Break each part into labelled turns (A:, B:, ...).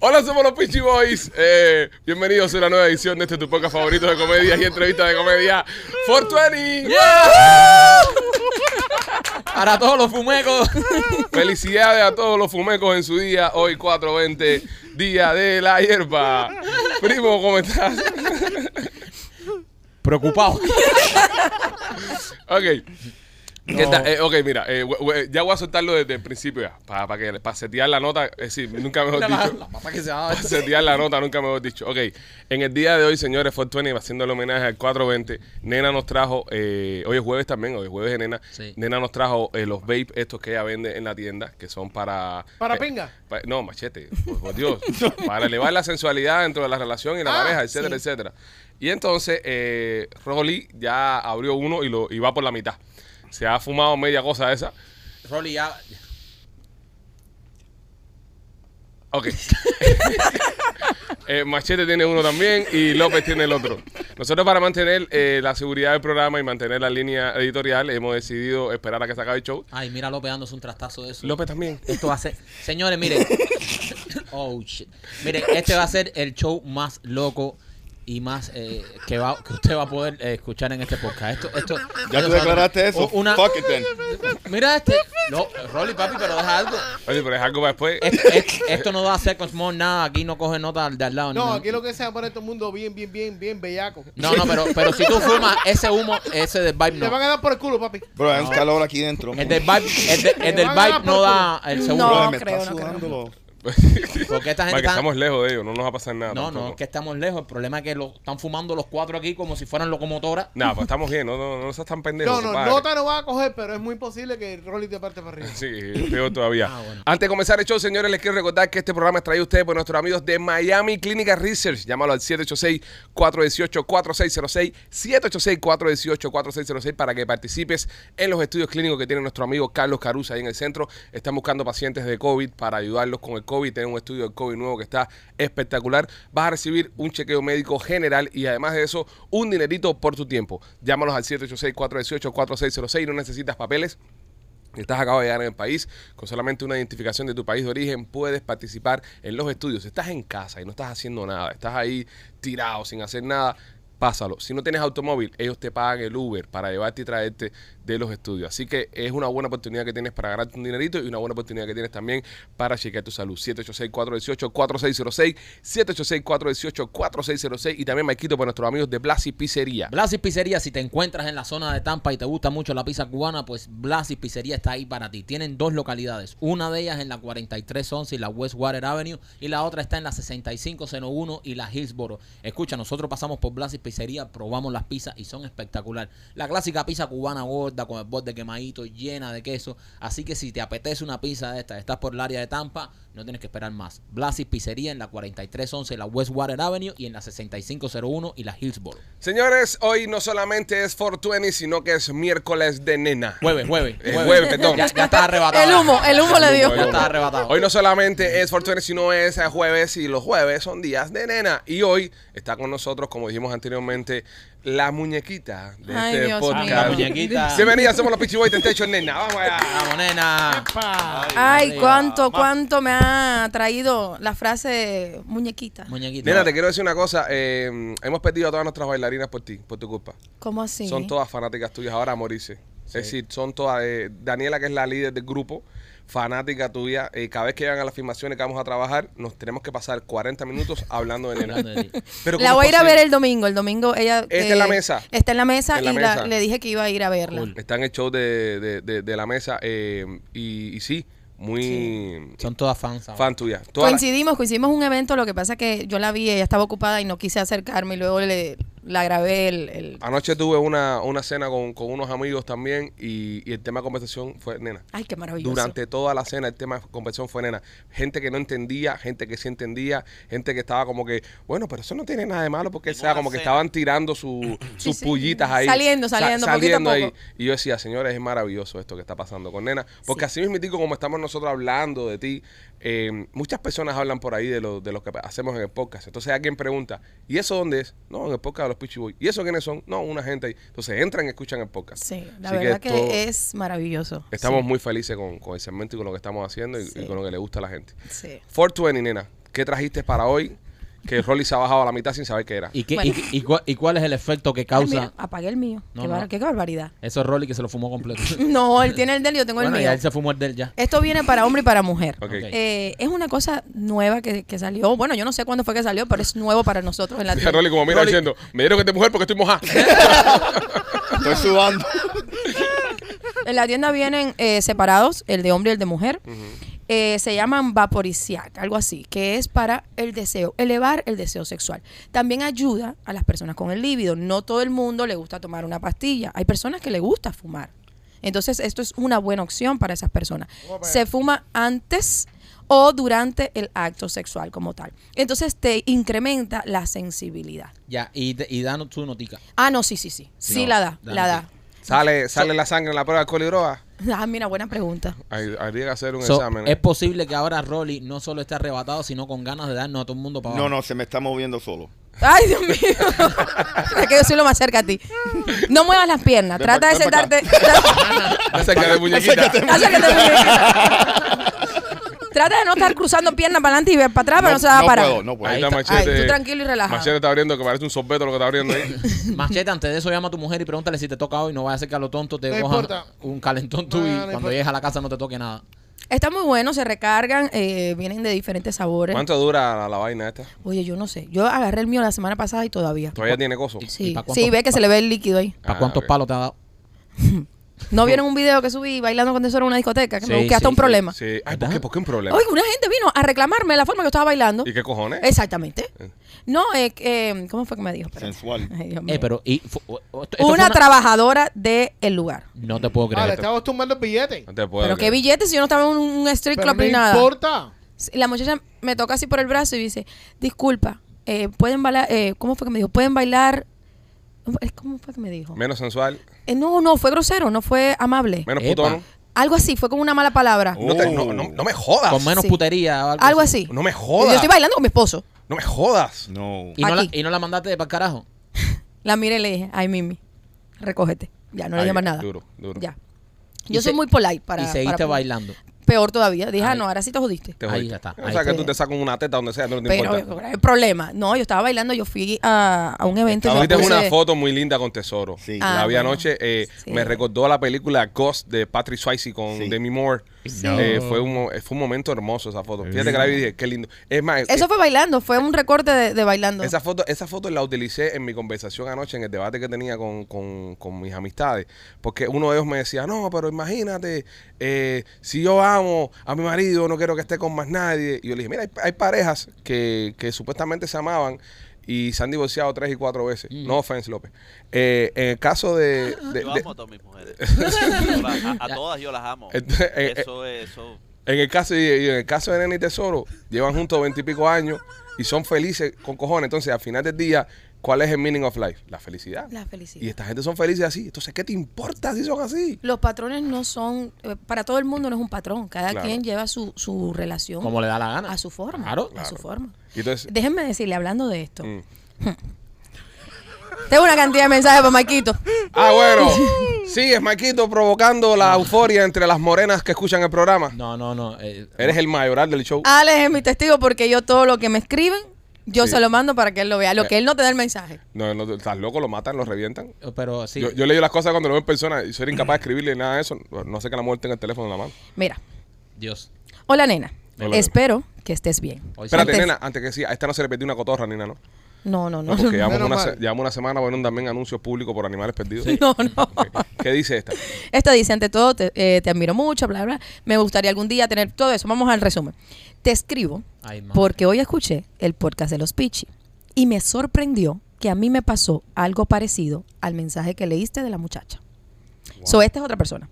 A: Hola, somos los Peachy Boys. Eh, bienvenidos a una nueva edición de este tu podcast favorito de comedias y entrevistas de comedia, 420.
B: Para todos los fumecos.
A: Felicidades a todos los fumecos en su día, hoy 420, día de la hierba. Primo, ¿cómo estás?
B: Preocupado.
A: Ok. ¿Qué tal? Eh, ok, mira, eh, we- we- ya voy a soltarlo desde el principio ya, para que para setear la nota, es decir, nunca mejor
B: La,
A: dicho.
B: la papa que se va a
A: Para setear la nota, nunca mejor dicho. Ok, en el día de hoy, señores, 420, haciendo el homenaje al 420, Nena nos trajo, eh, hoy es jueves también, hoy es jueves de Nena,
C: Sí.
A: Nena nos trajo eh, los vape estos que ella vende en la tienda, que son para...
D: ¿Para
A: eh,
D: pinga?
A: pa- no, machete, por, por Dios, para elevar la sensualidad dentro de la relación y la
D: Ah,
A: pareja, etcétera,
D: sí.
A: etcétera. Y entonces, eh, Rolly ya abrió uno y, lo, y va por la mitad. Se ha fumado media cosa esa.
C: Rolly ya.
A: Ok. Eh, Machete tiene uno también y López tiene el otro. Nosotros para mantener eh, la seguridad del programa y mantener la línea editorial hemos decidido esperar a que se acabe el show.
C: Ay, mira López dándose un trastazo de eso.
A: López también.
C: Esto va a ser. Señores, miren. Oh, shit. Miren, este va a ser el show más loco y más eh, que, va, que usted va a poder eh, escuchar en este podcast. Esto, esto,
E: Ya tú
C: esto-
E: declaraste eso.
C: Una,
E: Fuck it then.
C: mira este. No, Rolly, papi, pero deja algo.
A: Oye, pero es algo para después.
C: Esto, esto- esto no da second small nada. Aquí no coge nota de al lado. ni
D: No,
C: nada.
D: aquí lo que se va a poner todo el mundo bien, bien, bien, bien bellaco.
C: No, no, pero, pero si tú fumas ese humo, ese del vibe
D: Te van
C: no.
D: a dar por el culo, papi.
E: Bro, hay un calor aquí dentro.
C: El del vibe, el de- el del
D: Te van a dar
C: vibe no
D: por
C: da el seguro.
E: Bro,
F: No
E: me
F: creo,
E: está
F: no creo.
E: sudando los-
C: Porque esta
A: Para
C: gente
A: que
C: está,
A: estamos lejos de ellos, no nos va a pasar nada.
C: No, no, es que estamos lejos. El problema es que lo, están fumando los cuatro aquí como si fueran locomotoras.
A: Nada, pues estamos bien, no, no, no seas tan pendejo.
D: No, no,
A: compadre.
D: nota no va a coger, pero es muy posible que Rolly te parte para arriba.
A: Sí, peor todavía.
C: Ah, bueno.
A: Antes de comenzar el show, señores, les quiero recordar que este programa es traído a ustedes por nuestros amigos de Miami Clinical Research. Llámalo al 786-418-4606, 786-418-4606 para que participes en los estudios clínicos que tiene nuestro amigo Carlos Caruso ahí en el centro. Están buscando pacientes de COVID para ayudarlos con el COVID. Tienen un estudio de COVID nuevo que está espectacular. Vas a recibir un chequeo médico general y además de eso, un dinerito por tu tiempo. Llámalos al 786-418-4606. No necesitas papeles. Estás acabado de llegar en el país, con solamente una identificación de tu país de origen puedes participar en los estudios. Si Estás en casa y no estás haciendo nada, estás ahí tirado sin hacer nada, pásalo. Si no tienes automóvil, ellos te pagan el Uber para llevarte y traerte de los estudios. Así que es una buena oportunidad que tienes para ganarte un dinerito y una buena oportunidad que tienes también para chequear tu salud. 786-418-4606, 786-418-4606 y también Maikito para nuestros amigos de Blasi Pizzería.
C: Blasis Pizzería, si te encuentras en la zona de Tampa y te gusta mucho la pizza cubana, pues Blasis Pizzería está ahí para ti. Tienen dos localidades, una de ellas en la 4311 y la Westwater Avenue y la otra está en la 6501 y la Hillsboro. Escucha, nosotros pasamos por Blasis Pizzería, probamos las pizzas y son espectacular. La clásica pizza cubana gorda con el borde quemadito, llena de queso. Así que si te apetece una pizza de esta, estás por el área de Tampa, no tienes que esperar más. Blasis Pizzería en la 4311 y la Westwater Avenue y en la 6501 y la Hillsboro.
A: Señores, hoy no solamente es 420, sino que es miércoles de nena.
C: Jueves, jueves.
A: Eh, jueves, perdón.
C: Ya, ya está arrebatado.
F: El humo, el humo le dio.
C: Ya está arrebatado.
A: Hoy no solamente es 420, sino es eh, jueves y los jueves son días de nena. Y hoy está con nosotros, como dijimos anteriormente, la muñequita de
F: Ay,
A: este
F: Dios
A: podcast.
F: mío.
C: La muñequita.
A: Bienvenida, somos los Pichiboy de Techo Nena. Vamos allá.
C: Vamos, nena.
F: Ay, cuánto, cuánto me ha traído la frase muñequita.
C: Muñequita.
A: Nena, te quiero decir una cosa. eh, hemos perdido a todas nuestras bailarinas por ti, por tu culpa.
F: ¿Cómo así?
A: Son todas fanáticas tuyas ahora a morirse. Es decir, son todas. eh, Daniela, que es la líder del grupo, fanática tuya. eh, cada vez que llegan a las filmaciones que vamos a trabajar, nos tenemos que pasar 40 minutos hablando de nena.
C: Hablando de ti.
A: Pero
F: La
A: ¿cómo
F: voy a
A: es
F: ir a ver
A: posible?
F: el domingo. El domingo ella. eh,
A: Está en la mesa.
F: Está en la mesa
A: En la
F: y la-
A: mesa.
F: le dije que iba a ir a verla.
C: Cool.
A: Está Mm. en el show de, de- de- de la mesa eh, y, y sí, muy
C: Son todas fans. ¿sabes?
A: fan tuya. Todas las-
F: Coincidimos, coincidimos en un evento. Lo que pasa que yo la vi, ella estaba ocupada y no quise acercarme y luego le, la grabé. El, el-
A: Anoche tuve una, una cena con, con unos amigos también y, y el tema de conversación fue nena.
F: Ay, qué maravilloso.
A: Durante toda la cena el tema de conversación fue nena. Gente que no entendía, gente que sí entendía, gente que estaba como que, bueno, pero eso no tiene nada de malo porque o sea como que estaban tirando su-
F: Sí,
A: sus
F: sí.
A: pullitas ahí.
F: Saliendo, saliendo, poquito a
A: saliendo ahí.
F: poco.
A: Y yo decía, señores, es maravilloso esto que está pasando con nena. Porque así mismo, como estamos nosotros hablando de ti, eh, muchas personas hablan por ahí de lo, de lo que hacemos en el podcast. Entonces alguien pregunta, ¿y eso dónde es? No, en el podcast de los Pichi Boys. ¿Y eso quiénes son? No, una gente ahí. Entonces entran y escuchan el podcast.
F: Sí, la
A: Así
F: verdad que,
A: esto-
F: es maravilloso.
A: Estamos
F: Sí,
A: muy felices con, con el segmento y con lo que estamos haciendo y, y
F: Sí.
A: con lo que le gusta a la gente.
F: sí.
A: 420, nena, ¿qué trajiste para hoy? Que Rolly se ha bajado a la mitad sin saber qué era.
C: ¿Y, qué-
F: Bueno.
C: y- y cuál, y cuál es el efecto que
F: Ay,
C: causa?
F: mira, apagué el mío.
C: No,
F: qué, bar-
C: no.
F: qué barbaridad.
C: Eso es Rolly que se lo fumó completo.
F: No, él tiene el del y yo tengo
C: bueno,
F: el
C: ya
F: mío.
C: él se fumó el del ya.
F: Esto viene para hombre y para mujer.
A: Ok.
C: Ok.
F: Eh, es una cosa nueva que, que salió. Bueno, yo no sé cuándo fue que salió, pero es nuevo para nosotros en la
A: Dije a Rolly como mira
C: Rolly-
A: diciendo, me dieron que te mujer porque estoy mojada.
E: Estoy sudando.
F: En la tienda vienen eh, separados, el de hombre y el de mujer. Eh, se llaman vaporiciac, algo así, que es para el deseo, elevar el deseo sexual. También ayuda a las personas con el líbido. No todo el mundo le gusta tomar una pastilla. Hay personas que le gusta fumar. Entonces, esto es una buena opción para esas personas. Se fuma antes o durante el acto sexual como tal. Entonces, te incrementa la sensibilidad.
C: Ya, y, de- y danos tu notica.
F: Ah, no, sí, sí, sí. Sí,
C: No,
F: la da,
C: da,
F: la
C: no.
F: da.
A: sale sale la sangre en la prueba de alcohol y droga.
F: Ah, mira, buena pregunta.
A: Hay- Habría que hacer un
C: So,
A: examen. ¿eh?
C: es posible que ahora Rolly no solo esté arrebatado, sino con ganas de darnos a todo el mundo para
E: No,
C: abajo.
E: no, se me está moviendo solo.
F: Ay, Dios mío. es que yo soy lo más cerca a ti. No muevas las piernas.
E: Ven
F: Trata
E: pa-
F: de
E: ven pa' acá.
F: sentarte. trata-
A: Acércate, muñequita.
F: Acércate, muñequita. Trata de no estar cruzando piernas para adelante y ver para atrás para Ah, no, se va a parar.
E: puedo, no puedo.
A: Ahí está
C: Ahí
F: está.
A: Machete.
F: Ay, tú tranquilo y relajado.
A: Machete está abriendo que parece un sorbeto lo que está abriendo ahí.
C: Machete, antes de eso llama a tu mujer y pregúntale si te toca hoy. No vaya a ser que a lo tonto te
D: No
C: coja
D: importa.
C: un calentón tú
D: No,
C: y
D: no
C: cuando
D: importa.
C: llegues a la casa no te toque nada.
F: Está muy bueno, se recargan, eh, vienen de diferentes sabores.
A: ¿Cuánto dura la, la vaina esta?
F: Oye, yo no sé. Yo agarré el mío la semana pasada y todavía.
A: Todavía tiene coso.
C: ¿Y
F: Sí,
C: pa' cuánto-
F: sí ve que se le ve el líquido ahí.
C: ¿Para
A: Ah,
C: cuántos
A: ok.
C: palos te ha dado?
F: ¿No vieron un video que subí bailando con tesoro en una discoteca? Que me
C: Sí,
F: busqué hasta
C: sí,
F: un
C: sí,
F: problema.
A: Sí. Ay, ¿por
C: ¿Verdad?
A: qué? ¿Por qué un problema?
F: Oye, una gente vino a reclamarme la forma que yo estaba bailando.
A: ¿Y qué cojones?
F: Exactamente. No, eh, eh, ¿cómo fue que me dijo? Espérate.
E: Sensual.
F: Ay, Dios mío.
C: Eh, pero... y fu- o- o- esto- esto fue
F: una trabajadora del lugar.
C: No te puedo
D: Ah, le
C: creer.
D: estabas tumbando el billete.
A: No te puedo.
F: Pero qué
A: creer.
F: billete si yo no estaba en un street
D: Pero
F: club
D: no
F: ni nada.
D: importa.
F: La muchacha me toca así por el brazo y dice, disculpa, eh, pueden bailar, eh, ¿cómo fue que me dijo? Pueden bailar... eh, ¿Cómo fue que me dijo?
A: Menos sensual,
F: Eh, no, no, fue grosero, no fue amable.
A: menos
C: Epa.
A: putón.
F: Algo así, fue como una mala palabra.
E: Oh.
A: No, te- no, no- no me jodas.
C: Con menos
F: Ah, Sí.
C: putería o algo,
F: algo así.
A: No me
F: Yo
A: jodas.
F: estoy bailando con mi esposo.
A: No me jodas.
E: No.
C: ¿Y no, la,
F: Aquí.
C: y no la mandaste de para carajo.
F: La miré y le dije, ay, Mimi, recógete. Ya, no le
A: Ay,
F: llamas nada.
A: Ah, Duro, duro.
F: Ya.
C: Y
F: Yo soy
C: se-
F: muy polite para...
C: y seguiste
F: para-
C: bailando.
F: Peor todavía. Dije, ah,
C: Ay.
F: no, ahora sí te jodiste.
A: Te
C: Ahí
A: jodiste.
C: ya está,
A: O
C: ahí
A: sea, que
F: está.
A: tú te sacas una teta donde sea, no te
F: Pero
A: importa.
F: el problema, no, yo estaba bailando, yo fui a, a un evento. y
E: Estaba-
F: me
A: Tuviste
E: Tuviste
A: una
F: puse-
A: foto muy linda con Tesoro.
E: Sí.
F: Ah,
A: la vi
F: bueno.
A: anoche. eh,
F: Sí.
A: Me recordó la película Ghost de Patrick Swayze con
E: Sí.
A: Demi Moore.
F: No.
A: Eh, fue, un, mo- fue un momento hermoso esa foto. Fíjate que la vi y dije, qué lindo. Es más, eh,
F: Eso fue bailando, fue un recorte de, de bailando.
A: Esa foto, esa foto la utilicé en mi conversación anoche, en el debate que tenía con, con- con mis amistades, porque uno de ellos me decía, no, pero imagínate, eh, si yo amo a mi marido, no quiero que esté con más nadie. Y yo le dije, mira, hay, hay parejas que, que supuestamente se amaban y se han divorciado tres y cuatro veces. No offense, López. Eh, en el caso de... de-
G: Yo
A: de-
G: amo a todas mis mujeres. Yo las- a, a todas yo las amo.
A: Entonces, eh, eh,
G: Eso es, eso.
A: en el caso, y y en el caso de Nene y Tesoro, llevan juntos veintipico años y son felices con cojones. Entonces, al final del día, ¿cuál es el meaning of life? La felicidad.
F: la felicidad.
A: Y esta gente son felices así. Entonces, ¿qué te importa si son así?
F: Los patrones no son, eh, para todo el mundo no es un patrón, cada
A: Claro.
F: quien lleva su, su relación
C: Como le da la gana.
F: a su forma.
C: Claro.
F: A su forma.
A: Y entonces,
F: Déjenme decirle, hablando de esto,
A: mm.
F: tengo una cantidad de mensajes para Maquito.
A: ah, bueno. Sigues, Maquito, provocando la euforia entre las morenas que escuchan el programa.
C: No, no, no. eh,
A: Eres el mayoral del show.
F: Alex es mi testigo porque yo todo lo que me escriben, yo
A: Sí.
F: se lo mando para que él lo vea.
C: Eh.
F: Lo que él no te da el mensaje.
A: No, no, estás loco, lo matan, lo revientan.
C: Oh, pero sí.
A: Yo, yo leí las cosas cuando lo veo en persona y soy incapaz de escribirle nada de eso. No sé que la mujer tenga el teléfono en la mano.
F: Mira,
C: Dios.
F: hola nena,
A: Hola, nena.
F: espero que estés bien.
C: Hoy sí.
A: Espérate,
F: Antes-
A: nena, antes que sí, a esta no se le perdió una cotorra, nena, ¿no?
F: No, no, no.
A: No, porque llevamos
D: Menos
A: una,
D: mal.
A: se- llevamos una semana bueno también anuncios públicos por animales perdidos.
F: No, no.
A: Ok. ¿Qué dice esta?
F: Esta dice, ante todo, te, eh, te admiro mucho, bla, bla. Me gustaría algún día tener todo eso. Vamos al resumen. Te escribo
C: Ay, madre.
F: porque hoy escuché el podcast de los Pichi y me sorprendió que a mí me pasó algo parecido al mensaje que leíste de la muchacha. So, esta es otra persona.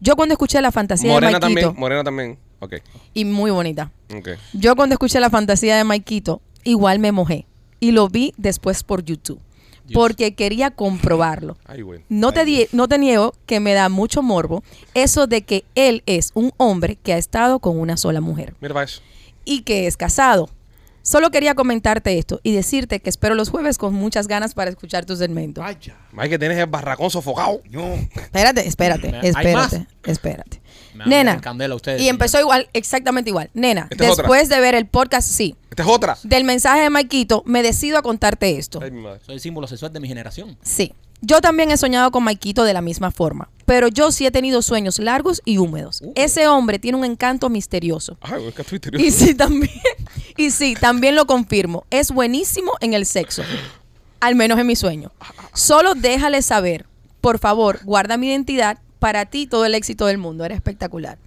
F: Yo cuando escuché la fantasía
A: Morena
F: de Maikito,
A: también, Morena también. Ok,
F: y muy bonita,
A: ok.
F: yo cuando escuché la fantasía de Maikito, igual me mojé y lo vi después por YouTube. porque quería comprobarlo.
A: Ay, güey.
F: No te, die- no te niego que me da mucho morbo eso de que él es un hombre que ha estado con una sola mujer
A: Mira para eso.
F: y que es casado. Solo quería comentarte esto y decirte que espero los jueves con muchas ganas para escuchar tu segmento.
D: Vaya.
A: Mike, que tienes el barracón sofocado.
F: Espérate, espérate,
C: ¿Hay
F: espérate,
C: más?
F: espérate.
C: Me van a
F: Nena.
C: poner candela ustedes,
F: y empezó igual, exactamente igual. Nena,
A: Esta es otra.
F: después de ver el podcast, sí,
A: Esta es otra.
F: del mensaje de Maikito, me decido a contarte esto.
A: Ay, mi madre.
C: Soy el símbolo sexual de mi generación.
F: Sí. Yo también he soñado con Maikito de la misma forma, pero yo sí he tenido sueños largos y húmedos.
A: Uh.
F: Ese hombre tiene un encanto misterioso.
A: Ay, güey, que estoy
F: Y
A: misterioso.
F: sí, también, y sí, también lo confirmo. Es buenísimo en el sexo. Al menos en mi sueño. Solo déjale saber. Por favor, guarda mi identidad. Para ti, todo el éxito del mundo. Era espectacular.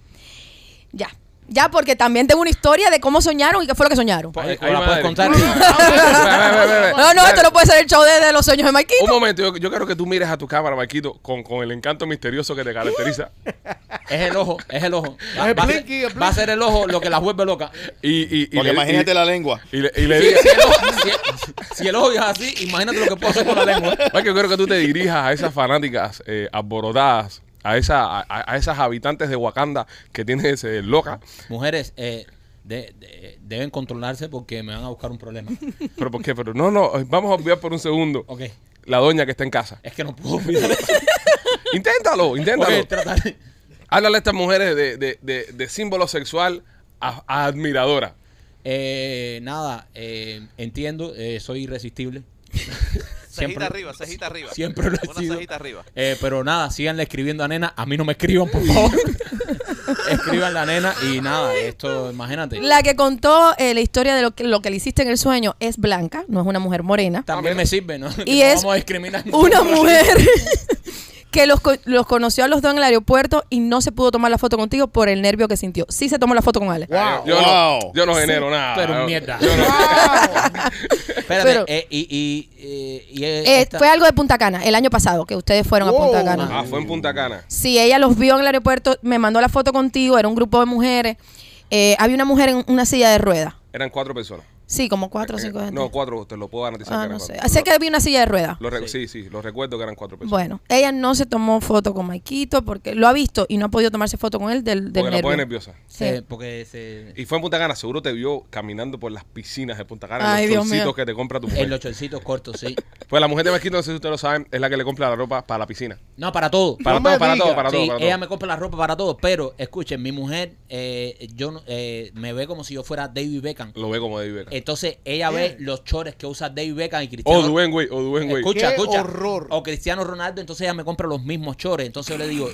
F: Ya. Ya, porque también tengo una historia de cómo soñaron y qué fue lo que soñaron.
C: Ahí,
A: Ay,
C: ¿cómo la
A: ay, madre.
C: puedes contar?
A: Ve, ve, ve, ve.
F: No, no, esto no puede ser el show de, de los sueños de
A: Un
F: Maikito.
A: momento, yo, yo quiero que tú mires a tu cámara, Maquito, con, con el encanto misterioso que te caracteriza.
C: Es el ojo, es el ojo. Va,
D: Es
C: va a ser-
D: Blinky, es
C: va a ser el ojo lo que las vuelve loca.
A: Y, y, y
E: Porque
A: le-
E: imagínate
A: y-
E: la lengua.
A: Y le, y le
C: Si,
A: digas,
C: si el ojo, si- si el ojo es así, imagínate lo que puedo hacer con la lengua.
A: Mike, yo quiero Pues que tú te dirijas a esas fanáticas eh, alborotadas, a, esa, a, a esas habitantes de Wakanda que tienes eh, loca.
C: Mujeres eh, de- de- deben controlarse porque me van a buscar un problema.
A: ¿Pero por qué? Pero no, no, eh, vamos a olvidar por un segundo
C: Ok,
A: la doña que está en casa.
C: es que no puedo olvidar eso.
A: Inténtalo, inténtalo.
C: Ok, trataré.
A: Háblale a estas mujeres de, de, de, de símbolo sexual a, a admiradora.
C: Eh, nada, eh, entiendo, eh, soy irresistible.
G: Cejita arriba, cejita arriba.
C: Siempre lo he
G: Una
C: sido.
G: cejita arriba.
C: Eh, pero nada, síganle escribiendo a nena. A mí no me escriban, por favor. Escriban a nena y nada, esto, imagínate.
F: La que contó eh, la historia de lo que, lo que le hiciste en el sueño es blanca, no es una mujer morena.
C: También me sirve, ¿no? Que
F: Y
C: no
F: es
C: vamos a discriminar.
F: una mujer que los, co- los conoció a los dos en el aeropuerto y no se pudo tomar la foto contigo por el nervio que sintió. Sí se tomó la foto con Ale.
D: Wow.
A: Yo no,
E: Wow.
A: yo no genero nada.
C: Pero
A: Yo-
C: mierda.
A: yo no-
C: Espérate,
F: Pero-
C: eh, y, y, eh, y, eh,
F: Eh,
C: esta-
F: fue algo de Punta Cana, el año pasado, que ustedes fueron
D: Wow.
F: a Punta Cana.
A: Ah, fue en Punta Cana.
F: Sí, ella los vio en el aeropuerto, me mandó la foto contigo, era un grupo de mujeres. Eh, había una mujer en una silla de ruedas.
A: Eran cuatro personas.
F: Sí, como cuatro o cinco
A: Eh,
F: gente.
A: No, cuatro, te lo puedo garantizar.
F: Ah,
A: que eran
F: no sé.
A: cuatro.
F: Sé que había una silla de ruedas.
A: Lo re- sí. Pues sí, lo recuerdo que eran cuatro personas.
F: Bueno, ella no se tomó foto con Maikito porque lo ha visto y no ha podido tomarse foto con él del, del
A: Porque la pone
F: nervio.
A: nerviosa.
F: Sí.
C: se- porque se,
A: Y fue en Punta Cana, seguro te vio caminando por las piscinas de Punta Cana,
F: Ay,
A: los
F: Dios
A: chorcitos
F: mío.
A: que te compra tu
C: en
A: mujer.
C: los chorcitos cortos, sí.
A: Pues la mujer de Marquito, no sé si ustedes lo saben, es la que le compra la ropa para la piscina.
C: No, para todo.
A: Para
D: No me
A: todo, para
D: diga.
A: todo, para
C: Sí,
A: todo, para
C: ella
A: todo.
C: me compra la ropa para todo, pero escuchen, mi mujer, eh, yo no- eh, me ve como si yo fuera David Beckham.
A: Lo ve como David Beckham.
C: Entonces ella
F: Eh.
C: ve los chores que usa David
A: Oh,
C: Beckham y Cristiano.
A: O Duen, güey, o Duen, güey.
C: Escucha,
D: Qué
C: escucha.
D: horror.
C: O Cristiano Ronaldo, entonces ella me compra los mismos chores. Entonces yo le digo,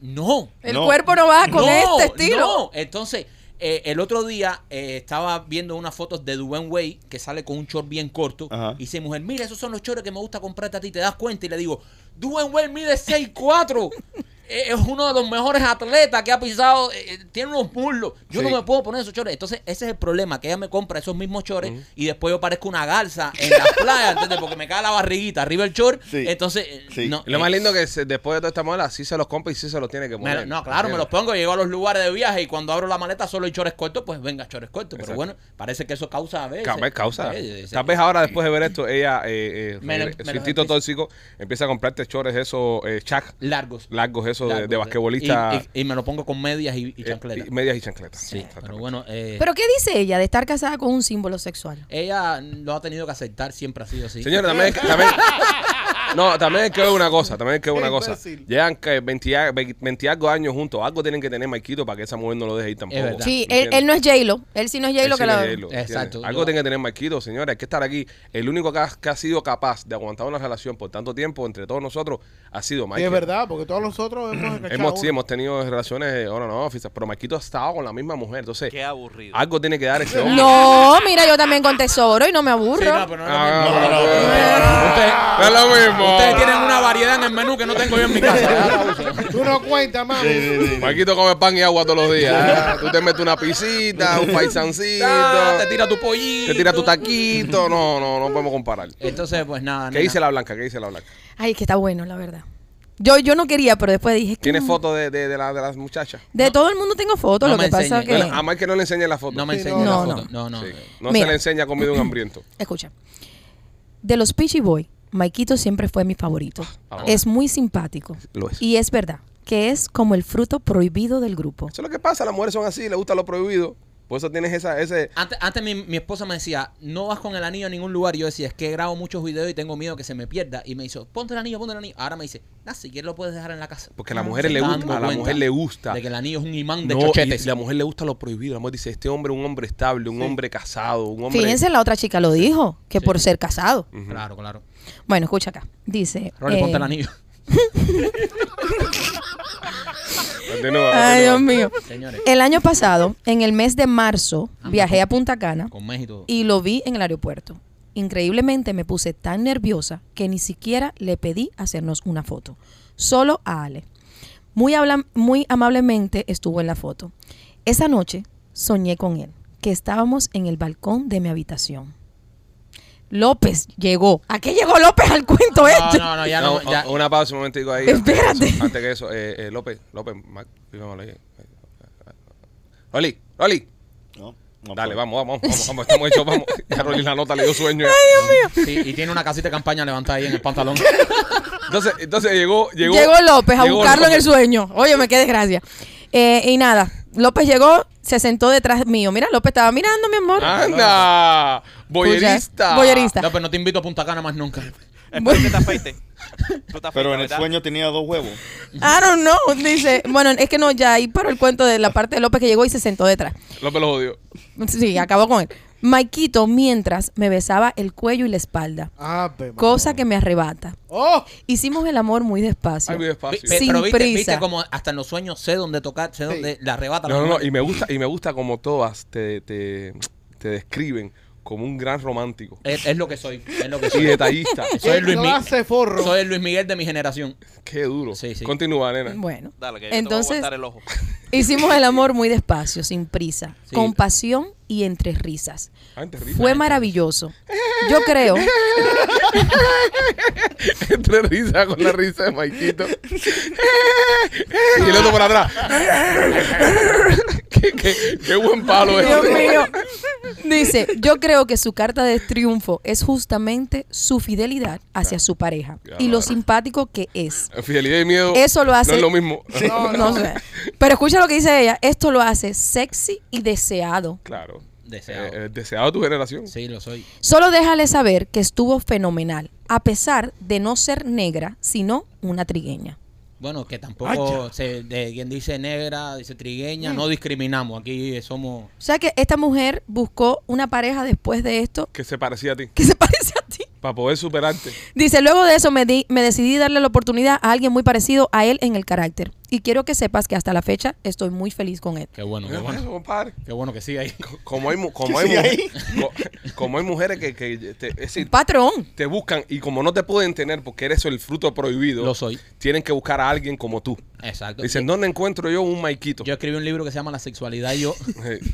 C: no,
F: El
E: No.
F: cuerpo no va con
C: no,
F: este estilo.
C: no. Entonces, eh, el otro día eh, estaba viendo unas fotos de Dwayne Wade que sale con un short bien corto.
E: Ajá.
C: Y dice, mujer, mira, esos son los shorts que me gusta comprarte a ti. Te das cuenta y le digo, Dwayne Wade mide 6'4". Eh, Es uno de los mejores atletas que ha pisado. eh, eh, tiene unos muslos. Yo
A: Sí.
C: no me puedo poner esos chores. Entonces, ese es el problema: que ella me compra esos mismos chores y después yo parezco una garza en las playas, ¿entiendes? Porque me cae la barriguita arriba el short.
E: Sí.
C: Entonces, eh,
E: Sí.
C: no.
A: Lo más
C: eh,
A: lindo que se- después de toda esta moda, sí se los compra y sí se los tiene que
C: me
A: poner.
C: lo- no, claro, me los pongo, llego a los lugares de viaje y cuando abro la maleta solo hay chores cortos, pues venga, chores cortos. Pero
A: Exacto.
C: bueno, parece que eso causa a veces.
A: Tal vez causa.
C: Eh, eh,
A: Tal vez ahora después de ver esto, ella, eh, eh,
C: Me lo-
A: regre-
C: me
A: su
C: lo
A: instinto
C: empieza-
A: tóxico, empieza a comprarte chores esos eh, chac
C: largos.
A: largos esos de- de,
C: largos, eh,
A: basquetbolista.
C: Y, y- y me lo pongo con medias y, y chancletas.
A: Eh, y medias y chancletas.
C: sí, pero bueno, eh,
F: ¿Pero qué dice ella de estar casada con un símbolo sexual?
C: ella lo ha tenido que aceptar, siempre ha sido así.
A: Señores, también, también- no, también es que ver una cosa, también es que ver una
D: Qué
A: cosa.
D: imbécil.
A: Llevan que 20, a- 20 algo años juntos, algo tienen que tener Maikito para que esa mujer no lo deje ir tampoco.
C: Es verdad.
F: Sí,
A: ¿Me
F: él,
A: entiendes?
F: él no es J-Lo. Él sí no es J-Lo
A: Él sí
F: que la...
A: le- él lo tiene.
C: Exacto.
A: Algo
C: Yo-
A: tiene que tener Marquito, señora. Hay que estar aquí. El único que ha, que ha sido capaz de aguantar una relación por tanto tiempo entre todos nosotros ha sido
D: Sí,
A: Mike.
D: es verdad, porque todos nosotros hemos escachado
A: Hemos, sí,
D: uno.
A: hemos tenido relaciones eh, ahora no, oficiales, pero Marquito ha estado con la misma mujer. Entonces,
G: Qué aburrido.
C: Ah,
A: algo tiene que dar ese hombre.
F: No, mira, yo también con tesoro y no me
C: Sí,
F: aburro.
C: no, pero no es lo mismo.
A: Ah, no, no, no, no.
C: Ustedes-
A: No es lo mismo.
C: Ustedes tienen una variedad en el menú que no tengo yo en mi casa. ya la uso.
D: Tú no cuentas, mami.
A: Marquito come pan y agua todos los días. ¿eh? Tú te metes una pisita, un paisancito,
C: Ah, te tira tu pollito.
A: te tira tu taquito. No, no, no podemos comparar.
C: Entonces, pues nada.
A: ¿Qué
C: nena.
A: dice la blanca? ¿Qué dice la blanca?
F: Ay, es que está bueno, la verdad. Yo, yo no quería, pero después dije... que
C: Mm.
A: ¿Tiene
F: no.
A: fotos de, de, de la, de las muchachas?
F: De todo el mundo tengo fotos,
C: No
F: lo
C: me
F: que pasa
C: enseñes.
F: que...
A: Bueno, a Mike que no le enseñe la foto.
C: No me
D: Sí,
C: enseñes la
F: no,
C: foto. No, eh, no.
A: Sí. No se
F: Mira.
A: le enseña comida a un hambriento.
F: Escucha. De los Peachy Boy Maikito siempre fue mi favorito.
A: Ah,
F: Es muy simpático.
A: Lo es.
F: Y es verdad que es como el fruto prohibido del grupo.
A: Eso es lo que pasa, las mujeres son así, les gusta lo prohibido. Por eso tienes esa, ese...
C: Antes, antes mi, mi esposa me decía, no vas con el anillo a ningún lugar. Y yo decía, es que grabo muchos videos y tengo miedo que se me pierda. Y me hizo, ponte el anillo, ponte el anillo. Ahora me dice, nah, si quieres lo puedes dejar en la casa.
A: Porque a las
C: Ah, Se
A: mujeres le
C: está
A: gusta,
C: dando
A: a la
C: cuenta
A: mujer le gusta.
C: De que el anillo es un imán de
A: No, y
C: chochetes.
A: la mujer le gusta lo prohibido. La mujer dice, este hombre es un hombre estable, un hombre casado, un hombre... Mm.
F: Fíjense, la otra chica lo dijo, que por ser casado.
C: Claro, claro.
F: Bueno, escucha acá. Dice.
C: Rolly,
F: eh,
C: ponte el anillo.
A: Continúa,
F: Ay,
A: continúa.
F: Dios mío.
C: Señores,
F: El año pasado, en el mes de marzo, viajé a Punta Cana
C: con México.
F: y lo vi en el aeropuerto. Increíblemente me puse tan nerviosa que ni siquiera le pedí hacernos una foto. Solo a Ale. Muy, habla- muy amablemente estuvo en la foto. Esa noche soñé con él, que estábamos en el balcón de mi habitación. López llegó. ¿A qué llegó López al cuento
C: No,
F: este?
C: no, no, Ah, ya
A: No, oh,
C: no. ya-
A: o- Una pausa, un momentico ahí.
F: Espérate.
A: Antes, antes que eso, eh, eh, López, López, Mac, dígamelo ahí. Rolly, Rolly.
E: No, no
A: Dale,
E: puedo.
A: vamos, vamos, vamos, vamos, estamos hechos, vamos. Ya Rolly la nota le dio sueño. ya.
C: sí, y tiene una casita de campaña levantada ahí en el pantalón.
A: Entonces, entonces llegó, llegó.
F: Llegó, López a
A: llegó
F: buscarlo en el
A: López.
F: sueño. Oye, me qué desgracia. Eh, y nada, López llegó, se sentó detrás mío. Mira, López estaba mirando, mi amor.
A: Anda, boyerista.
F: Escucha, boyerista.
C: No, pero no te invito a Punta Cana más nunca.
G: Espero que te afeite. Tú te afeitas,
E: Pero en el
G: ¿verdad?
E: sueño tenía dos huevos.
F: I don't know, dice. Bueno, es que no, ya ahí paró el cuento de la parte de López que llegó y se sentó detrás.
A: López lo odió.
F: Sí, acabó con él. Maikito, mientras, me besaba el cuello y la espalda,
D: Ave
F: cosa que me arrebata.
D: María. ¡Oh!
F: Hicimos el amor muy despacio.
A: Ay, muy despacio.
C: Pe-
F: Sin
C: pero viste, viste
F: prisa.
C: como hasta en los sueños sé dónde tocar, sé dónde la arrebata. la
A: No, no, no,
C: mujer.
A: y me gusta, y me gusta como todas te, te, te describen como un gran romántico
C: Es, es lo que soy, es lo que
A: y
C: soy.
A: detallista.
C: soy Luis Mi-
D: clase forro.
C: Soy el Luis Miguel de mi generación.
A: Qué duro.
C: Sí, sí.
A: Continúa, nena.
F: Bueno,
G: Dale, que yo
F: entonces
G: te voy a aguantar el ojo.
F: hicimos el amor muy despacio, sin prisa,
C: Sí.
F: con pasión y entre risas.
A: Antes
F: Fue maravilloso. Yo creo
A: Entre risa con la risa de Maikito. y el otro por atrás. qué, qué- qué buen palo es.
F: Dios mío. Dice, yo creo que su carta de triunfo es justamente su fidelidad hacia su pareja y lo simpático que es.
A: Fidelidad y miedo.
F: Eso lo hace-
A: No es lo mismo.
F: No, no sé. Pero escucha lo que dice ella. Esto lo hace sexy y deseado.
A: Claro.
C: Deseado.
A: Eh, eh, deseado de tu generación.
C: Sí, lo soy.
F: Solo déjale saber que estuvo fenomenal, a pesar de no ser negra, sino una trigueña.
C: Bueno, que tampoco, se, de, quien dice negra, dice
A: Mm.
C: trigueña, no discriminamos. Aquí somos...
F: O sea que esta mujer buscó una pareja después de esto
A: Que se parecía a ti.
F: que se parece a ti.
A: Para poder superarte.
F: Dice, luego de eso me, di- me decidí darle la oportunidad a alguien muy parecido a él en el carácter. Y quiero que sepas que hasta la fecha estoy muy feliz con él.
C: Qué bueno, qué
A: Mira
C: bueno.
A: eso, compadre.
C: Qué bueno que siga ahí.
A: Co- Como hay, mu- como hay,
E: Sí,
A: mu-
E: ahí.
A: co- como hay mujeres que, que eh, te, es decir,
F: Patrón.
A: te buscan y como no te pueden tener porque eres el fruto prohibido,
C: Lo soy.
A: tienen que buscar a alguien como tú.
C: Exacto.
A: Dicen, ¿dónde encuentro yo un Maikito?
C: Yo escribí un libro que se llama La sexualidad y yo.
A: Sí.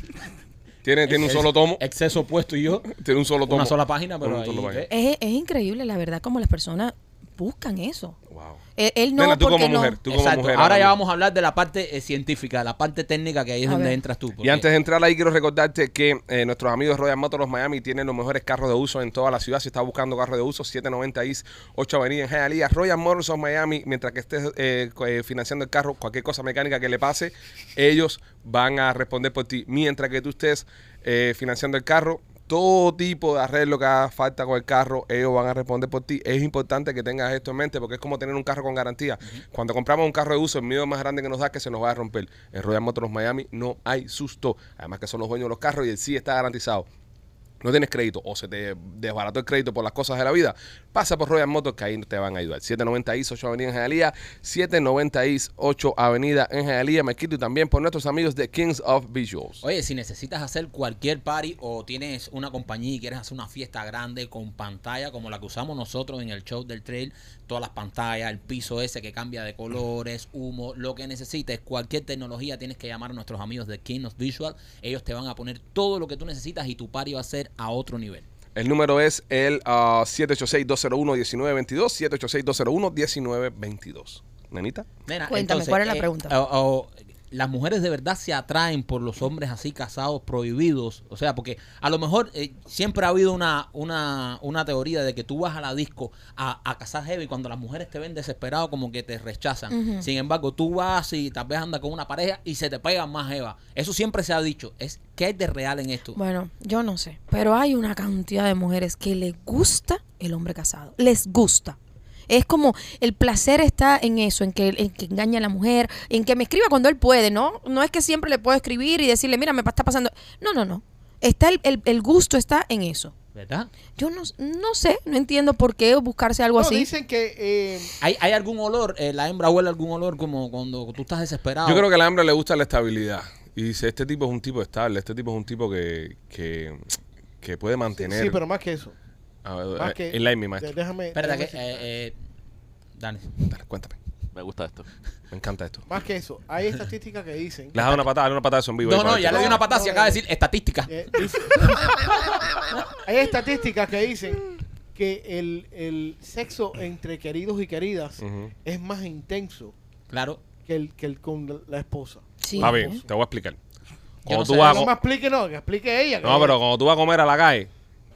A: Tiene, tiene un solo tomo.
C: Exceso opuesto y yo.
A: Tiene un solo tomo.
C: Una sola página, pero
A: Un
C: ahí-
A: solo página.
C: eh.
F: Es, es increíble, la verdad, como las personas buscan eso.
A: Wow.
F: Él, él no,
A: Nena, tú
F: porque
A: como
F: no.
A: mujer, tú como
C: Exacto.
A: mujer.
C: Ahora ya
A: mismo.
C: vamos a hablar de la parte eh, científica, la parte técnica, que ahí es
F: A
C: donde
F: ver.
C: entras tú. porque-
A: Y antes de entrar ahí, quiero recordarte que eh, nuestros amigos Royal Motors Miami tienen los mejores carros de uso en toda la ciudad. Si estás buscando carros de uso, 790 East, 8 Avenida en Hialeah. Royal Motors of Miami, mientras que estés eh, co- eh, financiando el carro, cualquier cosa mecánica que le pase, ellos van a responder por ti. Mientras que tú estés eh, financiando el carro, todo tipo de arreglo que haga falta con el carro, ellos van a responder por ti. Es importante que tengas esto en mente porque es como tener un carro con garantía. Cuando compramos un carro de uso, el miedo más grande que nos da es que se nos va a romper. En Royal Motors Miami no hay susto. Además que son los dueños de los carros y el sí está garantizado no tienes crédito o se te desbarató el crédito por las cosas de la vida, pasa por Royal Motors que ahí te van a ayudar. 790 Is 8 Avenida en Jalía, 790 Is 8 Avenida en Jalía, Mequito y también por nuestros amigos de Kings of Visuals.
C: Oye, si necesitas hacer cualquier party o tienes una compañía y quieres hacer una fiesta grande con pantalla como la que usamos nosotros en el show del trail, todas las pantallas, el piso ese que cambia de colores, humo, lo que necesites, cualquier tecnología tienes que llamar a nuestros amigos de King of Visual, ellos te van a poner todo lo que tú necesitas y tu party va a ser a otro nivel.
A: El número es el ah, 786-201-1922, 786-201-1922. Nenita,
C: Nena,
F: Cuéntame,
C: entonces,
F: ¿cuál es la
C: eh,
F: pregunta?
C: o- o, las mujeres de verdad se atraen por los hombres así casados, prohibidos. O sea, porque a lo mejor eh, siempre ha habido una, una, una teoría de que tú vas a la disco a, a casar heavy cuando las mujeres te ven desesperado como que te rechazan. Sin embargo, tú vas y tal vez andas con una pareja y se te pegan más jeva. Eso siempre se ha dicho. Es ¿Qué hay de real en esto?
F: Bueno, yo no sé, pero hay una cantidad de mujeres que les gusta el hombre casado, les gusta. Es como el placer está en eso, en que, en que engaña a la mujer, en que me escriba cuando él puede, ¿no? No es que siempre le puedo escribir y decirle, mira, me pa- está pasando. No, no, no. Está el, el- el gusto está en eso.
C: ¿Verdad?
F: Yo no, no sé, no entiendo por qué buscarse algo
D: No,
F: así.
D: dicen que eh,
C: ¿Hay, hay algún olor? Eh, ¿La hembra huele algún olor como cuando tú estás desesperado?
A: Yo creo que a la hembra le gusta la estabilidad. Y dice, este tipo es un tipo estable, este tipo es un tipo que, que, que puede mantener.
D: sí, pero más que eso.
A: A ver,
D: Más
A: eh,
D: que,
A: Eli, mi maestro.
D: Déjame,
C: Espérate, que.
D: déjame decir-
C: Eh, eh, Dani.
A: Dale, cuéntame.
B: Me gusta esto.
A: Me encanta esto.
C: eh.
D: Más que eso, hay estadísticas que dicen.
A: Le has dado una patada, dale una patada de en vivo.
C: No,
A: ahí para
C: no,
A: ver
C: ya
A: qué
C: le di
A: pasa.
C: una patada y
D: No,
C: acaba de
D: no.
C: decir estadística.
D: Eh, dice- hay estadísticas que dicen que el, el sexo entre queridos y queridas
A: Ujú.
D: es más intenso
C: Claro.
D: que el, que el con la esposa.
F: Sí. ¿eh?
A: Papi, te voy a explicar. Cuando
C: no
A: tú
C: sé,
A: vas a
D: No me
A: co-
D: explique, no, que explique ella. que-
A: Ah, no, pero cuando tú vas a comer a la calle,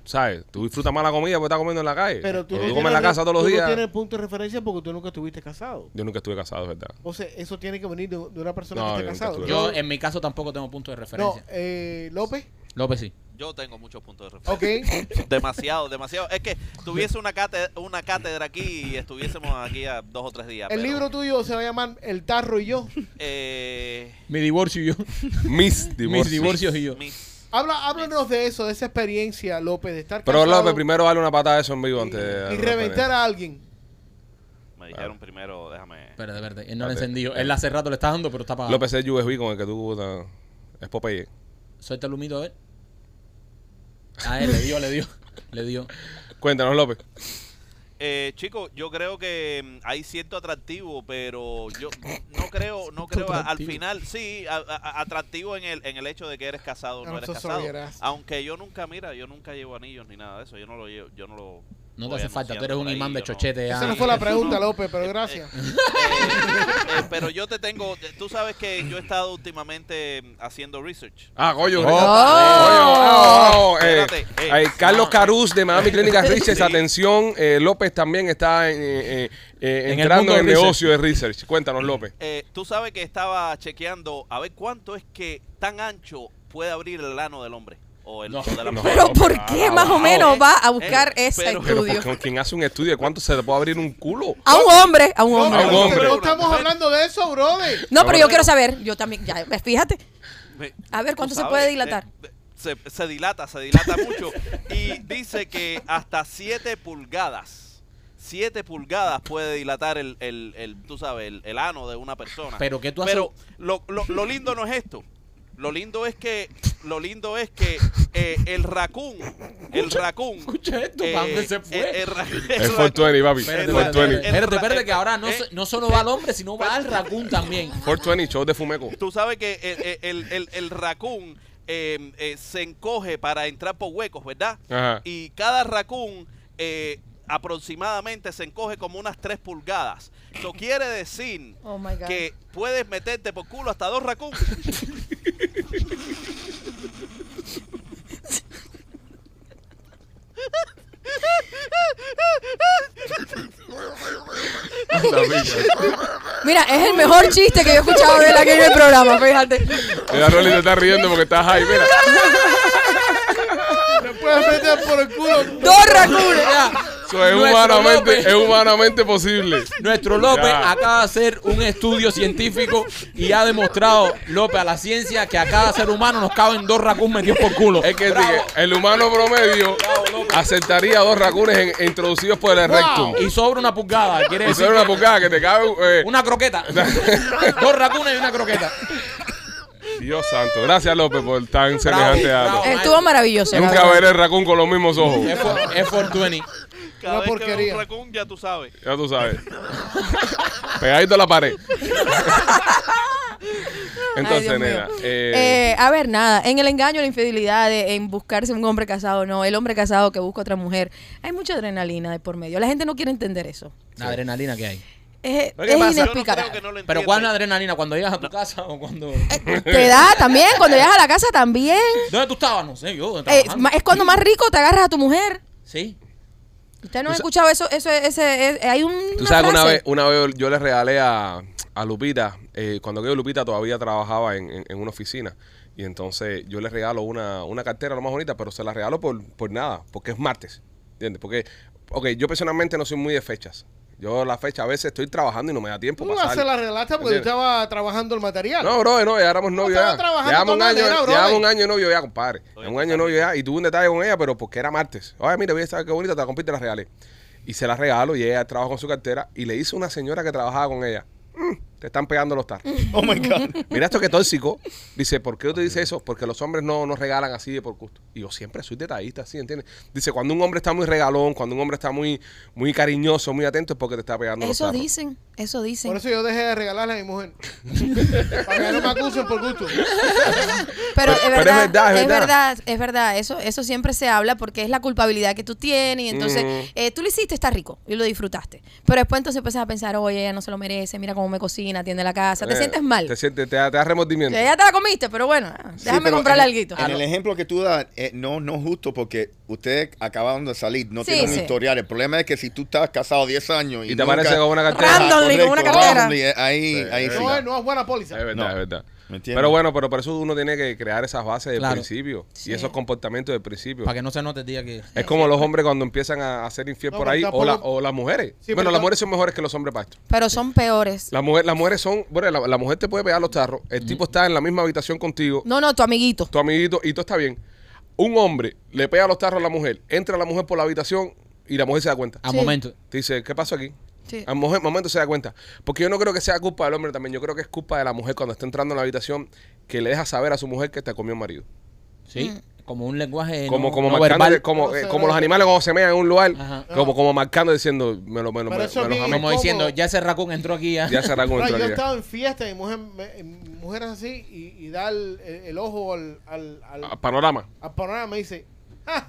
A: ¿sabes? Tú disfrutas más la comida porque estás comiendo en la calle.
D: Pero tú,
A: Cuando
D: no
A: comes en la
D: tienes-
A: casa todos los
D: tú
A: días.
D: no tienes punto de referencia porque tú nunca estuviste casado.
A: Yo nunca estuve casado, es verdad.
D: Entonces, eso tiene que venir de, de una persona
A: No,
D: que
A: yo
D: esté
A: nunca
D: casado.
A: estuve
C: Yo en mi caso tampoco tengo punto de
D: No,
C: referencia.
D: eh, López,
C: López sí.
G: Yo tengo muchos puntos de
D: ok.
G: referencia. Demasiado, demasiado. Es que tuviese una cátedra, una cátedra aquí y estuviésemos aquí a dos o tres días.
D: El
G: pero,
D: libro tuyo se va a llamar El tarro y yo.
G: eh,
C: Mi divorcio y yo.
A: Mis divorcios.
C: Mis divorcios y yo.
G: mis-
D: Habla, háblanos de eso, de esa experiencia, López, de estar
A: Pero
D: casado
A: López, primero dale una patada de eso en vivo
D: y,
A: antes de.
D: y reventar a alguien.
G: Me dijeron primero, déjame.
C: Pero de verdad, él no lo
A: Espérate.
C: encendió. Él hace rato le está dando, pero está apagado.
A: López es USB con el que tú. uh, Es Popeye.
C: Suelta el humito a ver. A ¿eh? Ah, él le dio, le dio. Le dio.
A: Cuéntanos, López.
G: Eh, chico, yo creo que mm, hay cierto atractivo, pero yo no creo, no creo a- al
C: atractivo.
G: final, sí, a- a- atractivo en el, en el hecho de que eres casado o no
D: No,
G: eres
D: eso
G: casado.
D: sobrarás.
G: Aunque yo nunca, mira, yo nunca llevo anillos ni nada de eso, yo no lo llevo, yo no lo...
C: No te
G: voy
C: hace falta, tú eres
G: anunciando
C: un
G: por ahí,
C: imán de
G: yo no-
C: chochete.
D: Esa
C: ah.
D: no fue la
G: eso
D: pregunta,
G: no.
D: López, pero gracias.
G: Eh, eh, pero yo te tengo, tú sabes que yo he estado últimamente mm, haciendo research.
A: Ah, coño.
C: Oh.
A: Coño, oh, oh, eh,
G: Espérate, eh.
A: ay, Carlos
G: No.
A: Caruz de Miami Clínicas Research,
G: Sí.
A: atención, eh, López también está en, eh, eh, eh,
C: En el
A: entrando
C: mundo
A: en
C: de
A: el
C: research.
A: negocio de Research. Cuéntanos, López.
G: Eh, tú sabes que estaba chequeando a ver cuánto es que tan ancho puede abrir el ano del hombre o el
C: No,
G: o de la
A: no.
G: mujer.
F: Pero
A: No,
F: ¿por
A: pero-
F: qué
A: ah,
F: más
A: ah,
F: o menos
G: eh,
F: va a
G: eh,
F: buscar ese
G: pero-
A: Pero
F: estudio?
A: ¿por qué- ¿quién hace un estudio de cuánto se le puede abrir un culo?
F: A un hombre, a un
D: No,
F: hombre.
A: a un
D: pero
A: hombre.
D: no estamos hablando de eso, brother.
F: No, pero yo
A: Ahora-
F: quiero saber, yo también, ya, fíjate.
G: Me-
F: A ver, ¿cuánto
G: tú
F: se
G: sabes,
F: puede dilatar?
G: eh, se, se dilata, se dilata mucho. Y dice que hasta 7 pulgadas, 7 pulgadas puede dilatar el, el, el, tú sabes, el, el ano de una persona.
C: Pero que tú haces-
G: Pero lo, lo- lo lindo no es esto. Lo lindo es que, lo lindo es que eh, el racún, el racún.
C: escucha esto, ¿pa' dónde se fue?
G: eh, el ra- el
A: Es
G: racún-
A: 420, papi. Es
G: Espérate,
C: Espérate,
G: Eduardo,
A: 420.
C: espérate,
G: eh,
C: espérate, espérate, que ahora no,
G: eh,
C: se- no solo va el hombre, sino va el racún también.
A: 420, show de Fumeco.
G: Tú sabes que eh, eh, el, el, el racún eh, eh, se encoge para entrar por huecos, ¿verdad?
A: Ajá.
G: Y cada racún eh, aproximadamente se encoge como unas 3 pulgadas. Eso quiere decir
F: Oh my God.
G: que puedes meterte por culo hasta dos racún.
A: Anda, mira.
F: Mira, es el mejor chiste que yo he escuchado de él aquí en el programa, fíjate.
A: Mira, Rolly te está riendo porque estás ahí, mira.
D: Te
A: Pues,
D: puedes meter por el culo.
F: Dos racunes.
A: Eso es
C: Nuestro
A: humanamente,
C: López.
A: es humanamente posible.
C: Nuestro López
A: Ya.
C: acaba de hacer un estudio científico y ha demostrado, López, a la ciencia que a cada ser humano nos caben dos racún metidos por culo.
A: Es que dije, el humano promedio aceptaría dos racunes en- introducidos por el rectum.
C: Y sobre una pulgada, quiere
A: Y
C: decir.
A: eso era una pocada que te cabe. eh,
C: Una croqueta. dos racunes y una croqueta.
A: Dios santo. Gracias, López, por tan semejante
C: bravo.
A: dato.
F: Estuvo maravilloso. la
A: Nunca
F: verdad.
A: veré el racún con los mismos ojos.
C: Es for- es 420.
G: Cada
D: Una
G: vez que ves
D: porquería.
G: un racún ya tú sabes.
A: Ya tú sabes. Pegadito a la pared.
F: Ay,
A: Entonces,
F: Dios mío.
A: nena. eh,
F: Eh, a ver, nada, en el engaño, en la infidelidad, eh, en buscarse un hombre casado, no, el hombre casado que busca otra mujer, hay mucha adrenalina de por medio. La gente no quiere entender eso.
C: La adrenalina que hay.
F: es,
A: ¿Pero qué pasa?
F: es
G: Yo no
F: inexplicable.
G: creo que no lo
C: Pero ¿cuál es la
G: entienda.
C: adrenalina? ¿Cuando llegas a tu casa o cuando...?
F: Eh, Te da también, cuando llegas a la casa también.
C: ¿Dónde tú estabas? No sé, yo
F: Eh,
C: trabajando.
F: ma- es cuando más rico te agarras a tu mujer.
C: Sí.
F: Usted no
A: Tú
F: ha
A: sa-
F: escuchado eso, eso, ese, es- hay un.
A: Tú sabes que una vez, una vez yo le regalé a, a Lupita, eh, cuando yo Lupita todavía trabajaba en, en- en una oficina. Y entonces yo le regalo una, una cartera, lo más bonita, pero se la regalo por, por nada, porque es martes. ¿Entiendes? Porque, ok, yo personalmente no soy muy de fechas. Yo la fecha a veces estoy trabajando y no me da tiempo.
D: Tú
A: para
D: no
A: salir.
D: se la relata porque yo
A: ¿Entiendes?
D: estaba trabajando el material.
A: No, bro, no, ya éramos novios
D: estaba
A: ya.
D: trabajando
A: Llevamos un
D: toda
A: año,
D: la nena, bro.
A: llevamos un año de novio ya, compadre.
G: Oye,
A: un año de novio ya y tuve un detalle con ella, pero porque era martes. Oye, mira, voy a qué bonita, te la compré y te la regalé. Y se la regalo y ella trabaja con su cartera y le hizo una señora que trabajaba con ella. "Mm, te están pegando los tarros.
E: Oh my God.
A: Mira esto que tóxico. Dice, ¿por qué usted dice eso? Porque los hombres no nos regalan así de por gusto. Y yo siempre soy detallista, ¿sí? ¿Entiendes? Dice, cuando un hombre está muy regalón, cuando un hombre está muy, muy cariñoso, muy atento, es porque te está pegando los
F: Eso
A: tarros.
F: dicen, eso
D: Por
F: dicen.
D: eso yo dejé de regalarle a mi mujer. Para que no me acusen por gusto.
F: Pero,
A: Pero-
F: es,
A: pero es
F: verdad,
A: verdad, es
F: es
A: verdad.
F: verdad, es verdad. Eso, eso siempre se habla porque es la culpabilidad que tú tienes. Y entonces,
A: Mm.
F: eh, tú lo hiciste, está rico y lo disfrutaste. Pero después entonces empiezas a pensar, oye, ella no se lo merece, mira cómo me cocina, atiende la casa. Te
A: Eh,
F: sientes mal. Eh,
A: Te, sientes, te, da- te da remordimiento.
F: Ya te la comiste, pero bueno, ah,
A: Sí,
F: déjame
A: pero
F: comprarle
A: en-
F: alguito.
E: En el ejemplo que tú das, eh, no no es justo porque ustedes acabaron de salir, no
F: Sí,
E: tienen un
F: sí.
E: historial. El problema es que si tú estás casado 10 años y,
A: Y te aparece con una cartera.
F: Randomly, con una cartera.
E: randomly, eh, ahí, ahí sí.
D: No, es- no es buena póliza.
A: Es verdad,
E: No.
A: es verdad.
E: ¿Me entiendes?
A: Pero bueno, pero por eso uno tiene que crear esas bases del
C: Claro.
A: principio
F: Sí.
A: y esos comportamientos del principio.
C: Para que no se note el día que...
A: Es como los hombres cuando empiezan a, a ser infiel
D: No,
A: por
D: pero
A: ahí o, la-
D: tampoco-
A: o las mujeres.
D: Sí,
A: bueno,
D: pero
A: las
D: tam-
A: mujeres son mejores que los hombres para esto.
F: Pero son peores.
A: La mujer, las mujeres son, bueno, la, la mujer te puede pegar los tarros, el tipo está en la misma habitación contigo,
F: No, no, tu amiguito.
A: tu amiguito y todo está bien. Un hombre le pega los tarros a la mujer, entra la mujer por la habitación y la mujer se da cuenta.
C: A
F: Sí.
C: momento.
A: Te dice, ¿qué pasó aquí?
F: Sí.
A: Al moje- momento se da cuenta. Porque yo no creo que sea culpa del hombre también. Yo creo que es culpa de la mujer cuando está entrando en la habitación que le deja saber a su mujer que te comió el marido.
C: Sí.
F: Mm.
C: Como un lenguaje
A: como
C: Eh, no,
A: como
C: no
A: marcando,
C: verbal.
A: como,
D: No
A: eh,
D: sé,
A: como
D: no
A: los
D: sé.
A: animales cuando se mean en un lugar,
C: Ajá.
A: como, como marcando diciendo, me lo, me lo,
D: Pero
A: me-
D: eso
A: me lo jamé.
D: es
C: Como
D: incómodo.
C: diciendo, ya ese racón entró aquí ya.
A: Ya cerrar con
D: Claro,
A: el
D: yo
A: troll ya.
D: estaba en fiesta y mujer, me- mujeres así y, y da el, el- el ojo al, al, al,
A: Ah, Panorama.
D: al panorama y me dice, "Ah,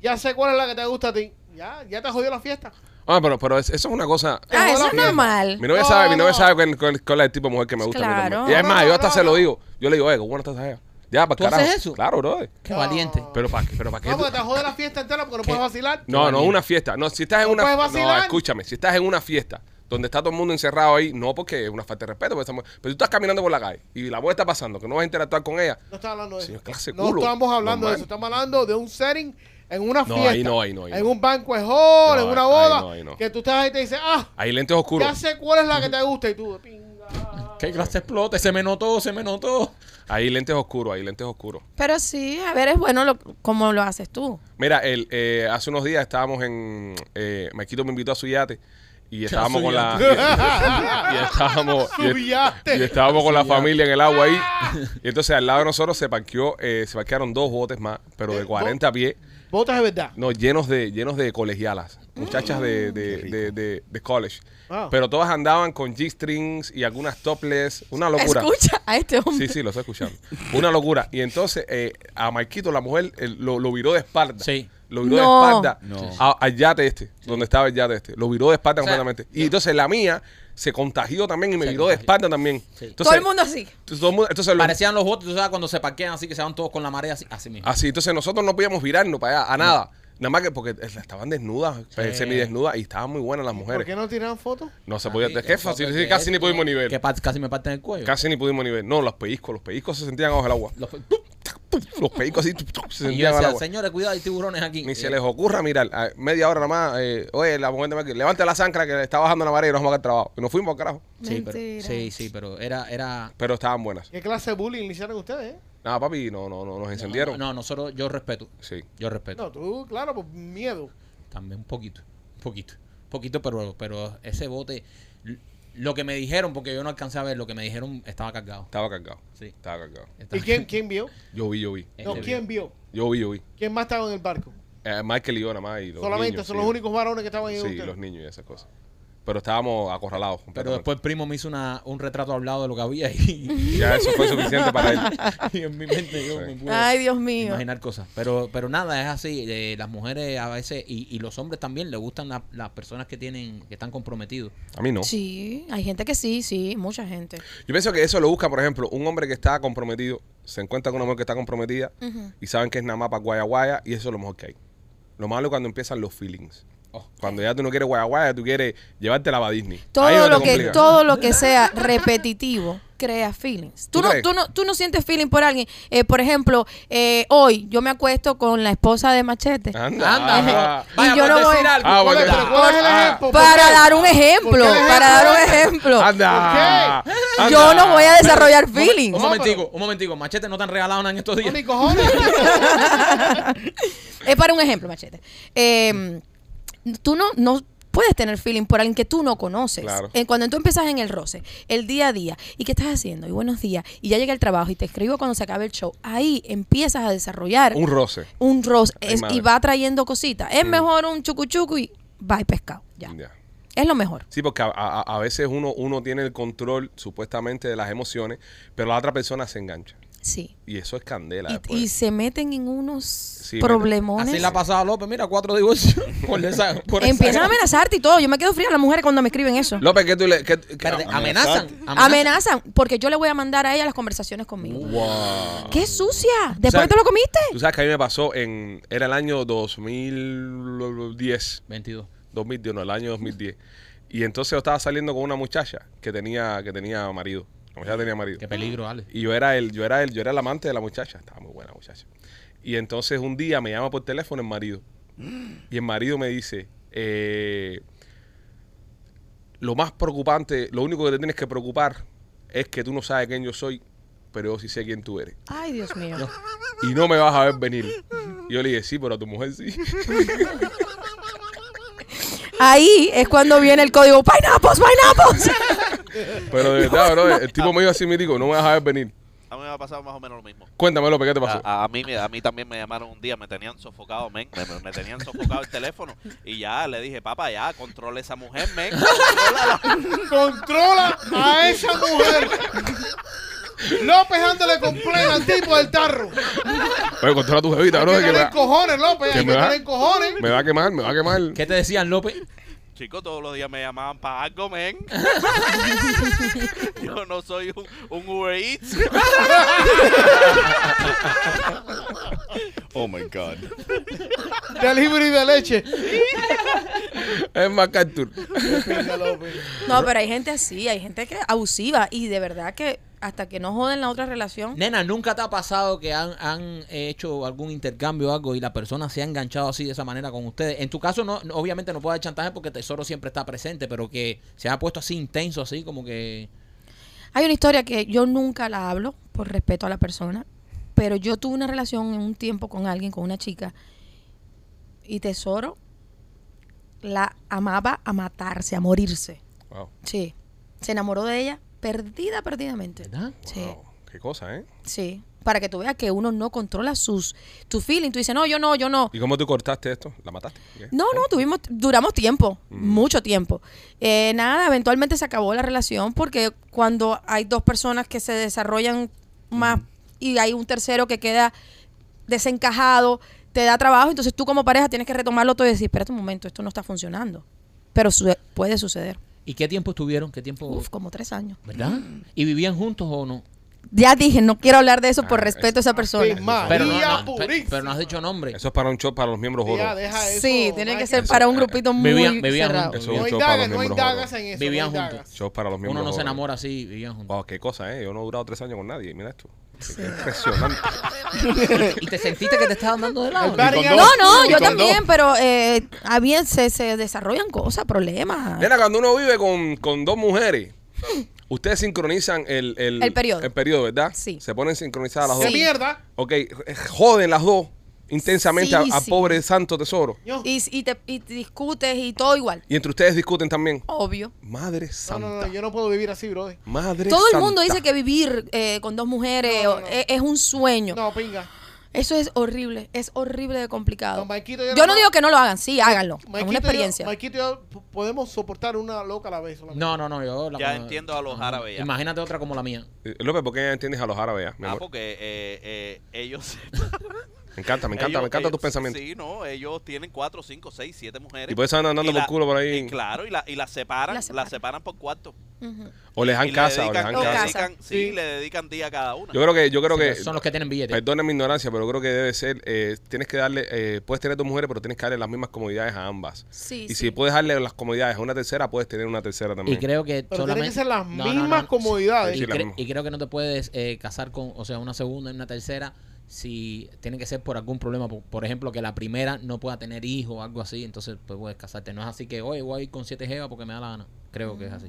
D: ya sé cuál es la que te gusta a ti. Ya, ya te jodió la fiesta.
A: Ah, pero, pero es- eso es una cosa.
F: Ah, eso es
D: Hola.
F: normal.
A: Mi novia
D: No,
A: sabe, mi novia
D: no.
A: sabe cuál, cuál- cuál es el tipo de mujer que me gusta. a mí
F: Claro.
A: también. Y es
D: No,
A: más,
D: no,
A: yo hasta
D: no,
A: se lo
D: no.
A: digo. Yo le digo, oye, qué buena estás allá. Ya, para
C: ¿Tú haces
A: carajo.
C: eso?
A: Claro, bro.
C: Qué valiente.
A: Pero para pero para qué.
D: No,
A: tú-
D: porque te jode la fiesta entera porque no puedes vacilar.
A: No, no, una fiesta. No, si estás en
D: No
A: una
D: puedes
A: No,
D: vacilar.
A: escúchame, si estás en una fiesta donde está todo el mundo encerrado ahí, no porque es una falta de respeto, porque estamos- pero tú estás caminando por la calle y la mujer está pasando, que no vas a interactuar con ella.
D: No estaba hablando de
A: Señor,
D: eso.
A: clase
D: no
A: culo.
D: estamos hablando
A: Normal.
D: de eso. Estamos hablando de un setting en una
A: No,
D: fiesta.
A: ahí no, ahí no, ahí
D: en
A: no.
D: un banquet hall,
A: No,
D: en una
A: ahí-
D: boda.
A: ahí no, ahí no.
D: Que tú estás ahí y te dices, ah,
A: Hay lentes oscuros.
D: ya sé cuál es la que te gusta. Y tú, pinga.
C: Qué clase explote. Se me notó, se me notó.
A: Hay lentes oscuros, hay lentes oscuros.
F: Pero sí, a ver, es bueno lo, como lo haces tú.
A: Mira, el, eh, hace unos días estábamos en. Eh, Maquito me invitó a su yate y estábamos
C: su
A: con la. Y, estábamos.
D: Su
A: y-
D: yate.
A: y estábamos con la
C: Su yate.
A: familia en el agua ahí. Y entonces al lado de nosotros se parqueó, eh, se parquearon dos botes más, pero de 40 pies.
D: Botas de verdad.
A: No, llenos de, llenos de colegialas, muchachas de, de, de, de- de college.
D: Wow.
A: Pero todas andaban con G-strings y algunas topless, una locura.
F: Escucha a este hombre.
A: Sí, sí, lo estoy escuchando. Una locura. Y entonces eh, a Marquito, la mujer, eh, lo, lo viró de espalda.
C: Sí.
A: Lo viró
F: No.
A: de espalda
E: No.
A: a- al yate este, donde estaba el yate este. Lo viró de espalda
C: O sea,
A: completamente. Y entonces la mía se contagió también y me
C: Se
A: viró de
C: contagió.
A: espalda también. Entonces,
F: Todo el mundo así.
A: Todo el mundo- entonces lo-
C: Parecían los botes, tú sabes, cuando se parquean así que se van todos con la marea así, así mismo.
A: Así, entonces nosotros no podíamos virarnos para allá, a nada. Nada más que porque eh, estaban desnudas, eh,
C: Sí.
A: semidesnudas, y estaban muy buenas las
D: ¿Por
A: mujeres.
D: qué no tiraron fotos?
A: No se podía.
C: Así,
A: Es que
C: eso
A: fácil,
C: que
A: sí,
C: es,
A: casi ni
C: que-
A: pudimos ni
C: Que
A: ver.
C: pa- casi me parten el cuello.
A: Casi ni pudimos ni ver. No, los pellizcos, los pellizcos se sentían abajo del agua.
C: Los-
A: Los pellizcos así tup, tup, se
C: y yo
A: sentían abajo del
C: decía,
A: agua.
C: señores, cuidado, hay tiburones aquí.
A: Ni se
C: Eh,
A: les ocurra mirar. A media hora nada más, eh, oye, la mujer de Marquis, levante la zancra que está bajando la marea y nos vamos a quedar trabajo. Y nos fuimos, carajo.
C: Sí, pero,
F: Mentira.
C: sí, sí, pero era, era.
A: Pero estaban buenas.
D: ¿Qué clase de bullying le hicieron ustedes? eh?
A: Nada, papi, no, no, no, nos encendieron.
C: No, no, nosotros, yo respeto.
A: Sí.
C: Yo respeto.
D: No, tú, claro, por miedo.
C: También un poquito, un poquito, un poquito, pero, pero ese bote, l- lo que me dijeron, porque yo no alcancé a ver, lo que me dijeron estaba cargado.
A: Estaba cargado.
C: Sí.
A: Estaba cargado.
C: Estaba-
D: ¿Y quién, quién vio?
A: Yo vi, yo vi.
D: No,
C: Este
D: ¿quién vio?
A: Yo vi, yo vi.
D: ¿Quién más estaba en el barco?
A: Eh, Michael y yo nada más. Y los
D: Solamente,
A: niños,
D: son
A: sí.
D: los únicos varones que estaban ahí.
A: Sí,
D: ustedes.
A: los niños y esas cosas. pero estábamos acorralados.
C: Pero
A: completamente.
C: después el primo me hizo una, un retrato hablado de lo que había y,
A: Ya eso fue suficiente para él.
C: y en mi mente yo
A: Sí.
C: me pude
F: Ay, Dios mío.
C: imaginar cosas. Pero, pero nada, es así. eh, las mujeres a veces, y, y los hombres también, le gustan la- las personas que tienen que están comprometidos.
A: A mí no.
F: Sí, hay gente que sí, sí, mucha gente.
A: Yo pienso que eso lo busca, por ejemplo, un hombre que está comprometido, se encuentra con una mujer que está comprometida y saben que es nada más para guaya guaya y eso es lo mejor que hay. Lo malo es cuando empiezan los feelings.
C: Oh.
A: Cuando ya tú no quieres guaya guaya, tú quieres llevártela a Disney. Ahí es
F: Todo
A: donde
F: lo que
A: complica.
F: todo lo que sea repetitivo crea feelings. Tú,
A: ¿Tú
F: no
A: crees?
F: tú no tú no sientes feeling por alguien. Eh, por ejemplo, eh, hoy yo me acuesto con la esposa de Machete.
A: Anda.
C: Anda,
A: Ajá.
F: Y
C: vaya
F: yo
C: por
F: no
C: decir
F: voy-
C: algo.
A: Ah, bueno.
D: ¿Cuál es, pero cuál es el
A: Ah,
D: ejemplo? ¿Por
F: Para
D: qué?
F: dar un ejemplo,
D: ¿Por qué
F: para dar un
D: ejemplo?
F: ejemplo.
A: Anda. Anda.
F: Yo no voy a desarrollar feelings.
C: Un momentico, un momentico. Machete no te han regalado nada en estos
D: No,
C: días.
D: ni cojones.
F: Es para un ejemplo, Machete. Eh, tú no, no puedes tener feeling por alguien que tú no conoces.
A: Claro.
F: En- cuando tú empiezas en el roce, el día a día, y qué estás haciendo, y buenos días, y ya llega el trabajo, y te escribo cuando se acabe el show, ahí empiezas a desarrollar
A: Un roce.
F: un roce
A: Ay,
F: es-
A: madre.
F: y va trayendo cositas. Es mejor un chucuchucu y va y pescado. Ya.
A: Ya.
F: Es lo mejor.
A: Sí, porque a, a- a veces uno, uno tiene el control supuestamente de las emociones, pero la otra persona se engancha.
F: Sí.
A: Y eso es candela.
F: Y,
A: después.
F: y se meten en unos
A: meten-
F: problemones.
C: Así la ha pasado a López, mira, cuatro divorcios. por esa- por esa-
F: Empiezan a amenazarte y todo. Yo me quedo fría a las mujeres cuando me escriben eso.
A: López, ¿qué tú le.? qué- qué-
C: Espérate,
A: ah,
C: amenazan.
F: Amenazan, porque yo le voy a mandar a ella las conversaciones conmigo.
A: Wow.
F: ¡Qué sucia! ¿Después
A: Uh. sea,
F: te lo comiste?
A: Tú sabes que a mí me pasó en. Era el año 2010.
C: 22.
A: 2010, no, el año 2010. Y entonces yo estaba saliendo con una muchacha que tenía, que tenía marido. La muchacha tenía marido.
C: Qué peligro, Ale.
A: Y yo era el, yo era el, yo era el amante de la muchacha. Estaba muy buena muchacha. Y entonces un día me llama por teléfono el marido. Y el marido me dice, eh, lo más preocupante, lo único que te tienes que preocupar es que tú no sabes quién yo soy, pero yo sí sé quién tú eres.
F: Ay, Dios mío.
A: Y no me vas a ver venir. Y yo le dije, sí, pero a tu mujer sí.
F: Ahí es cuando viene el código Pineapples, Pineapples.
A: Pero de verdad, bro, el tipo me dijo así, me dijo, no me vas a ver venir.
G: A mí me ha pasado más o menos lo mismo.
A: Cuéntame, López, ¿qué te pasó?
G: A, a mí, me- a mí también me llamaron un día, me tenían sofocado, men. Me, me- me tenían sofocado el teléfono. Y ya le dije, papá, ya, controla esa mujer, men. contrólala".
D: Controla a esa mujer. López ándale con plena al tipo del tarro.
A: Oye, controla tu jevita, bro.
D: hay que
A: Que me,
D: tener
A: va,
D: cojones, López.
A: que
D: Hay
A: me
D: que
A: va-
D: tener cojones.
A: me va a quemar, me va a quemar.
C: ¿Qué te decían, López?
G: Chicos, todos los días me llamaban para algo, men. Yo no soy un, un Uber Eats.
E: Oh my God.
D: Delivery de leche.
A: Es más que Arthur.
D: Venga, López.
F: No, pero hay gente así, hay gente que abusiva y de verdad que hasta que no joden la otra relación.
C: Nena, ¿nunca te ha pasado que han, han hecho algún intercambio o algo y la persona se ha enganchado así de esa manera con ustedes? En tu caso, no, no- obviamente no puede haber chantaje porque Tesoro siempre está presente, pero que se ha puesto así intenso, así como que...
F: Hay una historia que yo nunca la hablo por respeto a la persona, pero yo tuve una relación en un tiempo con alguien, con una chica, y Tesoro la amaba a matarse, a morirse.
A: Wow.
F: Sí. Se enamoró de ella perdida, perdidamente.
C: ¿Verdad?
F: Sí.
A: Wow, Qué cosa, ¿eh?
F: Sí, para que tú veas que uno no controla sus tu feeling, tú dices, "No, yo no, yo no."
A: ¿Y cómo tú cortaste esto? ¿La mataste? ¿Qué?
F: No, no, tuvimos duramos tiempo, mucho tiempo. Eh, nada, eventualmente se acabó la relación porque cuando hay dos personas que se desarrollan más y hay un tercero que queda desencajado, te da trabajo, entonces tú como pareja tienes que retomarlo todo y decir, "Espérate un momento, esto no está funcionando." Pero su- puede suceder.
C: ¿Y qué tiempo estuvieron? ¿Qué tiempo?
F: Uf, como tres años.
C: ¿Verdad? ¿Y vivían juntos o no?
F: Ya dije, no quiero hablar de eso por
A: Ah,
F: respeto a esa persona.
D: Sí, María
C: Pero no, no, pe-
D: purísima.
C: pero no has dicho nombre.
A: Eso es para un show para los miembros
D: Ya,
A: joros.
D: deja eso.
F: Sí, tiene que
D: Mike.
F: ser para un grupito muy
C: Vivían- vivían
F: cerrado.
C: juntos.
A: Eso es
D: No
A: un show para los
D: indagas, no
A: miembros
D: indagas
A: joros.
D: en eso.
C: Vivían
D: no indagas.
C: juntos.
A: Show para los miembros
C: Uno no se
A: joros.
C: enamora así, vivían juntos.
A: Wow, qué cosa, ¿eh? Yo no he durado tres años con nadie. Mira esto. Qué impresionante.
C: ¿Y te sentiste que te estaban dando de lado?
D: El bar-
E: Y con
D: No,
F: No,
E: dos,
F: no,
E: y
F: yo
E: con
F: también,
E: dos.
F: pero eh, había, se, se desarrollan cosas, problemas.
A: Nena, cuando uno vive con, con dos mujeres, ustedes sincronizan el, el,
F: El periodo.
A: el periodo, ¿verdad?
F: Sí.
A: Se ponen sincronizadas las
F: Sí.
D: ¡Qué
A: dos.
D: mierda!
A: Ok, eh, joden las dos intensamente
F: Sí,
A: a- a
F: sí.
A: pobre santo tesoro.
D: Ño.
F: Y, y te, y te discutes y todo igual,
A: Y entre ustedes discuten también.
F: obvio.
A: Madre
D: No,
A: santa.
D: no, no, yo no puedo vivir así, brother.
A: Madre
F: Todo el
A: santa.
F: mundo dice que vivir eh, con dos mujeres
D: No, no,
F: o-
D: no.
F: Es, es un sueño.
D: No, pinga.
F: Eso es horrible, es horrible de complicado.
D: No, Maikito, yo
F: yo no
D: no-
F: digo que no lo hagan, sí, háganlo. Es
D: Maikito y
F: una
D: yo-
F: experiencia.
D: Maikito y yo p- podemos soportar una loca a la vez. solamente.
C: No, no, no, yo... la-
G: Ya entiendo a los árabes ya.
C: Imagínate otra como la mía.
A: Eh, López, ¿por qué ya entiendes a los árabes ya? mi
G: Ah,
A: amor?
G: porque eh, eh, ellos...
A: Me encanta, me encanta,
G: ellos-
A: me encanta
G: ellos-
A: tus pensamientos.
G: Eh, Sí, no, ellos tienen cuatro, cinco, seis, siete mujeres.
A: Y por eso andan andando
G: Y la-
A: por culo por ahí.
G: y claro, y la- y las separan,
F: La
G: las
F: separan.
G: separan por cuarto.
F: Ujú.
A: O les dan
G: Y le
A: casa, o les
G: dedican-
A: dan
F: o
G: le
A: casa.
F: casa.
G: dedican- Sí,
D: Sí.
G: le dedican día a cada una.
A: Yo creo que, yo creo que,
C: Son los que tienen billetes.
A: perdonen mi ignorancia, pero creo que debe ser, eh, tienes que darle, eh, puedes tener dos mujeres, pero tienes que darle las mismas comodidades a ambas.
F: Sí,
A: y
F: sí.
A: si puedes darle las comodidades a una tercera, puedes tener una tercera también.
C: Y creo que
D: Pero
C: solamente.
D: tienen que ser las
C: No, no,
D: mismas
C: no, no.
D: comodidades.
C: Y,
A: Sí, la
C: cre-
A: misma.
C: y creo que no te puedes eh, casar con, o sea, una segunda y una tercera si tiene que ser por algún problema. Por, por ejemplo, que la primera no pueda tener hijos o algo así, entonces pues puedes casarte. No es así que, oye, voy a ir con siete jevas porque me da la gana. Creo que es así.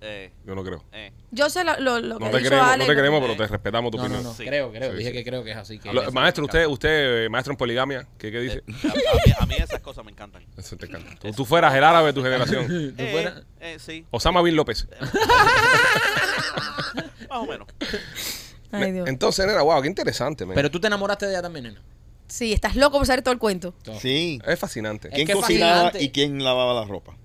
G: Eh,
A: Yo no creo.
G: eh.
F: Yo sé lo, lo- lo que
A: No
F: ha
A: te
F: dicho
A: creemos, no
F: Ale,
A: te
F: lo-
A: creemos, pero te respetamos tu
C: No, no,
A: opinión.
C: no.
G: Sí.
C: Creo, creo.
A: Sí,
C: Dije
A: sí.
C: que creo que es así. que
A: Lo-
C: eso
A: maestro,
C: me encanta.
A: usted, usted, eh, maestro en poligamia, ¿qué, qué dice?
G: eh, A, a mí, a mí esas cosas me encantan.
A: Eso te encanta. Tú, tú fueras el árabe de tu generación.
C: Si
G: Eh,
C: fuera-
G: eh, sí,
A: Osama Bin López.
G: más o menos.
F: Ay, Dios.
A: Entonces, nena, wow, qué interesante. men.
C: Pero tú te enamoraste de ella también, nena.
F: Sí, estás loco por saber todo el cuento.
E: Sí.
A: es fascinante.
C: Es
E: ¿Quién
C: que es
E: cocinaba
C: fascinante.
E: y quién lavaba la ropa?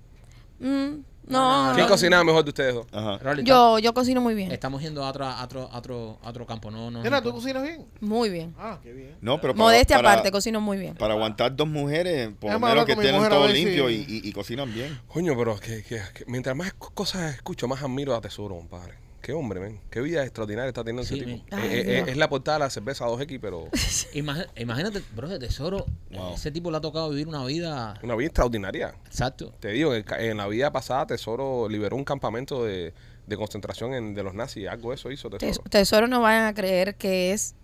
F: Mm, no,
A: ¿Quién
F: no.
A: cocinaba mejor de ustedes dos?
E: Ajá.
C: Rolly,
F: Yo, yo cocino muy bien.
C: Estamos yendo a otro, a otro, a otro, a otro campo. No, no.
D: Nena, ¿tú
C: no.
D: cocinas bien?
F: Muy bien.
D: Ah, qué bien.
E: No, pero para-
F: Modestia
E: para-
F: aparte, cocino muy bien.
E: Para aguantar dos mujeres, por lo
D: Déjame
E: menos
D: hablar
E: que
D: con mi
E: tienen
D: mujer a
E: todo
D: ver si-
E: limpio y, y- y cocinan bien.
A: Coño, pero que, que- que mientras más co- cosas escucho, más admiro a Tesoro, compadre. Qué hombre, men. Qué vida extraordinaria está teniendo
C: Sí,
A: ese tipo.
F: men. Ay,
A: Eh, eh,
F: Dios.
A: es la portada de la cerveza 2X, pero
C: Imag- imagínate, bro, de tesoro.
E: Wow.
C: Ese tipo le ha tocado vivir una vida.
A: una vida extraordinaria.
C: Exacto.
A: Te digo, en, el ca- en la vida pasada Tesoro liberó un campamento de, de concentración en- de los nazis. Algo de eso hizo
F: Tes-
A: Tesoro.
F: tesoro no vayan a creer que es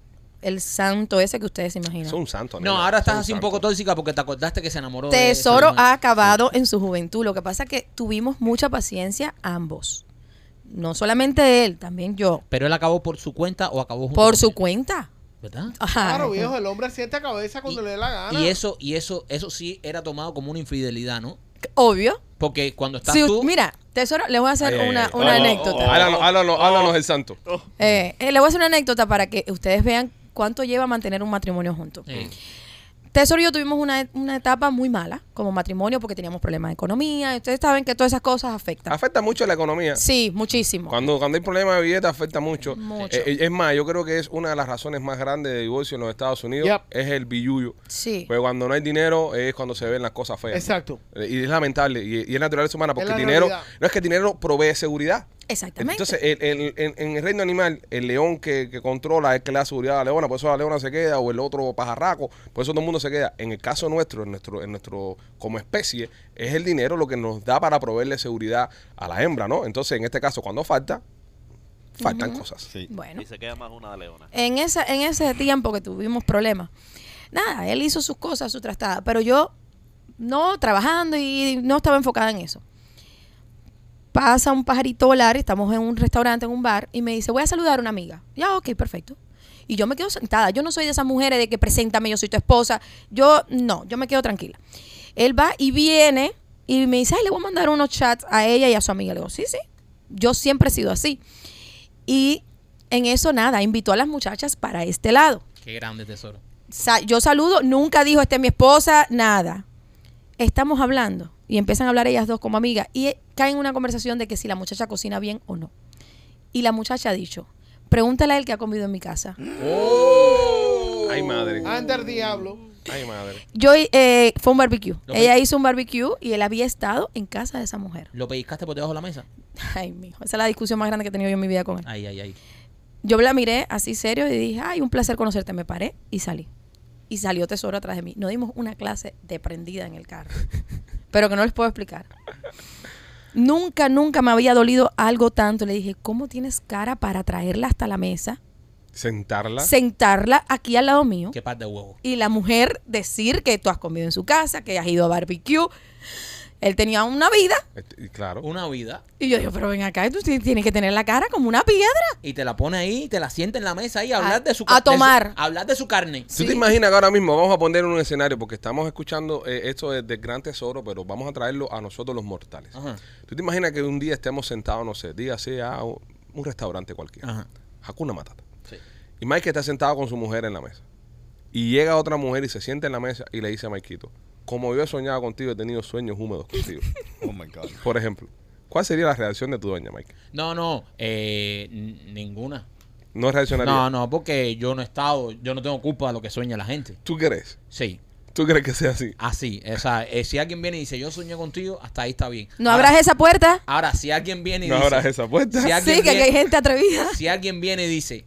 F: el santo ese que ustedes se imaginan.
A: Son un santo.
C: No,
A: nena,
C: ahora
A: son
C: estás así un
A: santo.
C: poco tóxica porque te acordaste que se enamoró de
F: Tesoro
C: esa mujer.
F: ha acabado en su juventud. Lo que pasa es que tuvimos mucha paciencia ambos. No solamente él, también yo.
C: Pero él acabó por su cuenta o acabó junto
F: Por
C: con
F: su
C: ella,
F: cuenta.
C: ¿Verdad?
F: Ajá.
D: Claro, viejo, el hombre siente a cabeza cuando
C: Y-
D: le dé la gana.
C: Y eso, y eso, eso sí era tomado como una infidelidad, ¿no?
F: Obvio.
C: Porque cuando estás
F: Si-
C: tú.
F: Mira, Tesoro, le voy a hacer
A: Ay, ay,
F: una,
A: ay.
F: una
E: Oh,
F: anécdota.
E: oh,
A: Eh, Háblanos, háblanos,
G: Oh.
A: háblanos el santo.
F: Eh, eh, le voy a hacer una anécdota para que ustedes vean cuánto lleva mantener un matrimonio juntos.
C: Eh,
F: Tesoro y yo tuvimos una, una etapa muy mala como matrimonio porque teníamos problemas de economía. y Ustedes saben que todas esas cosas afectan.
A: Afecta mucho la economía.
F: Sí, muchísimo.
A: Cuando, cuando hay problemas de billetes afecta mucho.
F: Mucho.
A: Eh, eh, es más, yo creo que es una de las razones más grandes de divorcio en los Estados Unidos.
D: Yep.
A: Es el billuyo.
F: Sí.
A: Pues cuando no hay dinero es cuando se ven las cosas feas.
D: Exacto.
A: Eh, Y es lamentable. Y, y es naturaleza humana porque
D: la
A: el dinero...
D: realidad.
A: No es que el dinero provee seguridad.
F: Exactamente.
A: Entonces, el- el- en- en el reino animal, el león que, que controla es el que le da seguridad a la leona, por eso la leona se queda, o el otro pajarraco, por eso todo el mundo se queda. En el caso nuestro, en nuestro, en nuestro, como especie, es el dinero lo que nos da para proveerle seguridad a la hembra, ¿no? Entonces, en este caso, cuando falta, faltan cosas.
E: Sí.
F: bueno.
G: Y se queda más una de leona.
F: en, esa, en ese tiempo que tuvimos problemas, nada, él hizo sus cosas, su trastada, pero yo no trabajando y no estaba enfocada en eso. Pasa un pajarito volar, estamos en un restaurante, en un bar, y me dice, voy a saludar a una amiga. Ya, ok, perfecto. Y yo me quedo sentada. Yo no soy de esas mujeres de que preséntame, yo soy tu esposa. Yo, no, yo me quedo tranquila. Él va y viene y me dice, ay, le voy a mandar unos chats a ella y a su amiga. Le digo, sí, sí. Yo siempre he sido así. Y en eso nada, invitó a las muchachas para este lado.
C: qué grande tesoro.
F: Sa- yo saludo, nunca dijo, esta es mi esposa, nada. Estamos hablando y empiezan a hablar ellas dos como amigas y eh, caen en una conversación de que si la muchacha cocina bien o no. Y la muchacha ha dicho, pregúntale a él que ha comido en mi casa.
A: Ay, madre.
D: Anda el diablo.
F: Mm.
A: Ay, madre.
F: Yo, eh, fue un barbecue.
C: Lo
F: Ella
C: pedí.
F: hizo un barbecue y él había estado en casa de esa mujer.
C: ¿Lo pellizcaste por debajo de la mesa?
F: Ay, mijo, esa es la discusión más grande que he tenido yo en mi vida con él.
C: Ay, ay, ay.
F: Yo la miré así serio y dije, ay, un placer conocerte. Me paré y salí. Y salió Tesoro atrás de mí. Nos dimos una clase de prendida en el carro. pero que no les puedo explicar. Nunca, nunca me había dolido algo tanto. Le dije, ¿cómo tienes cara para traerla hasta la mesa?
A: Sentarla.
F: Sentarla aquí al lado mío.
C: Qué par de huevos.
F: Y la mujer decir que tú has comido en su casa, que has ido a barbecue. Él tenía una vida.
A: Este, y claro.
C: Una vida.
F: Y yo digo, pero ven acá, tú ti- tienes que tener la cara como una piedra.
C: Y te la pone ahí, te la sienta en la mesa ahí a hablar de su
F: a
C: de su-
F: tomar.
C: a hablar de su carne.
A: ¿Tú te imaginas que ahora mismo vamos a poner un escenario? Porque estamos escuchando eh, esto de- del gran tesoro, pero vamos a traerlo a nosotros los mortales.
C: Ajá.
A: ¿Tú te imaginas que un día estemos sentados, no sé, dígase a un restaurante cualquiera?
C: Ajá.
A: Hakuna Matata.
C: Sí.
A: Y Mike está sentado con su mujer en la mesa. Y llega otra mujer y se sienta en la mesa y le dice a Maikito, como yo he soñado contigo, he tenido sueños húmedos contigo.
E: Oh my God.
A: Por ejemplo, ¿cuál sería la reacción de tu dueña, Mike?
C: No, no, eh, n- ninguna.
A: No reaccionaría.
C: No, no, porque yo no he estado, yo no tengo culpa de lo que sueña la gente.
A: ¿Tú crees?
C: Sí,
A: ¿Tú crees que sea así?
C: así. O sea, eh, si alguien viene y dice, yo soñé contigo, hasta ahí está bien.
F: No
C: Ahora-
F: abras esa puerta.
C: Ahora, si alguien viene y
A: No
C: dice...
A: abras esa puerta.
C: Si alguien
F: Sí, que aquí
C: viene-
F: hay gente atrevida.
C: si alguien viene y dice,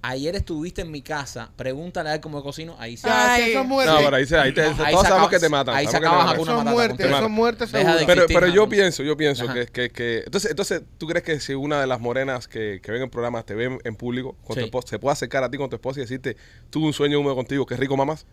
C: ayer estuviste en mi casa, pregúntale a él cómo cocino, ahí sí.
D: Ya,
F: Ay.
D: si eso es muerte.
A: No, pero ahí, se, ahí te,
C: No, ahí
A: todos
C: se
A: sabemos
C: acaba-
A: que te matan.
C: ahí
A: sabemos
C: se
A: que te
C: acaba
A: matan.
C: Hakuna
D: son
C: Matata
D: muertes,
C: completa.
D: son muertes
C: Deja de
D: seguras.
A: Pero,
C: existir,
A: pero yo
C: Hakuna.
A: pienso, yo pienso
C: Ajá.
A: que, que, que- Entonces, entonces, ¿tú crees que si una de las morenas que, que ven el programa te ven en público con tu
C: Sí.
A: esposa, se puede acercar a ti con tu esposa y decirte, tuve un sueño húmedo contigo, qué rico mamás?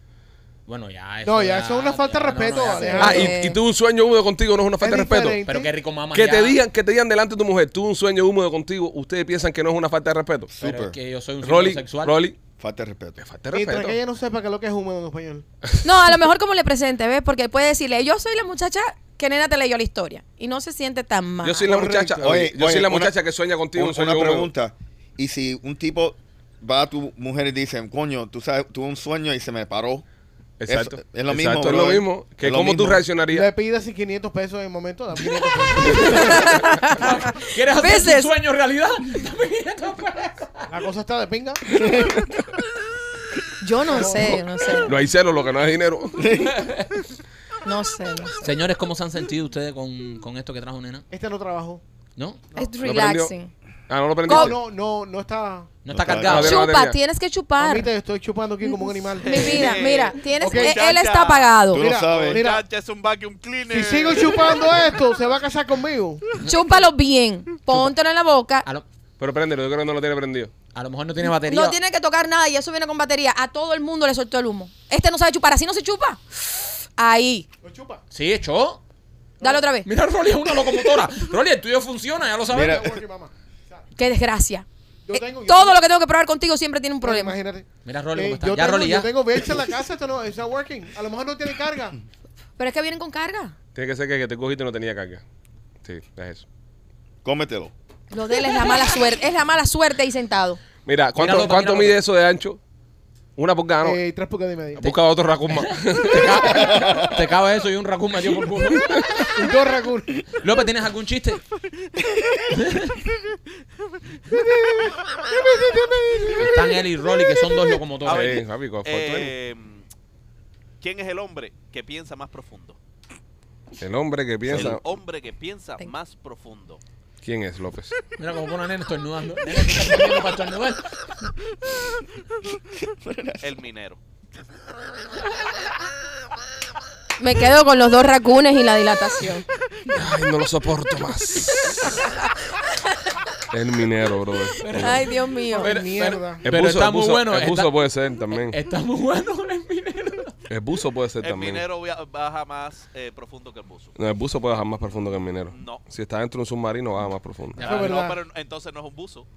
C: Bueno, ya
D: No, ya eso es una falta de
C: ya, no, no,
D: respeto,
C: ya,
D: Alejandro.
A: Ah,
F: Eh.
A: y, y tuve un sueño húmedo contigo, no es una falta de
D: Es
A: respeto.
D: diferente.
C: Pero qué rico mamá.
A: Que
C: ya.
A: te digan, que te digan delante de tu mujer, tuve un sueño húmedo contigo, ustedes piensan que no es una falta de respeto.
C: Pero es
E: Súper.
C: que yo soy un
A: Rolly,
C: Rolly, sexual.
A: Rolly,
E: Falta de respeto.
A: te falta de
D: Mientras que
A: respeto.
D: ella no sepa que lo que es húmedo en español.
F: No, a lo mejor como le presente, ¿ves? Porque puede decirle, yo soy la muchacha que nena te leyó la historia. Y no se siente tan mal.
A: Yo soy la
D: Ah, Correcto.
A: muchacha, oye, yo
E: oye,
A: soy la
E: una-
A: muchacha que sueña contigo
E: un-
A: un sueño
E: una
A: húmedo.
E: pregunta. Y si un tipo va a tu mujer y dice, coño, tú sabes, tuve un sueño y se me paró.
A: Exacto.
E: Es- es lo mismo,
A: Exacto, es lo
E: brother.
A: mismo. Que
E: Es lo
A: cómo tú
E: mismo.
D: Le
A: reaccionarías.
D: pidas 500 pesos en el momento. dame 500 pesos.
C: ¿Quieres hacer
F: Veces.
C: tu sueño realidad?
D: La cosa está de pinga.
F: Yo no sé, no sé.
A: No hay celo, lo que no es dinero.
F: No sé, no sé.
C: Señores, ¿cómo se han sentido ustedes con, con esto que trajo Nena?
D: Este no trabajó.
C: ¿No?
F: Es
A: ¿No
F: relaxing.
A: prendió? Ah, no lo
D: No,
A: prendiste.
D: no, no, no está.
C: No está
E: está
C: cargado.
A: cargado.
F: Chupa, tienes que chupar.
D: Ahorita yo estoy chupando aquí como un animal.
F: Ah. Mi vida, mira, tienes,
D: Ok,
F: eh, él
G: chacha.
F: está apagado.
E: Tú
D: Mira,
E: lo sabes.
D: mira.
G: Chacha, es un vacuum cleaner.
D: Si sigo chupando esto, se va a casar conmigo.
F: Chúpalo bien, póntelo en la boca.
C: A lo,
A: Pero préndelo, yo creo que no lo tiene prendido.
C: a lo mejor no tiene batería.
F: No tiene que tocar nada y eso viene con batería. A todo el mundo le soltó el humo. Este no sabe chupar, así no se chupa. Ahí.
D: ¿Lo chupa?
C: Sí, echó.
F: Dale otra vez.
C: Mira, Rolly es una locomotora. Rolly, el tuyo funciona, ya lo sabes.
E: Mira.
D: Yo voy aquí, mamá.
F: Qué desgracia.
D: Yo
F: Eh,
D: tengo- yo
F: todo
D: tengo-
F: lo que tengo que probar contigo siempre tiene un problema.
D: Imagínate.
C: Mira, Rolly, cómo está.
D: Eh, yo
C: Ya,
D: tengo,
C: Rolly,
D: yo
C: ya.
D: tengo Belch en la casa, esto no, it's not working. A lo mejor no tiene carga.
F: Pero es que vienen con carga.
A: Tiene que ser que, que te cogiste y no tenía carga. Sí, es eso.
E: Cómetelo.
F: Lo de él es la mala suerte. Es la mala suerte ahí sentado.
A: Mira, ¿cuánto,
C: Míralo,
A: ¿cuánto
C: míralo.
A: mide eso de ancho? Una pulgada, ¿no?
D: Eh, tres pulgadas y media.
A: Busca otro racón más.
C: Te cabe, te cabe eso y un racún metido por culo.
D: Y dos raccoons.
C: López, ¿tienes algún chiste? Están él y Rolly, que son dos
G: A
C: locomotores.
G: ver,
A: Sí, papi, con- con
G: eh, ¿Quién es el hombre que piensa más profundo?
A: El hombre que piensa.
G: El hombre que piensa
F: Ten-
G: más profundo.
A: ¿Quién es López?
C: Mira cómo pone una nena estornudando. Nena, ¿tú estás comiendo para estornudar?
G: El minero.
F: Me quedo con los dos racunes y la dilatación.
A: Ay, no lo soporto más. El minero, brother.
F: Ay, Dios mío.
C: Pero-
D: mierda.
C: pero- pero está
A: el
C: muy
A: buzo-
C: bueno.
A: El buzo
C: está- Eh,
A: puede ser también.
C: Está muy bueno el minero.
A: El buzo puede ser
G: El
A: también.
G: minero via- baja más eh, profundo que el buzo.
A: No, el buzo puede bajar más profundo que el minero.
G: No.
A: Si está dentro de un submarino, baja más profundo.
C: Ya.
D: Eso es
G: Ah, no,
D: verdad.
G: pero entonces no es un buzo.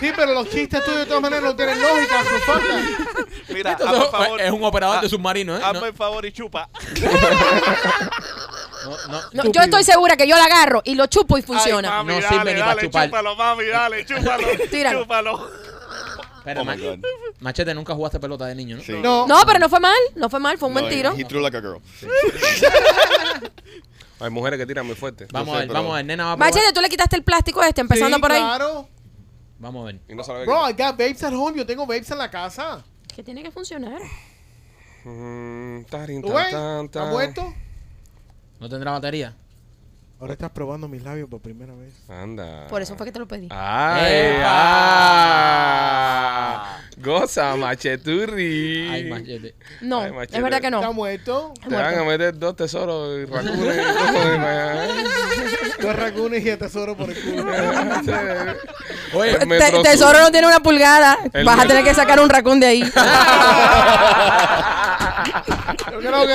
D: Sí, pero los chistes tuyos de todas maneras no tienen lógica, su falta.
G: Mira,
C: Entonces,
G: hazme el favor.
C: es un operador de
G: Ah,
C: submarino, ¿eh?
G: Hazme el favor y chupa.
C: No, no,
F: No, yo estoy segura que yo la agarro y lo chupo y funciona.
G: Ay, mami,
C: No
G: dale,
C: sirve ni para
G: dale,
C: chupar.
G: chúpalo, mami, dale, chúpalo.
F: Tíralo.
G: Chúpalo.
C: Espera,
E: Oh my
C: Mach-
E: God.
C: Machete, nunca jugaste pelota de niño, ¿no?
E: Sí.
D: No,
F: No, pero no fue mal. No fue mal, fue un
E: No,
F: buen tiro.
E: He threw like a girl.
A: Hay mujeres que tiran muy fuerte.
C: Vamos
E: sé,
C: a ver,
E: pero-
C: vamos a ver. Nena va a probar.
F: Machete, tú le quitaste el plástico este, empezando
D: Sí,
F: por ahí.
D: Claro.
C: Vamos a ver.
A: Y no sabe
D: Bro, I got babes at home. Yo tengo babes en la casa.
F: Que tiene que funcionar.
A: qué- Mm, tarin,
D: ¿Tú
A: tan,
D: ves?
A: tan,
D: ¿Está
A: tan.
D: muerto?
C: ¿No tendrá batería?
D: Ahora estás probando mis labios por primera vez.
A: Anda.
F: Por eso fue que te lo pedí.
A: ¡Ay!
C: ¡Epa!
A: ah. Goza, macheturri.
C: Ay, machete.
F: No,
A: Ay,
F: es
A: machete.
F: verdad que
D: ¿Está
F: no.
D: muerto?
A: Te van a meter dos tesoros y racunes y todo, y me-
D: Dos racunes y el tesoro por el culo.
C: Oye,
A: El
F: Te-
A: Metrosur.
F: tesoro no tiene una pulgada.
A: El
F: Vas a
A: Metro-
F: tener que sacar un racún de ahí.
D: Yo creo que,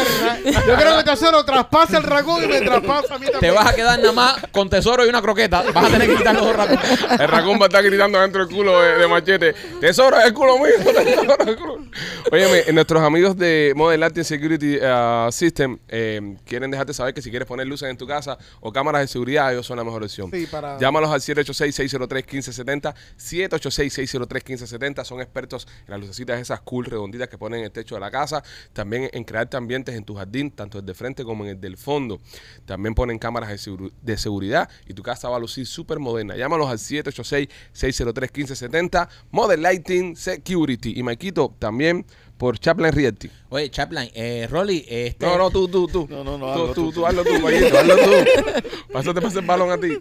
D: yo creo que Tesoro traspasa el ragú y me traspasa a mí también.
C: Te vas a quedar nada más con tesoro y una croqueta. Vas a tener que quitar los dos ratos.
A: El racón va a estar gritando dentro del culo de, de machete. Tesoro es el culo mío. Tesoro es el culo. Óyeme, eh, nuestros amigos de Model Art and Security ah, System eh, quieren dejarte saber que si quieres poner luces en tu casa o cámaras de seguridad, ellos son la mejor opción.
D: Sí, para-
A: Llámalos al 786-603-1570. 786-603-1570. Son expertos en las lucecitas esas cool redonditas que ponen en el techo de la casa. También en crearte ambientes en tu jardín, tanto el de frente como en el del fondo. También ponen cámaras de, seguru- de seguridad y tu casa va a lucir súper moderna. Llámalos al 786-603-1570. Model Lighting Security. Y Maikito también por Chaplin Rieti.
C: Oye, Chaplin, eh, Rolly, este.
A: No, no, tú, tú, tú.
E: No, no, no,
A: Tú,
E: hazlo
A: tú,
E: tú,
A: tú, hazlo tú, Mayito, hazlo tú. Pásate para el balón a ti.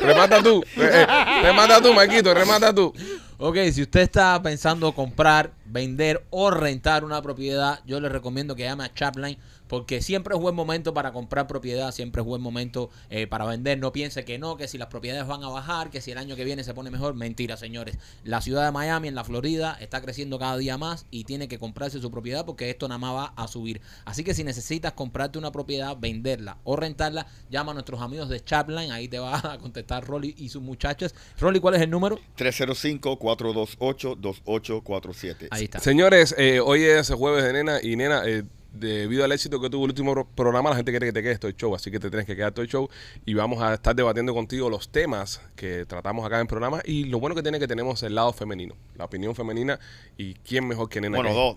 A: remata tú. eh, eh, remata tú, Maquito, remata tú.
C: Ok, si usted está pensando comprar, vender o rentar una propiedad, yo le recomiendo que llame a Chapline porque siempre es buen momento para comprar propiedad, siempre es buen momento eh, para vender. No piense que no, que si las propiedades van a bajar, que si el año que viene se pone mejor. Mentira, señores. La ciudad de Miami, en la Florida, está creciendo cada día más y tiene que comprarse su propiedad porque esto nada más va a subir. Así que si necesitas comprarte una propiedad, venderla o rentarla, llama a nuestros amigos de Chapline. Ahí te va a contestar Rolly y sus muchachos. Rolly, ¿cuál es el número?
E: 305-428-2847.
C: Ahí está.
A: Señores, eh, hoy es jueves de nena y nena, eh, debido al éxito que tuvo el último pro- programa, la gente quiere que te quedes todo el show, así que te tienes que quedar todo el show y vamos a estar debatiendo contigo los temas que tratamos acá en el programa y lo bueno que tiene es que tenemos el lado femenino, la opinión femenina y quién mejor que nena.
E: Bueno,
A: que-
E: dos.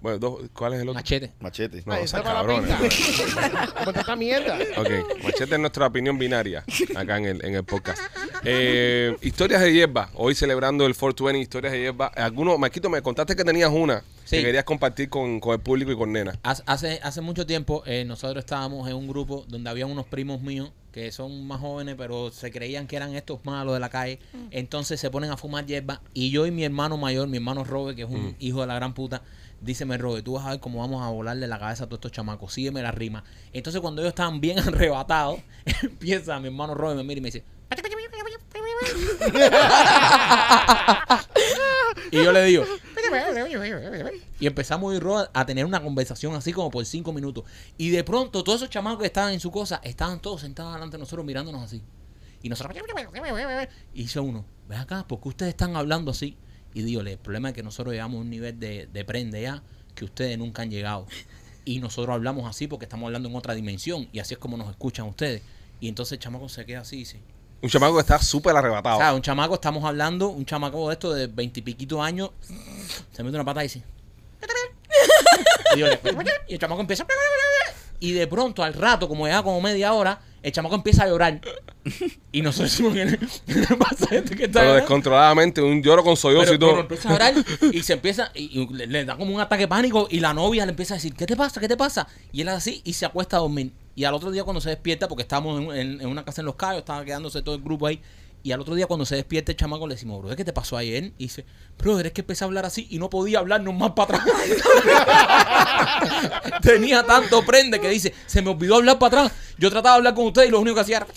A: Bueno, dos. ¿Cuál es el otro?
C: Machete.
E: Machete.
A: No,
D: Ay,
A: o sea,
D: está para la
A: cabrones.
D: pinta. Como está esta mierda.
A: Ok, machete es nuestra opinión binaria acá en el, en el podcast. Eh, historias de hierba, hoy celebrando el 420, historias de hierba. Alguno, Maquito, me contaste que tenías una
C: Sí.
A: que querías compartir con, con el público y con nena.
C: Hace- Hace, hace mucho tiempo eh, nosotros estábamos en un grupo donde había unos primos míos que son más jóvenes, pero se creían que eran estos malos de la calle. Entonces se ponen a fumar hierba. Y yo y mi hermano mayor, mi hermano Robert, que es un hijo de la gran puta, díceme, Robert, tú vas a ver cómo vamos a volarle la cabeza a todos estos chamacos. Sígueme la rima. Entonces cuando ellos estaban bien arrebatados, empieza mi hermano Robert, me mira y me dice... y yo le digo, y empezamos Ro, a tener una conversación así como por cinco minutos. Y de pronto todos esos chamacos que estaban en su cosa estaban todos sentados delante de nosotros mirándonos así. Y nosotros... Y dice uno, ven acá, ¿por qué ustedes están hablando así? Y digo, el problema es que nosotros llegamos a un nivel de, de prende ya que ustedes nunca han llegado. Y nosotros hablamos así porque estamos hablando en otra dimensión. Y así es como nos escuchan ustedes. Y entonces el chamaco se queda así y dice...
A: Un chamaco que está súper arrebatado.
C: O sea, un chamaco, estamos hablando, un chamaco de esto de veintipiquito años, se mete una pata y dice. Y, yo le- y el chamaco empieza. Y de pronto, al rato, como ya como media hora, el chamaco empieza a llorar. Y nosotros decimos, ¿qué le, qué le pasa a este que está
A: pero
C: llorando?
A: descontroladamente, un lloro con sollozo
C: Pero, pues,
A: y todo.
C: pero empieza a llorar y se empieza, y, y le, le da como un ataque de pánico y la novia le empieza a decir, ¿qué te pasa? ¿Qué te pasa? Y él así y se acuesta a dormir. Y al otro día cuando se despierta, porque estábamos en, en- en una casa en Los Cayos, estaba quedándose todo el grupo ahí. Y al otro día cuando se despierta el chamaco le decimos, bro, ¿qué te pasó ayer? Y dice, bro, es que empecé a hablar así y no podía hablarnos más para atrás. Tenía tanto prende que dice, se me olvidó hablar para atrás. Yo trataba de hablar con ustedes y lo único que hacía era...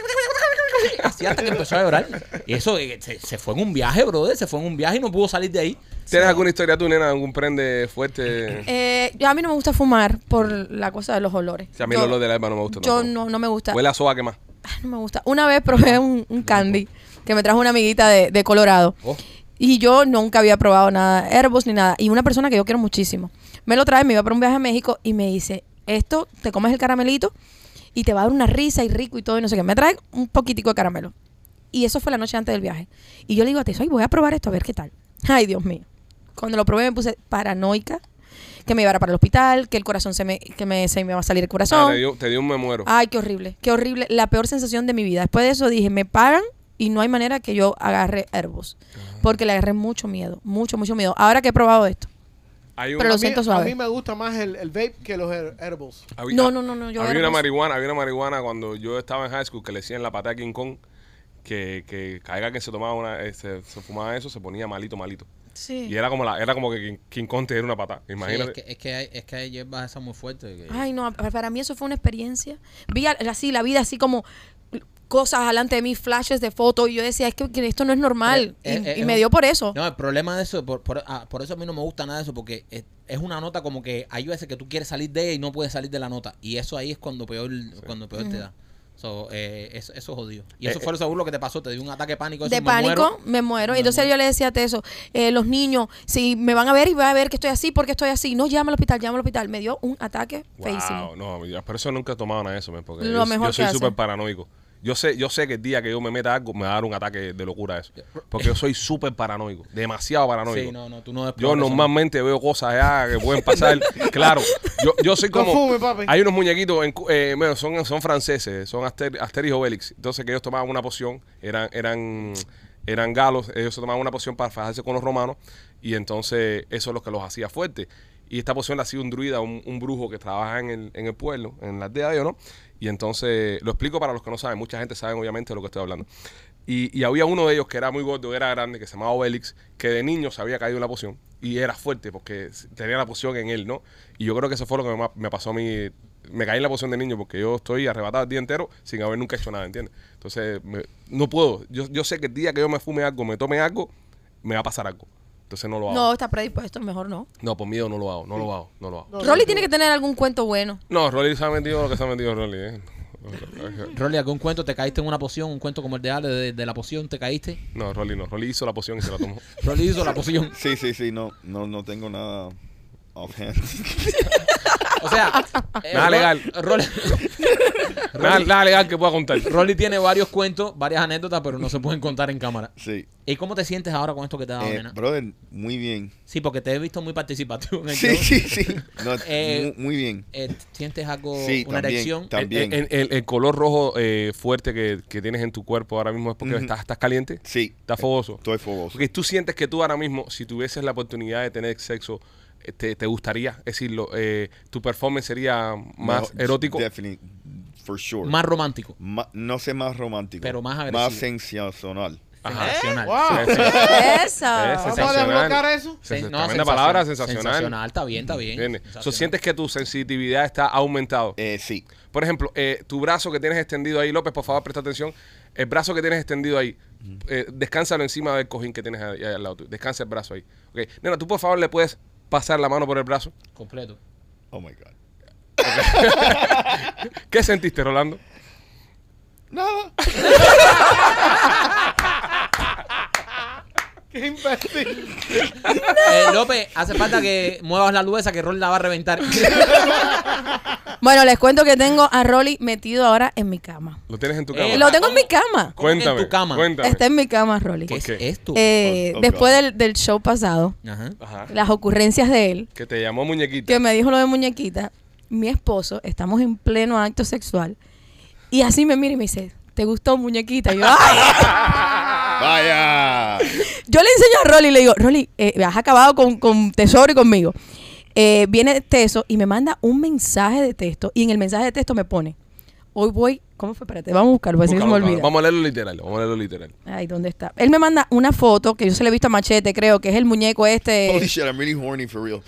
C: Así hasta que empezó a llorar. Y eso eh, se, se fue en un viaje, brother. Se fue en un viaje y no pudo salir de ahí.
A: ¿Tienes alguna historia tú, nena? ¿Algún prende fuerte?
F: Eh, yo- a mí no me gusta fumar por la cosa de los olores.
A: O sea, a mí
F: Yo-
A: el olor de la hierba no me gusta.
F: Yo
A: tampoco.
F: no, no me gusta.
A: Huele a soba que más.
F: Ay, Ah, no me gusta. Una vez probé un, un candy que me trajo una amiguita de, de Colorado. Y yo nunca había probado nada, herbos ni nada. Y una persona que yo quiero muchísimo me lo trae, me iba para un viaje a México y me dice: Esto, te comes el caramelito y te va a dar una risa y rico y todo y no sé qué. Me trae un poquitico de caramelo. Y eso fue la noche antes del viaje. Y yo le digo a Teso: "Ay, Voy a probar esto a ver qué tal. Ay, Dios mío. Cuando lo probé me puse paranoica. Que me llevara para el hospital, que el corazón se me, que me, se me va a salir el
A: Ah,
F: corazón.
A: te, dio, te dio un me muero.
F: Ay, qué horrible, qué horrible. La peor sensación de mi vida. Después de eso dije, me paran y no hay manera que yo agarre herbos.
C: Ah.
F: Porque le agarré mucho miedo, mucho, mucho miedo. Ahora que he probado esto.
A: Hay
F: pero
D: a
F: lo
D: mí,
F: siento
D: A
F: suave.
D: mí me gusta más el, el vape que los her- herbals.
A: había-
F: No, no, no, no, yo
A: había
F: era
A: una
F: más-
A: marihuana, había una marihuana cuando yo estaba en high school que le decían la patada de King Kong que, que caiga que se tomaba una, eh, se, se fumaba eso, se ponía malito, malito.
F: Sí.
A: Y era como la, era como que King, King Kong te diera una patada. Imagínate.
C: es, que, es, que hay, es que hay hierbas esas muy fuertes. que-
F: Ay, no, pa- para mí eso fue una experiencia. Vi a- así la vida, así como cosas delante de mí, flashes de fotos. Y yo decía, es que, que esto no es normal.
C: Eh,
F: y
C: eh,
F: y
C: eh,
F: me dio por eso.
C: No, el problema de eso, por, por- ah, por eso a mí no me gusta nada de eso, porque eh, es una nota como que hay veces que tú quieres salir de ella y no puedes salir de la nota. Y eso ahí es cuando peor, cuando peor te da. So, eh, eso, eso es jodido. Y eso
A: Eh,
C: fue lo seguro que te pasó. Te dio un ataque de pánico. eso,
F: de
C: me
F: pánico,
C: muero.
F: me muero.
C: Me
F: Entonces
C: muero.
F: yo le decía a Teso, eh, los niños, si me van a ver y van a ver que estoy así, porque estoy así, no llame al hospital, llame al hospital. Me dio un ataque feísimo.
A: Wow, no, yo- por eso nunca he tomado nada de eso, men, porque
F: Lo
A: yo,
F: mejor
A: yo
F: que
A: soy
F: hacen.
A: súper paranoico. Yo sé, yo sé que el día que yo me meta algo me va a dar un ataque de locura eso. Porque yo soy súper paranoico, demasiado paranoico.
C: Sí, no, no, tú no
A: Yo
C: exploras eso, no.
A: normalmente veo cosas allá que pueden pasar. claro, yo, yo soy como.
D: No fume, papi.
A: Hay unos muñequitos, en cu- eh, bueno, son, son franceses, son Aster- Asterix o Obelix. Entonces, que ellos tomaban una poción, eran eran eran galos, ellos se tomaban una poción para fajarse con los romanos, y entonces eso es lo que los hacía fuertes. Y esta poción la hacía un druida, un, un brujo que trabaja en el, en el pueblo, en la aldea de ellos, ¿no? Y entonces, lo explico para los que no saben, mucha gente sabe obviamente de lo que estoy hablando. Y, y había uno de ellos que era muy gordo, que era grande, que se llamaba Obelix, que de niño se había caído en la poción y era fuerte porque s- tenía la poción en él, ¿no? Y yo creo que eso fue lo que me, ma- me pasó a mí. Me caí en la poción de niño porque yo estoy arrebatado el día entero sin haber nunca hecho nada, ¿entiendes? Entonces, me- no puedo. Yo, yo sé que el día que yo me fume algo, me tome algo, me va a pasar algo. Entonces no lo hago.
F: No,
A: No,
F: está predispuesto, mejor no.
A: por miedo no lo hago, no lo hago, no lo hago.
D: No,
F: Rolly
D: no,
F: tiene que tener algún cuento bueno.
A: No, Rolly se ha vendido lo que se ha vendido Rolly, ¿eh?
C: Rolly, ¿algún cuento? ¿Te caíste en una poción? ¿Un cuento como el de Ale de, de la poción? ¿Te caíste?
A: No, Rolly no. Rolly hizo la poción y se la tomó.
C: Rolly hizo la poción.
E: Sí, sí, sí, no, no, no tengo nada offhand.
C: O sea, eh,
A: Nada
C: Ro-
A: legal.
C: Rolly,
A: nada, nada legal que pueda contar.
C: Rolly tiene varios cuentos, varias anécdotas, pero no se pueden contar en cámara.
E: Sí.
C: ¿Y cómo te sientes ahora con esto que te ha dado,
E: Eh,
C: nena?
E: brother, muy bien.
C: Sí, porque te he visto muy participativo en el
E: Sí,
C: show.
E: sí, sí. No,
C: Eh,
E: mu- muy bien.
C: Eh, ¿Sientes algo,
E: Sí,
C: una
E: también,
C: erección?
E: también.
A: El, el- el- el color rojo eh, fuerte que, que tienes en tu cuerpo ahora mismo es porque
E: Ujú.
A: estás, estás caliente,
E: Sí,
A: estás fogoso.
E: estoy fogoso.
A: Porque tú sientes que tú ahora mismo, si tuvieses la oportunidad de tener sexo, eh, te, te gustaría, es decir, lo- eh, tu performance sería más
E: No,
A: erótico.
E: Definitely, for sure.
C: Más romántico.
E: Ma- no sé más romántico.
C: Pero más
E: Más
C: agresivo.
E: sensacional.
A: Ajá. ¿Eh?
C: Sensacional.
D: Wow.
A: Sí, sí.
F: Esa.
D: Vamos a desbloquear eso.
C: Sen- no,
A: Tremenda
C: sensación-
A: palabra, sensacional.
C: Sensacional, está bien, está bien.
A: ¿Entiendes?
C: Sensacional.
A: So, sientes que tu sensitividad está aumentado.
E: Eh, sí.
A: Por ejemplo, eh, tu brazo que tienes extendido ahí, López, por favor, presta atención. El brazo que tienes extendido ahí, eh, descánsalo encima del cojín que tienes ahí al lado. tuyo. Descansa el brazo ahí. Ok. Nena, tú por favor le puedes pasar la mano por el brazo.
C: Completo.
E: Oh my God.
A: ¿Qué sentiste, Rolando?
E: Nada.
D: Qué imbécil.
C: Eh, López, hace falta que muevas la luz esa que Rolly la va a reventar.
F: Bueno, les cuento que tengo a Rolly metido ahora en mi cama.
A: ¿Lo tienes en tu cama?
C: Eh,
F: Lo tengo en mi cama. Este-
C: ¿Cómo que en tu
A: Cuéntame.
C: cama?
A: Cuéntame.
F: Está en mi cama, Rolly.
C: ¿Qué
A: ¿Por
C: es
A: qué?
C: esto?
F: Eh,
E: Oh, oh,
F: después
E: God.
F: del, del show pasado,
C: Ajá.
A: Ajá.
F: las ocurrencias de él,
A: Que te llamó muñequita.
F: que pues, me dijo lo de muñequita, mi esposo, estamos en pleno acto sexual, y así me mira y me dice, ¿te gustó muñequita? Y yo, "Ay".
E: Vaya.
F: Yo le enseño a Rolly y le digo, Rolly, eh, has acabado con, con Tesoro y conmigo. Eh, viene Teso y me manda un mensaje de texto, y en el mensaje de texto me pone, hoy voy, ¿cómo fue? Espérate, vamos a buscarlo, así que se
A: Búscalo,
F: me
A: búscalo.
F: olvida.
A: Vamos a leerlo literal. Vamos a leerlo literal.
F: Ay, ¿dónde está? Él me manda una foto que yo se la he visto a Machete, creo, que es el muñeco este.
A: Eh,
E: Holy shit, I'm really horny for real.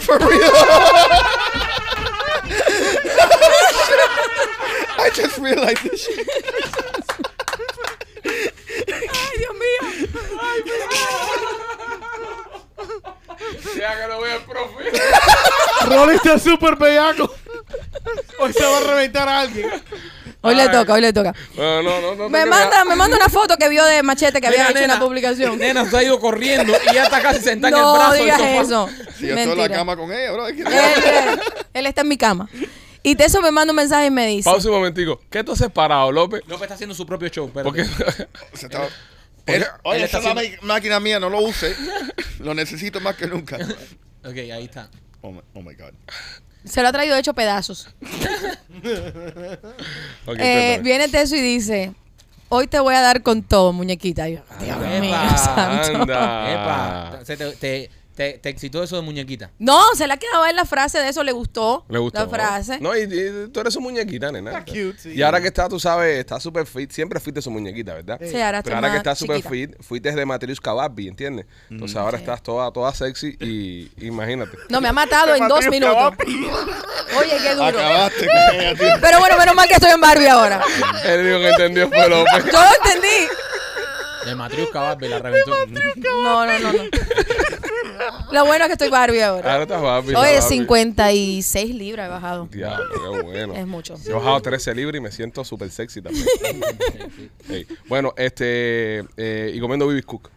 E: for real. I just realized this shit.
F: Ay, Dios mío.
A: Ya que lo veo el profe.
D: Rolly está súper bellaco. Hoy se va a reventar a alguien.
F: Hoy
A: Ay.
F: le toca, hoy le toca.
A: No, no, no. no
F: Me
A: te
F: manda,
A: creas.
F: me manda una foto que vio de Machete que había
C: Mira,
F: hecho
C: nena,
F: una publicación.
C: Nena se ha ido corriendo y ya está casi sentada en el brazo.
F: no
C: del
F: digas
C: sofá.
F: eso.
E: Si yo estoy en
F: Mentira.
E: la cama con ella, bro.
A: Eh,
E: ¿qué-
F: Él, él- él está en mi cama. Y Teso me manda un mensaje y me dice,
A: Pausa un momentico. ¿Qué tú haces parado, López?
C: López está haciendo su propio show, pero.
A: Porque
E: Se está- Él-
C: él
E: oye,
C: está
E: esa es la ma- máquina mía, no lo use. Lo necesito más que nunca.
C: Ok, ahí está.
E: Oh my, oh my God.
F: se lo ha traído hecho pedazos.
A: Ok, cuéntame.
F: Eh, viene Teso y dice, hoy te voy a dar con todo, muñequita. Y yo,
A: Ah,
F: Dios mío,
C: Epa,
F: santo.
A: anda.
C: Epa, se te, te, te- te excitó eso de muñequita.
F: No, se le ha quedado en la frase de eso, le gustó.
A: Le gustó.
F: La frase.
A: No, y, y tú eres su muñequita, nena.
D: Está cute, sí.
A: Y ahora que está, tú sabes, está súper fit. Siempre fuiste su muñequita, ¿verdad?
F: Sí, ahora estoy
A: Pero ahora que
F: más
A: estás súper
F: chiquita. Mm,
A: fit, fuiste de Matriushka Barbie, ¿entiendes? Entonces ahora estás toda, toda sexy y imagínate.
F: No, me ha matado en dos minutos. Oye, qué duro.
E: Acabaste con ella, tío.
F: Pero bueno, menos mal que estoy en Barbie ahora.
A: El único que entendió fue López.
F: Yo lo entendí.
C: De Matriusca Barbie la reventó.
F: No, no, no, no. Lo bueno es que estoy Barbie
A: Ahora
F: ahora.
A: estás Barbie. la
F: Oye,
A: Barbie.
F: 56 libras he bajado.
A: Diablo, qué bueno.
F: Es mucho.
A: Yo he bajado 13 libras y me siento súper sexy también. Sí. Bueno, este. eh, y comiendo Bibis Cook.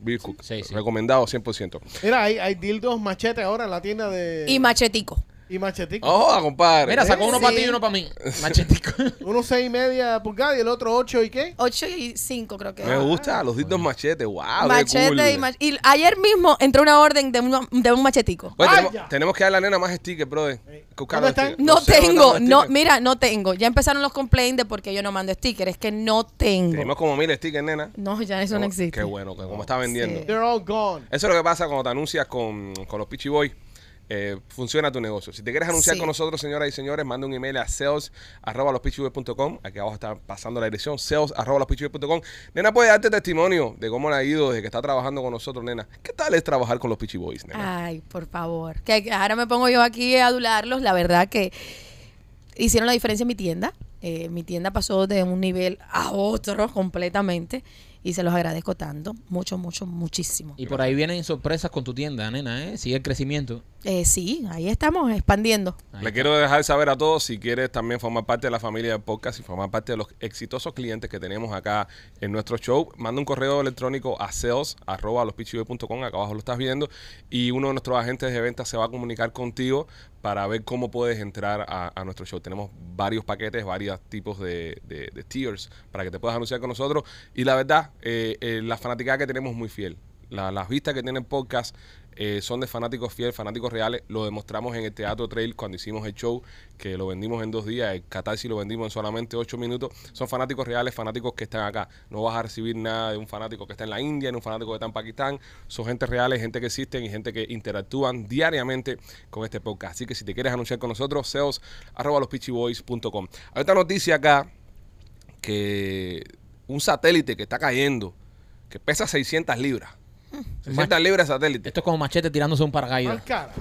A: Bibis Cook.
C: Sí, sí.
A: Recomendado 100%.
D: Mira, hay, hay dildos machete ahora en la tienda de...
F: Y machetico.
D: y machetico.
A: ¡Oh, compadre!
C: Mira, sacó uno para ti y
F: Sí.
C: uno para mí. Machetico.
D: Uno seis y media pulgadas y el otro ocho y qué.
F: 8 y 5 creo que.
A: Me gusta, los dildos machete. ¡Wow! qué
F: Ah. machete
A: cool.
F: y machete. Y ayer mismo entró una orden de, uno- de un machetico.
A: Oye,
D: Vaya.
A: tenemos, tenemos que dar a la nena más stickers, brother. Hay que buscar
D: ¿Dónde
A: los
D: están?
A: stickers.
F: No
A: sé dónde
F: tengo,
A: están los
F: no,
A: stickers.
F: mira, no tengo. Ya empezaron los complaints de porque yo no mando stickers. Es que no tengo.
A: Tenemos como mil stickers, nena. Oh,
F: No, ya eso no existe.
A: Qué bueno, que como está vendiendo.
F: Sí.
D: They're all gone.
A: Eso es lo que pasa cuando te anuncias con, con los Pichi Boys. Eh, funciona tu negocio. Si te quieres anunciar
F: Sí.
A: con nosotros, señoras y señores, manda un email a sales arroba lospitchyboys.com. Aquí abajo está pasando la dirección sales arroba lospitchyboys.com. Nena puede darte testimonio de cómo le ha ido desde que está trabajando con nosotros, nena. ¿Qué tal es trabajar con los Pichi Boys, nena?
F: Ay, por favor. Que que ahora me pongo yo aquí a adularlos. La verdad que hicieron la diferencia en mi tienda. Eh, mi tienda pasó de un nivel a otro completamente. Y se los agradezco tanto. Mucho, mucho, muchísimo.
C: Y por ahí vienen sorpresas con tu tienda, nena, ¿eh? Sigue el crecimiento.
F: Eh, sí, ahí estamos expandiendo.
A: Le quiero dejar saber a todos si quieres también formar parte de la familia del podcast y formar parte de los exitosos clientes que tenemos acá en nuestro show. Manda un correo electrónico a sales arroba lospitchyboy.com, acá abajo lo estás viendo, y uno de nuestros agentes de ventas se va a comunicar contigo para ver cómo puedes entrar a, a nuestro show. Tenemos varios paquetes, varios tipos de, de- de tiers para que te puedas anunciar con nosotros. Y la verdad, eh, eh, la fanaticada que tenemos es muy fiel. La- las vistas que tiene el podcast eh, son de fanáticos fieles, fanáticos reales. Lo demostramos en el Teatro Trail cuando hicimos el show, que lo vendimos en dos días. El Catarsis lo vendimos en solamente ocho minutos. Son fanáticos reales, fanáticos que están acá. No vas a recibir nada de un fanático que está en la India, ni un fanático que está en Pakistán. Son gente reales, gente que existen y gente que interactúan diariamente con este podcast. Así que si te quieres anunciar con nosotros, seos arroba lospitchyboys.com. Hay otra noticia acá que un satélite que está cayendo, que pesa 600 libras. 600 libras de satélite.
C: Esto es como machete tirándose un paracaídas.
D: Mal
A: Ah.
D: cara.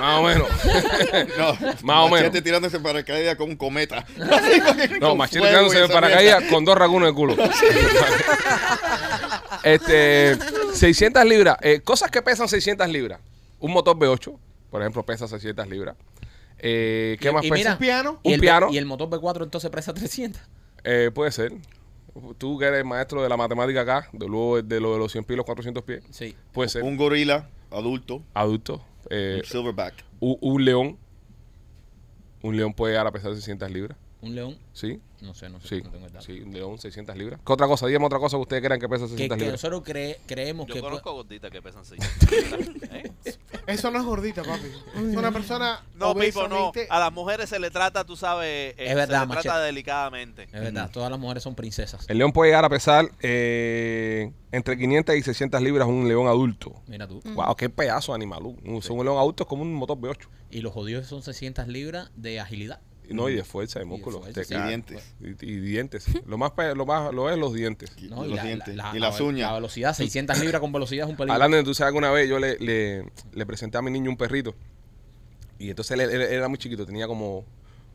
A: Más o menos, Más o menos.
E: No,
A: Más o
E: Machete
A: menos.
E: tirándose para caída con un cometa.
A: No,
E: Con
A: machete
E: fuego
A: tirándose
E: y
A: de
E: esa
A: paracaídas
E: mierda.
A: con dos ragunos de culo. este, 600 libras. Eh, cosas que pesan 600 libras. Un motor V8, por ejemplo, pesa 600 libras. Eh, ¿Qué
C: Y-
A: más
C: y
A: pesa?
C: mira,
D: Un piano.
C: Y
A: Un
C: el-
A: piano.
C: Y el motor B4 entonces presa 300.
A: Eh, puede ser. Tú que eres maestro de la matemática acá, de luego de lo de los 100 pies, los 400 pies.
C: Sí.
A: Puede ser.
E: Un gorila adulto,
A: adulto. eh,
E: un silverback.
A: u- un león. Un león puede llegar a pesar 600 libras.
C: Un león.
A: ¿Sí?
C: No sé, no sé.
A: Sí,
C: no tengo el dato.
A: sí, un león, 600 libras. ¿Qué otra cosa? Dígame otra cosa que ustedes crean que pesa
C: Que,
A: 600
C: que
A: libras.
C: nosotros cre- creemos
G: Yo
C: que.
G: conozco gorditas que pesan 600 ¿eh?
D: Eso no es gordita, papi. Es una persona
G: No, Pipo, no.
D: obesamente-
G: A las mujeres se le trata, tú sabes, eh,
C: Es
G: se
C: verdad,
G: le
C: machete. Eh.
G: trata delicadamente.
C: Es verdad, todas las mujeres son princesas.
A: El león puede llegar a pesar eh, entre 500 y 600 libras un león adulto.
C: Mira tú.
A: Wow, qué pedazo de animal. Un, un león adulto es como un motor V8.
C: Y los jodidos son 600 libras de agilidad.
A: No, y de fuerza, de músculo.
C: Mm. fuerza,
A: Te
C: sí.
E: Y
A: cae.
E: dientes.
A: Y, y dientes. lo más pe- lo más lo es los dientes.
E: Y,
C: ¿no?
E: y
C: Y
E: los
C: la-
E: dientes.
C: la-
E: y
C: la-
E: las uñas.
C: La velocidad, 600 libras con velocidad es un peligro.
A: Hablando de tú sabes alguna vez, yo le, le, le presenté a mi niño un perrito. Y entonces él, él- él era muy chiquito, tenía como,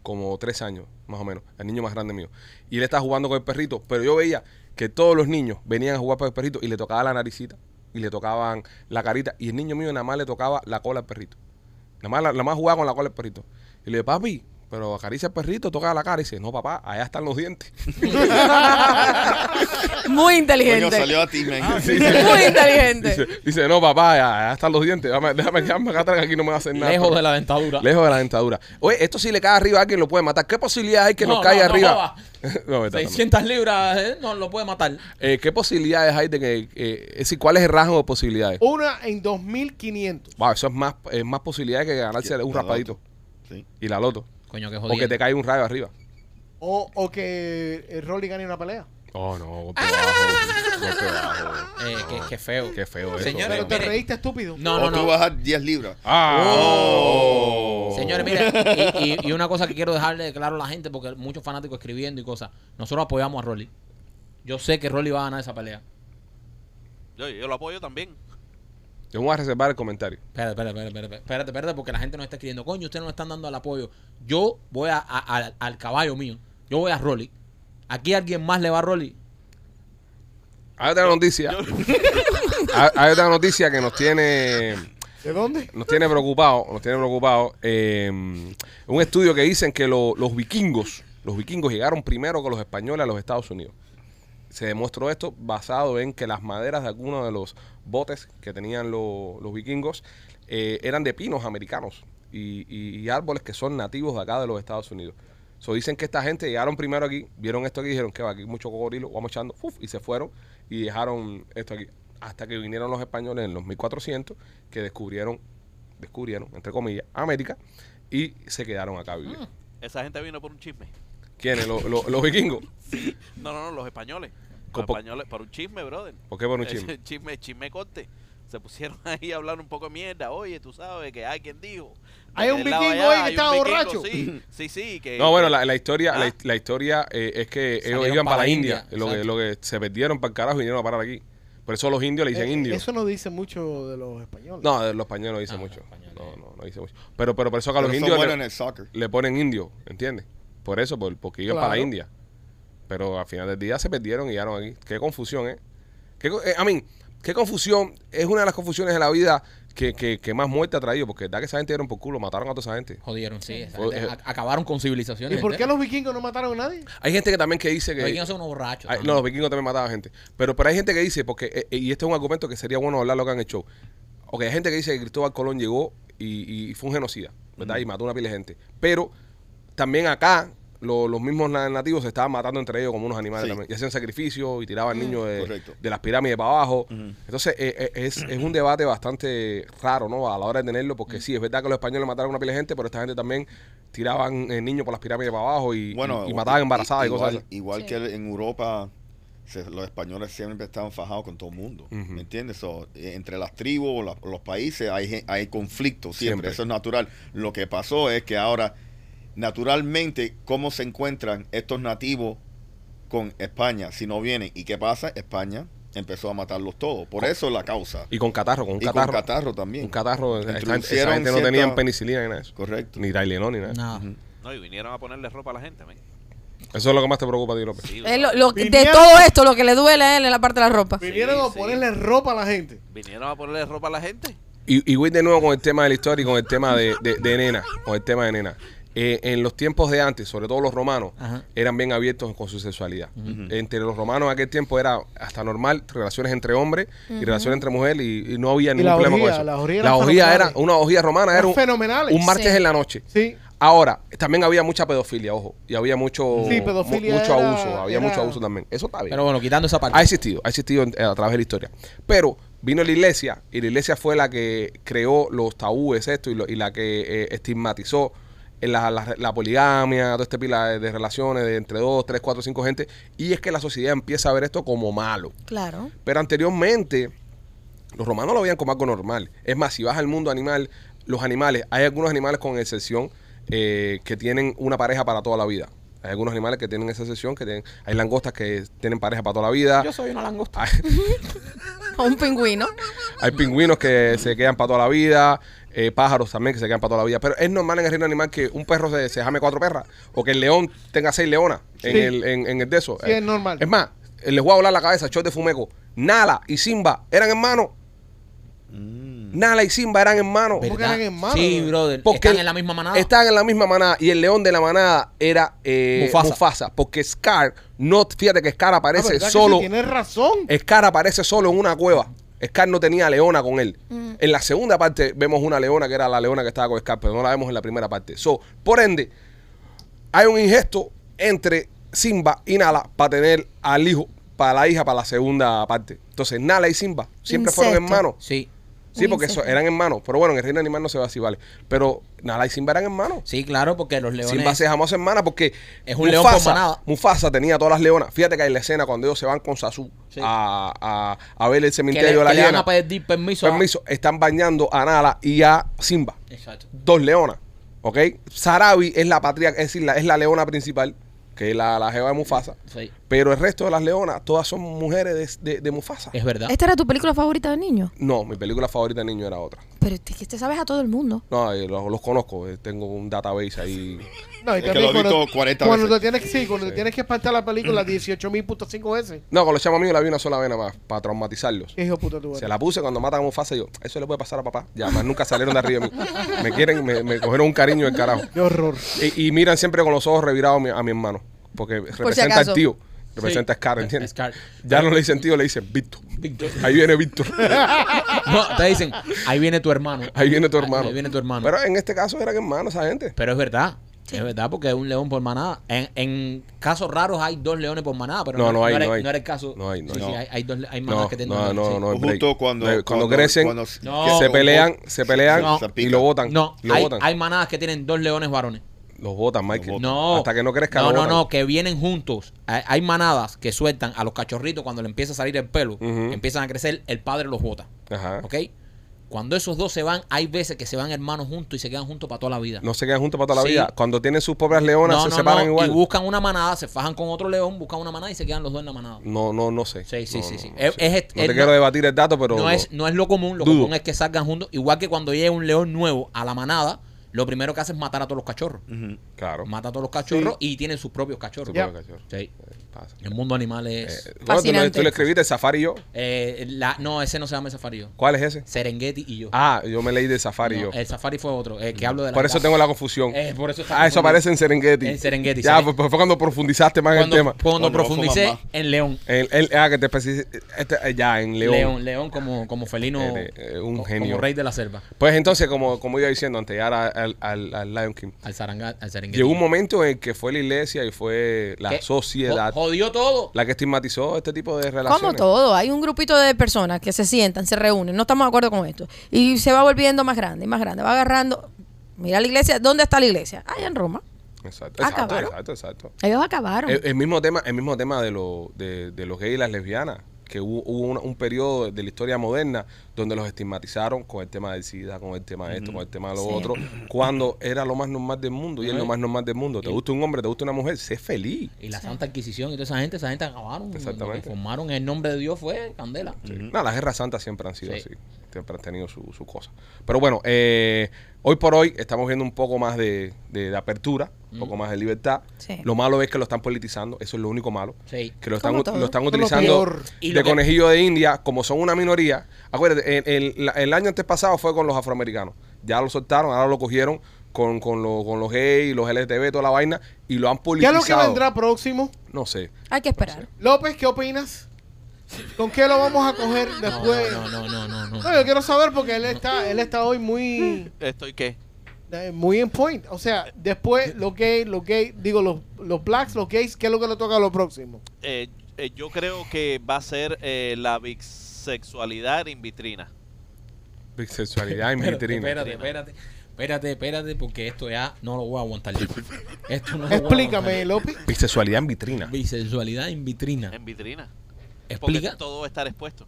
A: como tres años, más o menos, el niño más grande mío. Y él estaba jugando con el perrito, pero yo veía que todos los niños venían a jugar con el perrito y le tocaba la naricita, y le tocaban la carita, y el niño mío nada más le tocaba la cola al perrito. Nada más, nada más jugaba con la cola del perrito. Y le dije, papi, pero acaricia al perrito, toca la cara. Y dice, no, papá, allá están los dientes.
F: Muy
E: Coño,
F: inteligente.
E: salió a
C: Ah,
E: ti, men.
F: Muy inteligente.
A: Dice, dice, no, papá, allá, allá están los dientes. Déjame, déjame quedarme acá atrás que aquí no me va a hacer nada.
C: Lejos de la dentadura.
A: Lejos de la dentadura. Oye, esto si le cae arriba a alguien lo puede matar. ¿Qué posibilidad hay que
C: No,
A: nos caiga
C: no, no
A: arriba? No, verdad, también.
C: 600 libras, eh, no lo puede matar.
A: Eh, ¿Qué posibilidades hay de que... eh, es decir, ¿cuál es el rango de posibilidades?
D: Una en 2500.
A: Wow, eso es más, es más posibilidades que ganarse
E: La
A: un
E: loto.
A: raspadito
E: Sí.
A: y la loto.
C: Coño, qué
A: O
C: jodido.
A: que te cae un rayo arriba.
D: O, o que el Rolly gane una pelea.
A: Oh, no. golpe bajo, golpe bajo.
C: Eh, qué, qué feo.
A: Qué feo eso.
C: Señores,
D: Pero te
C: mire,
D: reíste estúpido.
C: No,
E: o
C: no,
E: tú
C: no.
E: bajas 10 libras.
A: Ah. Oh.
C: Señores, mire, y, y- y una cosa que quiero dejarle claro a la gente, porque muchos fanáticos escribiendo y cosas. Nosotros apoyamos a Rolly. Yo sé que Rolly va a ganar esa pelea.
G: Yo, yo lo apoyo también.
A: Yo me voy a reservar el comentario.
C: Espérate, espérate, espérate, espérate, espérate, espérate, porque la gente nos está escribiendo. Coño, ustedes no me están dando el apoyo. Yo voy a, a- al- al caballo mío. Yo voy a Rolly. Aquí alguien más le va a Rolly.
A: Hay otra noticia. Hay, hay otra noticia que nos tiene
D: ¿De dónde?
A: nos tiene preocupado, nos tiene preocupado eh, un estudio que dicen que lo- los vikingos, los vikingos llegaron primero que los españoles a los Estados Unidos. Se demostró esto basado en que las maderas de algunos de los botes que tenían lo- los vikingos eh, eran de pinos americanos y, y- y árboles que son nativos de acá de los Estados Unidos. So, dicen que esta gente llegaron primero aquí, vieron esto aquí y dijeron que va aquí hay mucho cocodrilo, vamos echando, uf, y se fueron y dejaron esto aquí. Hasta que vinieron los españoles en los 1400 que descubrieron, descubrieron, entre comillas, América y se quedaron acá a vivir.
G: Esa gente vino por un chisme.
A: ¿Quiénes? Lo- lo- los vikingos.
G: No, no, no, los españoles. Los
A: Con po-
G: españoles, por un chisme, brother.
A: ¿Por qué por un
G: Ese
A: chisme?
G: chisme, chisme corte. Se pusieron ahí a hablar un poco de mierda. Oye, tú sabes que hay quien dijo.
D: Hay un
G: Del lado
D: vikingo ahí que
G: hay un
D: estaba
G: vikingo,
D: borracho.
G: Sí, sí, sí, que.
A: No, bueno, la, la historia,
G: Ah.
A: la, la historia eh, es que ellos
C: Salieron
A: iban para
C: para
A: la
C: la
A: India,
C: India,
A: lo, que,
C: exacto.
A: lo que se perdieron para el carajo y vinieron a parar aquí. Por eso los indios le dicen
D: Eh,
A: indios.
D: Eso no dice mucho de los españoles.
A: No, de los españoles no dice
C: Ah,
A: mucho.
C: los españoles.
A: No, no, no dice mucho. Pero, pero por eso que a
E: Pero
A: los
E: son
A: indios
E: buenos en
A: le,
E: el soccer.
A: le ponen indio, ¿entiendes? Por eso, por- porque iban para la
D: Claro.
A: India. Pero al final del día se perdieron y llegaron aquí. Qué confusión, ¿eh? Qué, co- eh, a mí, qué confusión. Es una de las confusiones de la vida que, que, que más muerte ha traído. Porque da que esa gente dieron por culo, mataron a toda esa gente.
C: Jodieron, sí. esa
A: Pues,
C: gente-
A: eh,
C: a- acabaron con
D: ¿Y
C: civilizaciones.
D: por qué
C: ¿entiendes?
D: los vikingos no mataron a nadie?
A: Hay gente que también que dice que...
C: Los vikingos son unos borrachos.
A: Ay,
C: también.
A: no, los vikingos también mataban gente. Pero, pero hay gente que dice, porque, eh, eh, y este es un argumento que sería bueno hablarlo acá en el show. Ok, hay gente que dice que Cristóbal Colón llegó y, y fue un genocida, ¿verdad? Y mató una pila de gente. Pero también acá, lo- los mismos na- nativos se estaban matando entre ellos como unos animales
E: Sí.
A: también. Y hacían sacrificios y tiraban niños de,
E: Correcto.
A: de las pirámides para abajo. Entonces, eh, eh, es, es un debate bastante raro, ¿no? A la hora de tenerlo, porque sí, es verdad que los españoles mataron una pila de gente, pero esta gente también tiraban eh, niños por las pirámides para abajo y, y- y mataban embarazadas y,
E: igual,
A: cosas así.
E: Igual
F: Sí.
E: que en Europa, se- los españoles siempre estaban fajados con todo el mundo.
A: Ujú.
E: ¿Me entiendes? So, eh, entre las tribus o la- los países hay, gen- hay conflictos siempre.
A: Siempre.
E: Eso es natural. Lo que pasó es que ahora, naturalmente, ¿cómo se encuentran estos nativos con España si no vienen? ¿Y qué pasa? España empezó a matarlos todos. Por eso la causa.
A: Y con catarro, con un
E: Y con
A: catarro.
E: catarro también.
A: Un catarro. Esa gente, esa
E: Introducieron
A: gente no
E: cierta-
A: tenían penicilina ni nada de eso.
E: Correcto.
A: Ni Tylenol ni nada. de eso.
C: No.
G: No, y vinieron a ponerle ropa a la gente, men.
A: Eso es lo que más te preocupa a ti, López.
D: Eh,
G: Sí,
F: Es lo- lo- de
D: Vinieron-
F: todo esto, lo que le duele a él es la parte de la ropa.
D: Vinieron a
G: sí.
D: ponerle ropa a la gente.
G: Vinieron a ponerle ropa a la gente.
A: Y, y voy de nuevo con el tema de la historia y con el tema de, de- de nena. Con el tema de nena. Eh, en los tiempos de antes, sobre todo los romanos,
C: Ajá.
A: eran bien abiertos con su sexualidad. Entre los romanos en aquel tiempo era hasta normal relaciones entre hombres y relaciones entre mujeres y, y no había ningún
D: la
A: problema con
D: orgía,
A: eso.
D: las
A: la
D: orgías eran
A: orgía era
D: fenomenales.
A: una orgía romana, era
D: Eran
A: un,
D: fenomenales.
A: un martes
F: Sí.
A: en la noche.
D: Sí. Ah,
A: Ahora, también había mucha pedofilia, ojo, y había mucho,
D: Sí, pedofilia
A: mu- mucho
D: era-
A: abuso, había
D: era-
A: mucho abuso también. Eso está bien.
C: Pero bueno, quitando esa parte.
A: Ha existido, ha existido en- a través de la historia. Pero vino la iglesia y la iglesia fue la que creó los tabúes, esto, y, lo- y la que eh, estigmatizó en la, la- la poligamia, toda esta pila de, de relaciones de entre dos, tres, cuatro, cinco gente. Y es que la sociedad empieza a ver esto como malo.
F: Claro.
A: Pero anteriormente, los romanos lo veían como algo normal. Es más, si vas al mundo animal, los animales, hay algunos animales con excepción eh, que tienen una pareja para toda la vida. Hay algunos animales que tienen esa excepción, que tienen, hay langostas que tienen pareja para toda la vida.
C: Yo soy una langosta.
A: Hay,
F: A un pingüino.
A: hay pingüinos que se quedan para toda la vida, eh, pájaros también que se quedan para toda la vida. Pero es normal en el reino animal que un perro se, se jame cuatro perras o que el león tenga seis leonas en,
D: Sí.
A: el, en, en el de eso.
D: Sí, es normal.
A: Es más, eh, les voy a volar la cabeza, short de fumeco. Nala y Simba eran hermanos.
C: Mm.
A: Nala y Simba eran hermanos.
D: ¿Verdad? eran hermanos,
C: Sí,
D: bro?
C: brother.
A: Porque
C: están en la misma manada.
A: Estaban en la misma manada y el león de la manada era eh, Mufasa.
C: Mufasa.
A: Porque Scar, no, fíjate que Scar
D: Ah,
A: aparece
D: ¿verdad que
A: solo. Eh,
D: sí? Tienes razón.
A: Scar aparece solo en una cueva. Scar no tenía leona con él.
F: Mm.
A: En la segunda parte vemos una leona que era la leona que estaba con Scar, pero no la vemos en la primera parte. So, por ende, hay un ingesto entre Simba y Nala para tener al hijo, para la hija, para la segunda parte. Entonces, Nala y Simba siempre fueron
F: Incesto.
A: hermanos.
C: Sí.
A: Sí,
F: Un
A: porque eso,
F: incesto.
A: eran hermanos. Pero bueno, en el reino animal no se ve así, vale. Pero Nala y Simba eran hermanos.
C: Sí, claro, porque los leones.
A: Simba se jamás hermana porque
C: Es un león por manada.
A: Mufasa tenía todas las leonas. Fíjate que hay la escena cuando ellos se van con Sasu
C: Sí.
A: a, a- a ver el
C: que
A: cementerio
C: le,
A: de la
C: que le van a
A: hiena.
C: pedir permiso. a-
A: Permiso, están bañando a Nala y a Simba.
C: Exacto.
A: Dos leonas, ¿ok? Sarabi es la patria, es decir, la, es la leona principal, que es la, la jeva de Mufasa.
C: Sí.
A: Pero el resto de las leonas, todas son mujeres de, de- de Mufasa.
C: Es verdad.
F: ¿Esta era tu película favorita de niño?
A: No, mi película favorita de niño era otra.
F: Pero te, que te sabes a todo el mundo.
A: No, eh, los, los conozco, eh, tengo un database ahí.
D: No, y
E: Es que
D: también
E: lo he
D: cuando,
E: visto 40
D: cuando
E: veces.
D: te tienes que, sí, cuando te tienes que espantar la película 18.000.5 veces.
A: No, con los chamos míos la vi una sola vez nada más, para traumatizarlos.
D: Hijo de puta tú eres.
A: Se la puse cuando matan a Mufasa y yo, eso le puede pasar a papá. Ya, más nunca salieron de arriba de mí. Me quieren, me, me cogieron un cariño del carajo.
D: Qué horror.
A: Y, y miran siempre con los ojos revirados a mi, a mi hermano. Porque representa
F: acaso.
A: al tío. Representa a Scar,
C: Sí,
A: ¿entiendes?
C: Scar.
A: Ya no le dicen tío, le dicen Víctor. Ahí viene Víctor.
C: No, te dicen, ahí viene tu hermano.
A: Ahí viene tu hermano.
C: Ahí viene tu hermano. Pero,
A: Pero en este caso eran hermanos esa gente.
C: es verdad. Es verdad, porque es un león por manada. En, en casos raros hay dos leones por manada, pero
A: No, no hay,
C: era,
A: no hay.
C: era el caso.
A: No hay, no
C: Sí,
E: hay.
C: sí, hay, hay dos, hay manadas
A: No,
C: que
A: no,
C: tienen dos leones,
A: no,
C: sí.
A: no. hay break.
E: Justo cuando,
A: Eh, cuando, crecen,
E: cuando-
C: No.
A: se pelean, se pelean
C: No.
A: y lo botan.
C: No,
A: lo
C: hay,
A: botan.
C: hay manadas que tienen dos leones varones.
A: Los botan, Michael.
E: Los botan.
C: No.
A: Hasta que no crezcan.
C: No,
A: lo
C: no,
A: botan.
C: no, que vienen juntos. Hay, hay manadas que sueltan a los cachorritos cuando le empieza a salir el pelo,
A: Ujú. Ah.
C: empiezan a crecer, el padre los bota.
A: Ajá.
C: ¿Ok? Cuando esos dos se van, hay veces que se van hermanos juntos y se quedan juntos para toda la vida.
A: No se quedan juntos para toda la
C: Sí.
A: vida. Cuando tienen sus propias leonas,
C: No,
A: se
C: no,
A: separan
C: no,
A: igual.
C: Y buscan una manada, se fajan con otro león, buscan una manada y se quedan los dos en la manada.
A: No, no, no sé.
C: Sí, sí,
A: No,
C: sí,
A: no,
C: sí.
A: no
C: Es-
A: sé.
C: es-
A: No
C: es-
A: te
C: no-
A: quiero debatir el dato, pero.
C: No
A: lo-
C: es, no es lo común, lo
A: Dudo.
C: común es que salgan juntos. Igual que cuando llega un león nuevo a la manada, lo primero que hace es matar a todos los cachorros.
E: Ujú.
A: Claro.
C: Mata a todos los cachorros y tienen sus propios
A: Tú
C: cachorros.
D: Ya.
A: puedes, cachorro.
C: Sí.
A: Pasa.
C: El mundo animal
A: Eh,
C: es.
A: bueno, tú, lo,
F: Fascinante.
A: tú lo escribiste, Safari y yo.
C: Eh, la- no, ese no se llama el Safari yo.
A: ¿Cuál es ese?
C: Serengeti y yo.
A: Ah, yo me leí de Safari y
C: No,
A: yo.
C: el Safari fue otro. El que hablo de la
A: Por eso tengo la confusión.
C: Eh, por eso está
A: Ah, eso
C: confundido.
A: aparece en Serengeti.
C: En Serengeti,
A: Ya,
C: Seren-
A: pues, pues fue cuando profundizaste más en el
C: Cuando,
A: tema.
C: cuando
E: Cuando
C: profundicé
E: vos fumas
C: en León.
A: El, el- ah, que te especific- este, eh, ya, en León.
C: León, León, como, como felino.
A: Eh, eh, un
C: co-
A: genio.
C: Como rey de la selva.
A: Pues entonces, como, como iba diciendo antes, ya era al, al, al Lion King.
C: Al, Saranga, al Serengeti.
A: Llegó un momento en el que fue la iglesia y fue la
C: Que
A: sociedad
C: jo- Jodió todo.
A: la que estigmatizó este tipo de relaciones.
F: Como todo, hay un grupito de personas que se sientan, se reúnen, no estamos de acuerdo con esto. Y se va volviendo más grande y más grande, va agarrando. Mira la iglesia, ¿dónde está la iglesia? Allá en Roma.
A: Exacto,
F: Ah,
A: exacto,
F: Acabaron.
A: exacto, exacto.
F: Ellos acabaron.
C: Eh,
A: El, el mismo tema, el mismo tema de, lo, de, de los gays y las lesbianas, que hubo, hubo una- un periodo de la historia moderna donde los estigmatizaron con el tema del SIDA, con el tema de esto, con el tema de lo
F: Sí.
A: otro, cuando era lo más normal del mundo y es lo más normal del mundo. Te gusta un hombre, te gusta una mujer, sé feliz.
C: Y la Santa Inquisición y toda esa gente, esa gente acabaron.
A: Exactamente.
C: Lo que Formaron el nombre de Dios fue Candela.
A: No, las guerras santas siempre han sido
C: Sí.
A: así. Siempre han tenido su, su cosa. Pero bueno, eh, hoy por hoy estamos viendo un poco más de, de- de apertura, un poco más de libertad.
F: Sí.
A: Lo malo es que lo están politizando, eso es lo único malo.
C: Sí.
A: Que lo están,
F: Como
A: ut-
F: todo.
A: lo están
D: Eso es lo
A: utilizando
D: peor.
C: Y
A: de
C: lo que-
A: conejillo de India, como son una minoría. Acuérdate, el, el- la- el año antes pasado fue con los afroamericanos. Ya lo soltaron, ahora lo cogieron con, con, lo- con los gays, los LTV, toda la vaina, y lo han
D: ¿Qué es
A: politizado.
D: lo que vendrá próximo?
A: No sé.
F: hay que esperar.
D: López, ¿qué opinas? ¿Con qué lo vamos a coger
C: No,
D: después?
C: no, no, no, no, no.
D: No, yo quiero saber porque él está, él está hoy muy,
G: ¿Estoy qué?
D: eh, muy en point. O sea, después los gays, los gays, digo, los, los blacks, los gays, ¿qué es lo que le toca a lo próximo?
G: Eh, eh, yo creo que va a ser eh, la bisexualidad en vitrina.
A: Bisexualidad y
C: Espérate,
A: vitrina.
C: Espérate, espérate, espérate, espérate, porque esto ya no lo voy a aguantar. yo. Esto no lo voy a
D: Explícame,
C: aguantar.
D: López.
A: Bisexualidad en vitrina.
C: Bisexualidad en vitrina.
G: En vitrina. Porque
C: Explica.
G: todo va a estar expuesto.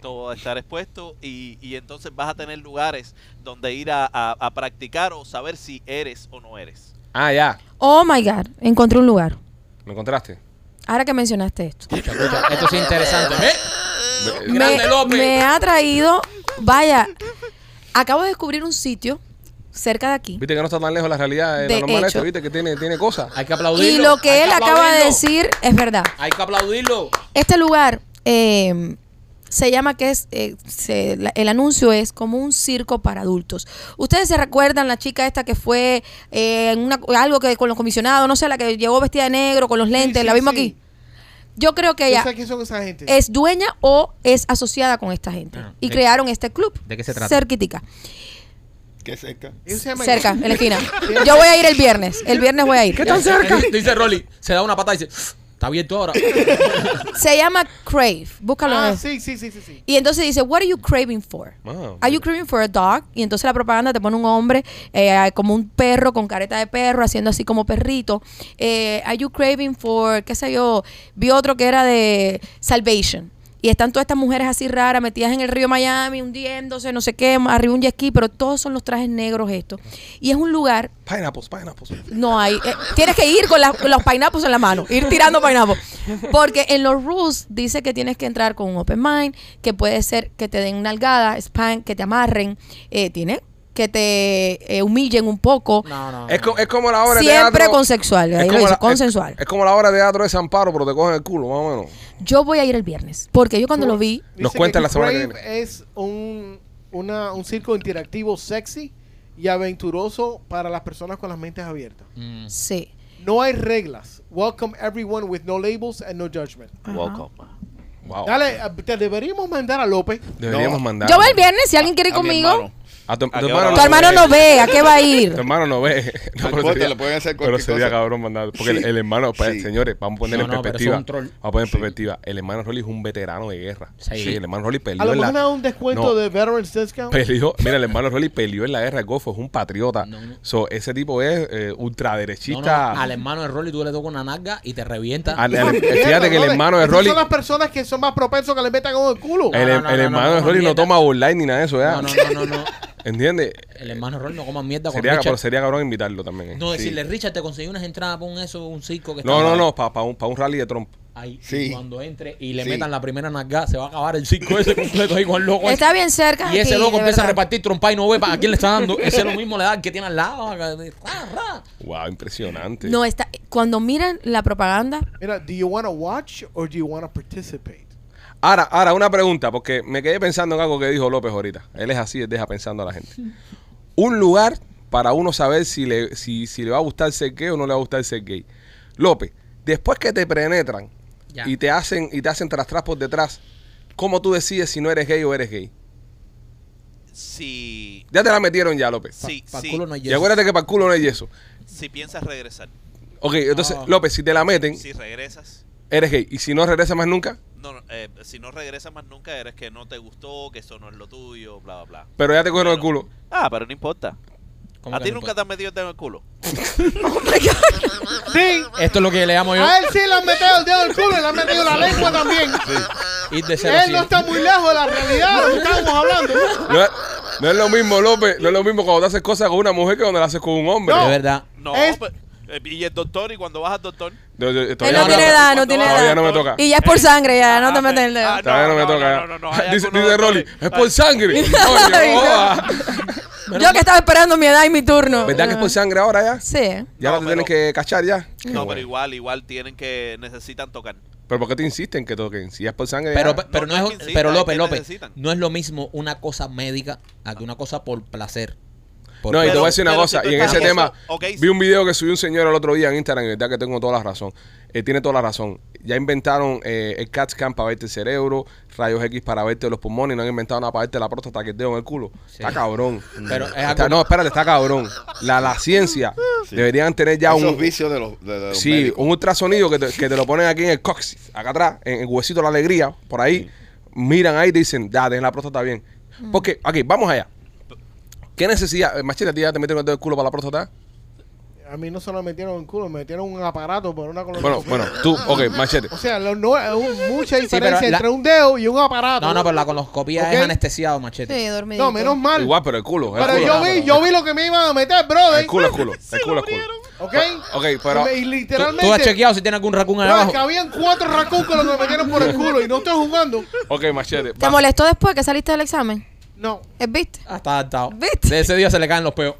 G: Todo va a estar expuesto y, y entonces vas a tener lugares donde ir a, a- a practicar o saber si eres o no eres.
A: Ah, ya.
F: Oh my God, encontré un lugar.
A: ¿Lo encontraste?
F: Ahora que mencionaste esto.
C: Escucha, escucha, Esto sí es interesante. ¿Eh?
F: me,
C: Grande López.
F: me ha traído, vaya, acabo de descubrir un sitio cerca de aquí.
A: Viste que no está tan lejos la realidad de
F: De
A: la normal
F: hecho.
A: esto, viste que tiene, tiene cosas.
C: Hay que aplaudirlo.
F: Y lo que
C: hay
F: él acaba
C: aplaudirlo.
F: de decir es verdad.
C: Hay que aplaudirlo.
F: Este lugar eh, se llama que es, eh, se- la- el anuncio es como un circo para adultos. Ustedes se recuerdan la chica esta que fue eh, en una- algo que con los comisionados, no sé, la que llegó vestida de negro con los lentes,
D: sí,
F: la vimos
D: sí.
F: aquí. Yo creo que
D: Yo
F: ella
D: sé quién son esa gente.
F: es dueña o es asociada con esta gente.
C: Ah,
F: y
C: ¿de-
F: crearon este club.
C: de qué se trata?
F: Cerquitica.
E: ¿Qué cerca?
D: Ellos se llaman-
F: Cerca, en la esquina. Yo voy a ir el viernes. El viernes voy a ir.
C: cerca? Eh, Dice Rolly, se da una patada y dice, está abierto ahora.
F: Se llama Crave. Búscalo. eh.
D: Ah,
F: en-
D: sí, sí, sí, sí, sí.
F: Y entonces dice, what are you craving for?
A: Ah,
F: Are you craving for a dog? Y entonces la propaganda te pone un hombre eh, como un perro con careta de perro, haciendo así como perrito. Eh, are you craving for, qué sé yo, vi otro que era de Salvation. Y están todas estas mujeres así raras, metidas en el río Miami, hundiéndose, no sé qué, arriba un jet ski, pero todos son los trajes negros estos. Y es un lugar
A: Pineapples, pineapples.
F: no hay. eh, tienes que ir con, la- con los pineapples en la mano, ir tirando pineapples. Porque en los rules dice que tienes que entrar con un open mind, que puede ser que te den nalgada, spank, que te amarren, eh, tiene que te eh, humillen un poco.
C: No, no.
A: Es,
C: no.
A: co- es como la obra de teatro.
F: Siempre consensual, ahí lo dice,
A: la- es-
F: consensual.
A: Es, como la obra de teatro de Zamparo, pero te cogen el culo, más o menos.
F: Yo voy a ir el viernes, porque yo cuando lo vi,
A: Nos cuenta la semana que
D: Crave Es un, una- un circo interactivo sexy y aventuroso para las personas con las mentes abiertas.
C: Mm.
F: sí.
D: No hay reglas. Welcome everyone with no labels and no judgment.
F: Ajá.
A: Wow.
D: Dale, eh, te deberíamos mandar a López.
A: Deberíamos
E: No.
A: mandar.
F: Yo voy el viernes, si alguien quiere ir
E: A mi
F: conmigo.
E: hermano.
A: A tu, tu
G: ¿A qué
A: hermano,
G: hora?
F: Tu hermano no ve, ¿a qué va a ir?
A: Tu hermano no ve. No,
E: Al corte le pueden hacer
A: pero
E: cualquier
A: sería
E: cosa.
A: cabrón mandar. Porque el,
E: Sí.
A: el hermano, pues,
E: Sí.
A: señores, vamos a poner
C: No,
A: en
C: no, pero eso
A: perspectiva.
C: es un troll.
A: Vamos a poner en perspectiva. El hermano Rolly es un veterano de guerra.
C: Sí.
A: el hermano Rolly peleó
D: A lo
A: en la.
D: mejor un descuento
A: No. Pues,
D: de Veterans Discount.
A: Peleó, mira, el hermano Rolly peleó en la guerra del Golfo, es un patriota.
C: No, no.
A: So, ese tipo es eh,
C: No, no,
A: ultraderechista.
C: al hermano de Rolly tú le tocas una nalga y te revienta.
A: Al-
D: Ah,
A: al-
D: mierda,
A: fíjate que el
D: brother.
A: hermano de
D: Esas
A: Rolly.
D: Son las personas que son más propensos que le metan con el culo.
A: El, em-
C: No, no, no,
A: el
C: no,
A: hermano
C: no,
A: de
C: no,
A: Rolly no
C: mierda.
A: toma online ni nada de eso, ¿eh?
C: no, no, no, no, no.
A: ¿Entiendes?
C: El hermano de Rolly no coma mierda con
A: Sería, pero
C: Richard.
A: sería cabrón invitarlo también. ¿eh?
C: No,
E: Sí.
C: decirle, Richard, te conseguí unas entradas para un eso, un circo que
A: No,
C: está
A: no, no, para un, pa un rally de Trump.
C: ahí.
E: Sí.
C: Y Cuando entre y le
E: Sí.
C: metan la primera nalga, se va a acabar el circo ese completo ahí con el loco. ese.
F: Está bien cerca.
C: Y ese
F: aquí,
C: loco
F: de
C: empieza a
F: verdad.
C: repartir trompa y no ve para quién le está dando. Ese es lo mismo le da al que tiene al lado. acá, de- ra, ra.
A: Wow, impresionante.
F: No, está, cuando miran la propaganda,
D: Mira, do you want to watch or do you want to participate?
A: Ahora, ahora, una pregunta, porque me quedé pensando en algo que dijo López ahorita. Él es así, él deja pensando a la gente. Un lugar para uno saber si le, si, si le va a gustar ser gay o no le va a gustar ser gay. López, después que te penetran
C: Ya.
A: y te hacen, y te hacen tras tras por detrás, ¿cómo tú decides si no eres gay o eres gay?
G: Si,
A: Ya te la metieron ya, López.
G: si,
C: Pa'
G: si,
C: culo no hay
A: Y
C: yeso.
A: acuérdate que para el culo no hay eso.
G: si piensas regresar,
A: Ok, entonces,
C: Ah.
A: López, si te la meten,
G: si regresas,
A: eres gay. Y si no regresas más nunca,
G: no, no, eh, si no regresas más nunca, eres que no te gustó, que eso no es lo tuyo, bla, bla, bla.
A: pero ya te cogieron el
G: Pero-
A: culo.
G: Ah, pero no importa.
C: ¿Cómo
G: A
C: que
G: ti
C: no
G: nunca te has metido el dedo en el culo.
D: Sí,
C: importa? Esto es lo que le llamo yo.
D: a él sí le han metido el dedo al culo y le han metido la lengua también.
C: Ir de cero a
D: Él no
C: cien.
D: está muy lejos de la realidad de lo que estábamos hablando.
A: No es, no es lo mismo, López. No es lo mismo cuando te haces cosas con una mujer que cuando las haces con un hombre.
C: De verdad.
G: No,
D: Es-
G: pe- eh, y el doctor, y cuando vas al doctor.
A: Yo- yo-
F: Él
A: todavía
F: no tiene edad, no tiene
A: Todavía
F: edad.
A: no me toca.
F: Y ya es por sangre, ya, no te
G: Ah,
F: metes el dedo.
G: ah,
A: Todavía no,
G: no,
A: me
G: no,
A: toca.
G: no, no, no, hay
A: dice
G: algunos
A: dice Rolly,
G: doctores.
A: es por sangre. Coño,
F: Ay, no.
A: joda.
F: Yo que estaba esperando mi edad y mi turno. Ah.
A: ¿Verdad que es por sangre ahora ya?
F: Sí.
A: Ya
G: No,
A: ahora te tienes
G: pero-
A: que cachar ya. Qué
G: No, pero
A: bueno.
G: igual, igual tienen que, necesitan tocar.
A: Pero ¿por qué te insisten que toquen? Si es por sangre
C: Pero,
A: ya.
C: pe- pero no,
G: no
C: es,
G: es que insistan,
C: pero
G: es
C: López,
G: que
C: López,
G: necesitan.
C: no es lo mismo una cosa médica a que una cosa por placer. Porque-
A: No, y te
G: Pero-
A: voy a decir una
G: pero
A: cosa,
G: si tú
A: y en
G: estás
A: ese
G: en
A: tema,
G: eso, ok,
A: vi
G: sí.
A: un video que subió un señor el otro día en Instagram, y verdad que tengo toda la razón. Eh, tiene toda la razón. Ya inventaron eh, el CAT scan para verte el cerebro, rayos X para verte los pulmones, y no han inventado nada para verte la próstata que te dedo en el culo.
C: Sí.
A: Está cabrón.
C: Pero es
A: Está-
C: algo-
A: no, espérate, está cabrón. La, la ciencia
E: Sí.
A: deberían tener ya
E: Esos
A: un,
E: vicios de los, de, de los
A: Sí,
E: médicos.
A: un ultrasonido que te, que te lo ponen aquí en el coxis, acá atrás, en el huesito de la alegría, por ahí. Miran ahí y te dicen, ya, ten la próstata bien. Porque, aquí, vamos allá. ¿Qué necesidad? Eh, Machete, a ti ya te metieron el dedo en el culo para la próstata.
D: A mí no solo me metieron el culo, me metieron un aparato por una
A: Bueno,
D: colonoscopia.
A: bueno, tú, ok, machete.
D: O sea, lo- no, hay un- mucha
C: Sí, pero
D: diferencia
C: la-
D: entre un dedo y un aparato.
C: No, no, pero la colonoscopía
D: ¿Ok?
C: es pues, anestesiado,
A: Este.
C: machete.
F: Sí, dormidito.
D: No, menos mal.
A: Igual, pero el culo. El
D: pero
A: culo,
D: yo
A: el
D: vi,
A: culo,
D: yo vi lo que me iban a meter,
A: El
D: brother.
A: culo, el culo. El culo, el culo.
D: ¿Ok?
A: Ok, pero.
D: Y
C: ¿Tú,
D: literalmente.
C: tú has chequeado si tiene algún racún ahí
D: No, es
C: abajo?
D: que habían cuatro racún que lo que me metieron por el culo y no estoy jugando.
A: Ok, machete.
F: ¿Te
A: va.
F: molestó después que saliste del examen?
D: No.
F: ¿Es ¿Viste?
C: Ah, está adaptado.
F: ¿Viste?
C: De ese día se le caen los peos.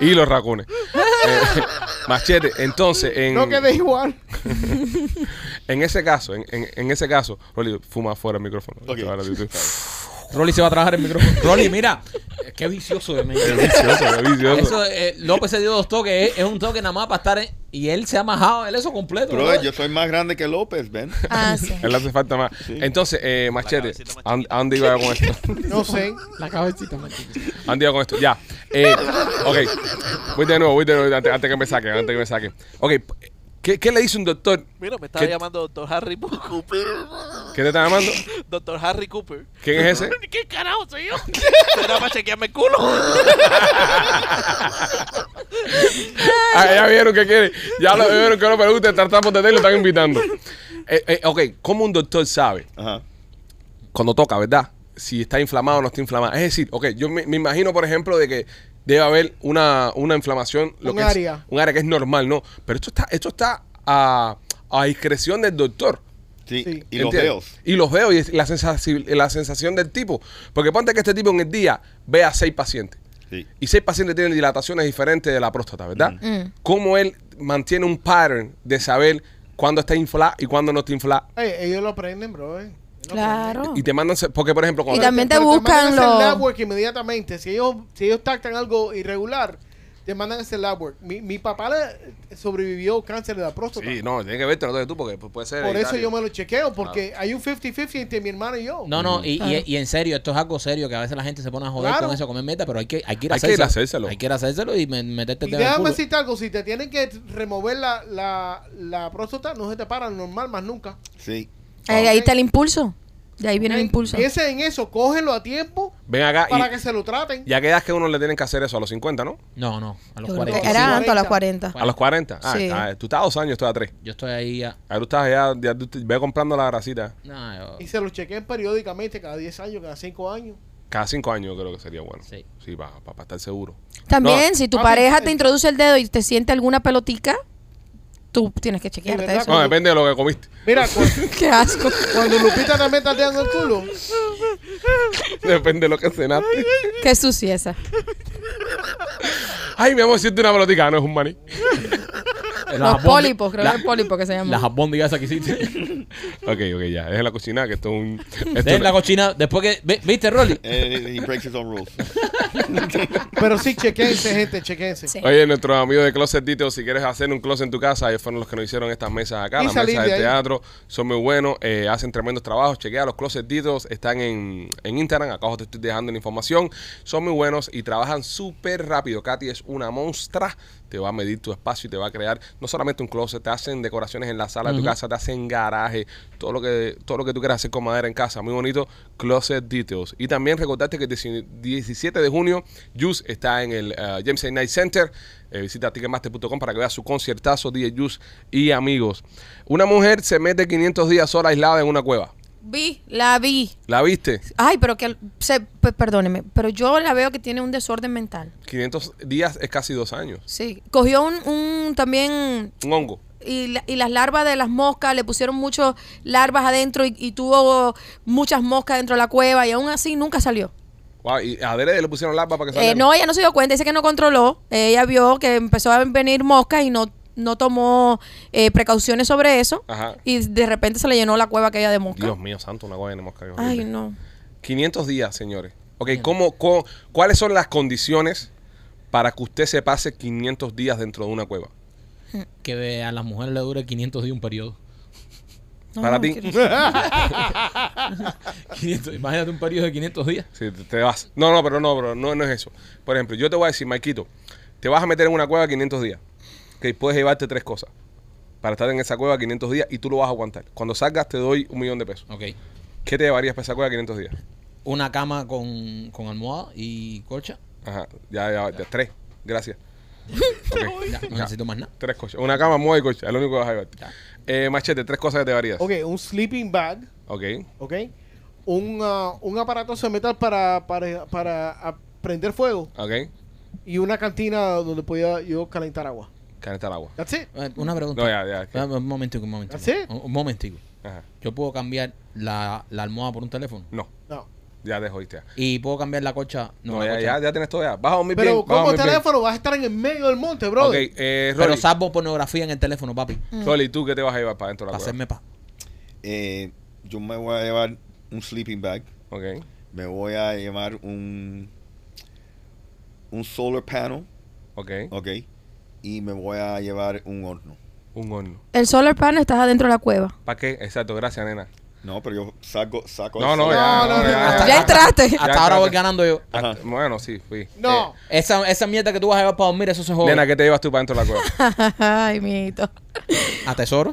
A: Y los racones. Eh, machete, entonces. En,
D: No quedé igual.
A: En ese caso, en, en, en ese caso, Rolly, fuma fuera el micrófono.
E: Ok.
A: Ahora tú- tú-
C: Rolly se va a trabajar el micrófono. Rolly, mira, eh, qué vicioso de mí.
A: Es vicioso, es vicioso.
C: Eso, eh, López se dio dos toques, es, es un toque nada más para estar en- y él se ha majado, él eso completo.
E: Brother,
C: brother.
E: yo soy más grande que López, ven.
F: Ah, sí.
A: Él le hace falta más. Entonces, eh, Machete,
G: cabecita más
A: ¿a dónde- a dónde iba con esto?
D: No sé.
C: La cabecita, machete.
A: ¿A dónde iba con esto? Ya. Eh, ok. Voy de nuevo, voy de nuevo, antes, antes que me saquen, antes que me saquen. Ok, ¿qué, qué le dice un doctor?
G: Mira, me estaba
A: ¿Qué-
G: llamando doctor Harry Cooper.
A: ¿Qué te está llamando?
G: Doctor Harry Cooper.
A: ¿Quién es ese?
G: ¿Qué carajo soy yo? Será para chequearme el culo.
A: Ah, ya vieron que quiere. Ya lo vieron que no pregunta, estar tapos de té, lo están invitando. Eh, eh, ok, ¿cómo un doctor sabe
E: Ajá.
A: cuando toca, verdad? Si está inflamado o no está inflamado. Es decir, ok, yo me, me imagino, por ejemplo, de que debe haber una, una inflamación.
D: Un
A: que es-
D: área.
A: un área que es normal, ¿no? Pero esto está, esto está a, a discreción del doctor.
E: Sí.
D: Sí.
E: Y los
A: ¿entiendes?
E: dedos.
A: Y los veo y es la, sensaci- la sensación del tipo. Porque ponte que este tipo en el día ve a seis pacientes.
E: Sí.
A: Y seis pacientes tienen dilataciones diferentes de la próstata, ¿verdad?
F: Mm.
A: ¿Cómo él mantiene un pattern de saber cuándo está inflado y cuándo no está inflado?
D: Ey, ellos lo aprenden, bro. eh. Ellos lo aprenden.
F: Claro.
A: Y te mandan, se- porque por ejemplo,
F: Oh. Y
A: cuando...
F: también te
D: Pero
F: buscan
D: mandan a hacer
F: los-
D: lab work inmediatamente. Si ellos, si ellos tactan algo irregular, te mandan a hacer lab work. Mi, mi papá le sobrevivió cáncer de la próstata.
A: Sí, no, tiene que verte, no te tú, porque puede ser...
D: Por eso
A: hereditario.
D: yo me lo chequeo, porque hay un 50-50 entre mi hermano y yo.
C: No, no, y, y-
F: Claro.
C: y en serio, esto es algo serio que a veces la gente se pone a joder
D: Claro.
C: con eso, comer meta, pero hay que, hay que ir a
A: Hay que ir
C: hacérselo.
A: a hacérselo.
C: Hay que ir a hacérselo y me- meterte
D: Y
C: el dedo en el
D: déjame
C: culo.
D: decirte algo, si te tienen que remover la, la, la próstata, no se te para normal más nunca.
E: Sí.
F: Eh, Ahí, ahí está el impulso. De ahí viene el
D: ¿Ok?
F: impulso.
D: Piensen en eso, cógelo a tiempo
A: Ven acá
D: para
A: y
D: que se lo traten.
A: ya quedas que uno le tienen que hacer eso a los 50, ¿no?
C: No, no, a los
F: Yo creo que
C: 45.
F: Era antes a los 40.
A: A los 40. Ah,
F: Sí.
A: está- tú estás a dos años, estoy a tres.
C: Yo estoy ahí a...
A: Ahora tú estás ya, ya tú te- ve comprando la grasita.
C: no,
D: Y
C: yo-
D: se lo chequeen periódicamente, cada 10 años, cada 5 años.
A: Cada cinco años creo que sería bueno. Sí.
C: Sí.
A: Sí, para estar seguro.
F: También,
A: No.
F: si tu
D: Ah,
F: pareja
D: sí.
F: te introduce el dedo y te siente alguna pelotica, tú tienes que
D: Es
F: chequearte
D: verdad,
F: eso.
A: No, depende de lo que comiste.
D: Mira, cu-
F: Qué asco.
D: cuando Lupita también está tirando el culo,
A: Depende de lo que cenaste.
F: Qué sucieza.
A: Ay, mi amor, siento una pelotica. Ah, No es un maní.
C: Las
F: Los
C: abondi-
F: pólipos, creo
C: la-
F: que es pólipo que se llama.
C: Las albóndigas esas que hiciste.
A: Ok, ok, ya. Es la cocina que esto es un. Esto
C: Dejen la cochina. Después que. vi- ¿Viste, Rolly?
E: Eh, he breaks his own rules.
D: pero sí, chequense, gente, chequense.
F: Sí.
A: Oye, nuestros amigos de Closet Detail, si quieres hacer un closet en tu casa, ellos fueron los que nos hicieron estas mesas acá,
D: Y
A: las
D: salir
A: mesas de,
D: de ahí.
A: teatro, son muy buenos, eh, hacen tremendos trabajos, chequea los Closet Details, están en, en Instagram, acá abajo te estoy dejando la información, son muy buenos y trabajan súper rápido, Katy es una monstrua, te va a medir tu espacio y te va a crear no solamente un closet, te hacen decoraciones en la sala de tu casa, te hacen garaje, todo lo que todo lo que tú quieras hacer con madera en casa, muy bonito, Closet Details. Y también recordarte que el 17 de junio Juice está en el eh, James A. Knight Center. Eh, visita ticketmaster.com para que veas su conciertazo, DJ Juice y amigos. Una mujer se mete 500 días sola aislada en una cueva.
F: Vi, la vi.
A: ¿La viste?
F: Ay, pero que. Se, pe- perdóneme, pero yo la veo que tiene un desorden mental.
A: 500 días es casi dos años.
F: Sí. Cogió un, un también.
A: Un hongo.
F: Y, la- y las larvas de las moscas, le pusieron muchas larvas adentro y, y tuvo muchas moscas dentro de la cueva y aún así nunca salió.
A: Wow, y adrede le pusieron larva para que
F: Eh,
A: salga.
F: no, ella no se dio cuenta, dice que no controló. Ella vio que empezó a venir moscas y no, no tomó eh, precauciones sobre eso.
A: Ajá.
F: Y de repente se le llenó la cueva aquella de moscas.
A: Dios mío, santo, una cueva de mosca. qué horrible.
F: Ay, no.
A: 500 días, señores. Ok, ¿cómo, cu- cuáles son las condiciones para que usted se pase 500 días dentro de una cueva?
C: Que a las mujeres le dure 500 días un periodo.
F: No,
A: para
F: no,
A: ti.
F: quiero-
C: 500 imagínate un periodo de 500 días.
A: Sí, te- te vas. No, no, pero no, pero no, no es eso. Por ejemplo, yo te voy a decir, Maikito, te vas a meter en una cueva 500 días. Que puedes llevarte tres cosas para estar en esa cueva 500 días y tú lo vas a aguantar. Cuando salgas te doy un millón de pesos.
C: Ok.
A: ¿Qué te llevarías para esa cueva 500 días?
C: Una cama con, con almohada y colcha.
A: Ajá, ya, ya, ya, tres. Gracias. Ok,
C: Ya, no necesito más nada.
A: Tres cosas. Una cama, mueve y coche. Es lo único que vas a llevarte. Eh, machete, tres cosas que te llevarías.
D: Ok, un sleeping bag.
A: Ok.
D: ¿ok? Un, ah, un aparatoso de metal para, para, para a- prender fuego
A: Ok.
D: y una cantina donde podía yo calentar agua.
A: Caneta al agua.
D: That's it.
C: Eh, Una pregunta.
A: No, ya, ya, que-
C: Ah, Un momentico, un momentico.
D: ¿Ah, sí?
C: Un, un momentico.
A: Ajá.
C: Yo puedo cambiar la, la almohada por un teléfono.
A: No,
D: No.
A: ya te jodiste. ya.
C: Y puedo cambiar la colcha.
A: No,
C: la
A: ya,
C: colcha
A: ya, ya tienes todo ya. Baja un mil
D: Pero
A: bien, baja
D: como
A: un mil bien.
D: teléfono vas a estar en el medio del monte, bro.
A: Ok, eh, Rolly.
C: Pero salvo pornografía en el teléfono, papi.
A: Rolly, ¿tú qué te vas a llevar para dentro de
C: Para
A: la cueva?
C: hacerme pa.
E: Eh, yo me voy a llevar un sleeping bag.
A: Ok.
E: Me voy a llevar un un solar panel,
A: Ok.
E: ok, y me voy a llevar un horno.
A: Un horno.
F: El solar panel estás adentro de la cueva.
A: ¿Para qué? Exacto, gracias, nena.
E: No, pero yo saco, saco.
A: No,
E: el
A: no,
E: solar-
A: ya.
D: No, no, no,
A: ya,
D: no.
F: Ya entraste.
A: Ya,
C: Hasta ahora
A: ya,
C: voy
A: ya.
C: ganando yo.
A: Hasta-
E: Ajá.
A: bueno, sí, fui.
D: No.
C: Esa, esa mierda que tú vas a llevar para dormir, eso se
A: Eh,
C: jode.
A: nena, ¿qué te llevas tú para dentro de la cueva?
F: Ay, mito.
C: A tesoro.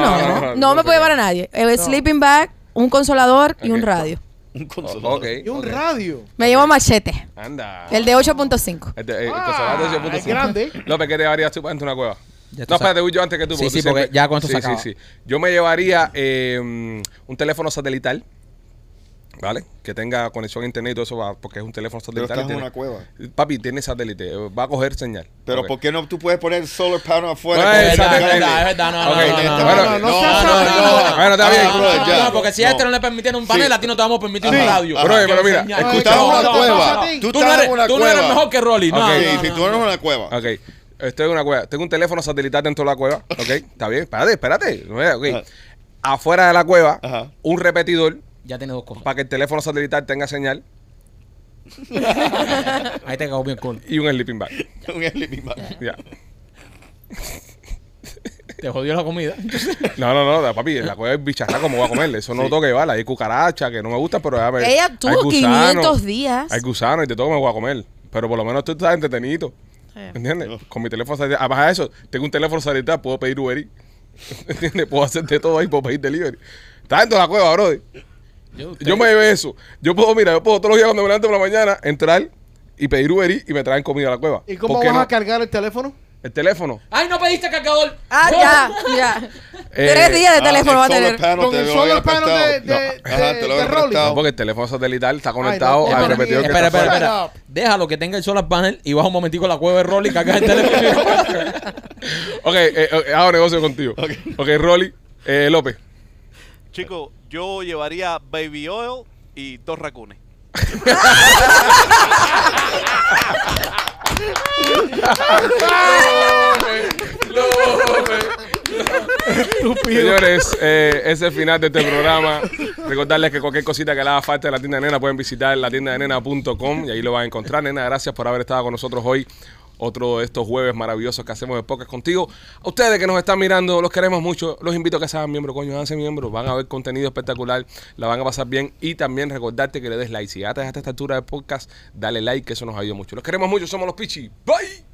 A: No,
F: no,
A: no,
F: no. No,
A: no,
F: me
A: no,
F: puedo
A: no.
F: llevar a nadie. El sleeping bag, un consolador y un
A: Ok.
F: radio.
E: Un
A: O-
E: consolador.
A: ok.
D: Y un
A: ok.
D: radio.
F: Me llevo machete.
A: Anda.
F: El de 8.5.
A: El de- el
D: Ah,
A: consolador de 8.5.
D: grande.
A: López, ¿qué te llevarías tú para dentro de una cueva?
C: Ya tú
A: No,
C: sabes.
A: espérate, voy yo antes que tú.
C: Sí,
A: tú
C: sí, porque ya con esto
A: sí,
C: se acaba.
A: Sí, sí. Yo me llevaría eh, un teléfono satelital, ¿vale? Que tenga conexión a internet y todo eso, va- porque es un teléfono
E: Pero
A: satelital.
E: estás
A: y
E: en
A: tiene-
E: una cueva.
A: Papi, tiene satélite, eh, va a coger señal.
E: Pero
A: Ok.
E: ¿por qué no tú puedes poner solar panel afuera?
A: Bueno,
E: con
A: es verdad,
E: satélite?
A: es verdad, es
C: verdad, no, no,
E: Ok,
C: no, no,
E: este-
C: no,
E: bueno,
D: no, no
E: no,
D: seas
E: no,
D: satélite.
E: no, no.
A: Bueno, está
E: Ah,
A: bien.
E: brother,
C: No,
E: ya.
C: no, porque si a este no le permitieron un panel,
E: Sí.
C: a ti no te vamos a permitir
E: Sí.
C: un radio.
E: Ajá.
A: Bro, pero mira,
C: Señal.
E: Tú estás en
D: No,
E: una
D: no,
E: cueva.
D: no, no,
C: Tú
E: Tú
C: no
E: estás
C: eres,
E: en una
C: tú no eres
E: cueva.
C: mejor que Rolly. No,
A: Ok.
C: no,
E: Sí,
C: no,
E: si
C: no.
E: tú eres una cueva.
A: Ok. Estoy en una cueva. Tengo un teléfono satelital dentro de la cueva. Ok. Está bien. Espérate, espérate. No es- ok.
E: Ajá.
A: Afuera de la cueva,
E: Ajá.
A: un repetidor
C: Ya tienes dos cosas.
A: para que el teléfono satelital tenga señal
C: Ahí te quedó bien cool.
A: y un sleeping bag.
E: Un sleeping
C: Ah,
E: bag.
A: Ya.
C: Te jodió la comida.
A: No, no, no, da- papi, la cueva es bicharra como voy a comerle. Eso no lo toque, vale. Hay cucaracha que no me gusta, pero a ver,
F: Ella
A: hay
F: tuvo
A: gusano,
F: 500 días.
A: Hay gusano y de todo me voy a comer. Pero por lo menos tú estás entretenido. ¿Entiendes? Con mi teléfono satelital. Además de eso, tengo un teléfono satelital, puedo pedir Uber Eats. ¿Entiendes? Puedo hacer de todo ahí, puedo pedir delivery. Está dentro de la cueva, brother.
C: Yo,
A: Yo me llevé eso. Yo puedo, mira, yo puedo todos los días cuando me levanto por la mañana entrar y pedir Uber Eats y me traen comida a la cueva.
D: ¿Y cómo
A: ¿Por
D: vas
A: qué no?
D: a cargar el teléfono?
A: El teléfono.
C: ¡Ay, no pediste cargador!
F: Ah,
C: ¡Oh!
F: ya, ya.
A: Eh,
F: Tres días de
E: Ah,
F: teléfono
E: el
F: va a
E: solar
F: tener.
E: panel
D: Con
E: te
D: el
E: lo
D: solar
E: había
D: panel
E: prestado.
D: de- de-
E: No. Ajá,
D: de-
E: te lo había
D: de Rolling.
A: No,
E: prestado.
A: porque el teléfono satelital está
D: no,
A: conectado al
D: espera,
A: repetidor que
C: Espera,
A: está
C: espera,
A: afuera.
C: espera. Déjalo que tenga el solar panel y baja un momentico la cueva de Rolly que acá el teléfono.
A: Ok, eh, eh, hago negocio contigo. Ok, Rolly, eh, López.
G: Chico, yo llevaría baby oil y dos racunes.
A: Señores, eh, ese es el final de este programa. Recordarles que cualquier cosita que le haga falta de la tienda de nena pueden visitar la tienda de nena.com y ahí lo van a encontrar. Nena, gracias por haber estado con nosotros hoy. Otro de estos jueves maravillosos que hacemos de podcast contigo. A ustedes que nos están mirando, los queremos mucho. Los invito a que sean miembros, coño, háganse miembros. Van a ver contenido espectacular, la van a pasar bien. Y también recordarte que le des like. Si ya te dejaste a esta altura del podcast, dale like, que eso nos ayuda mucho. Los queremos mucho, somos los Pichi. Bye.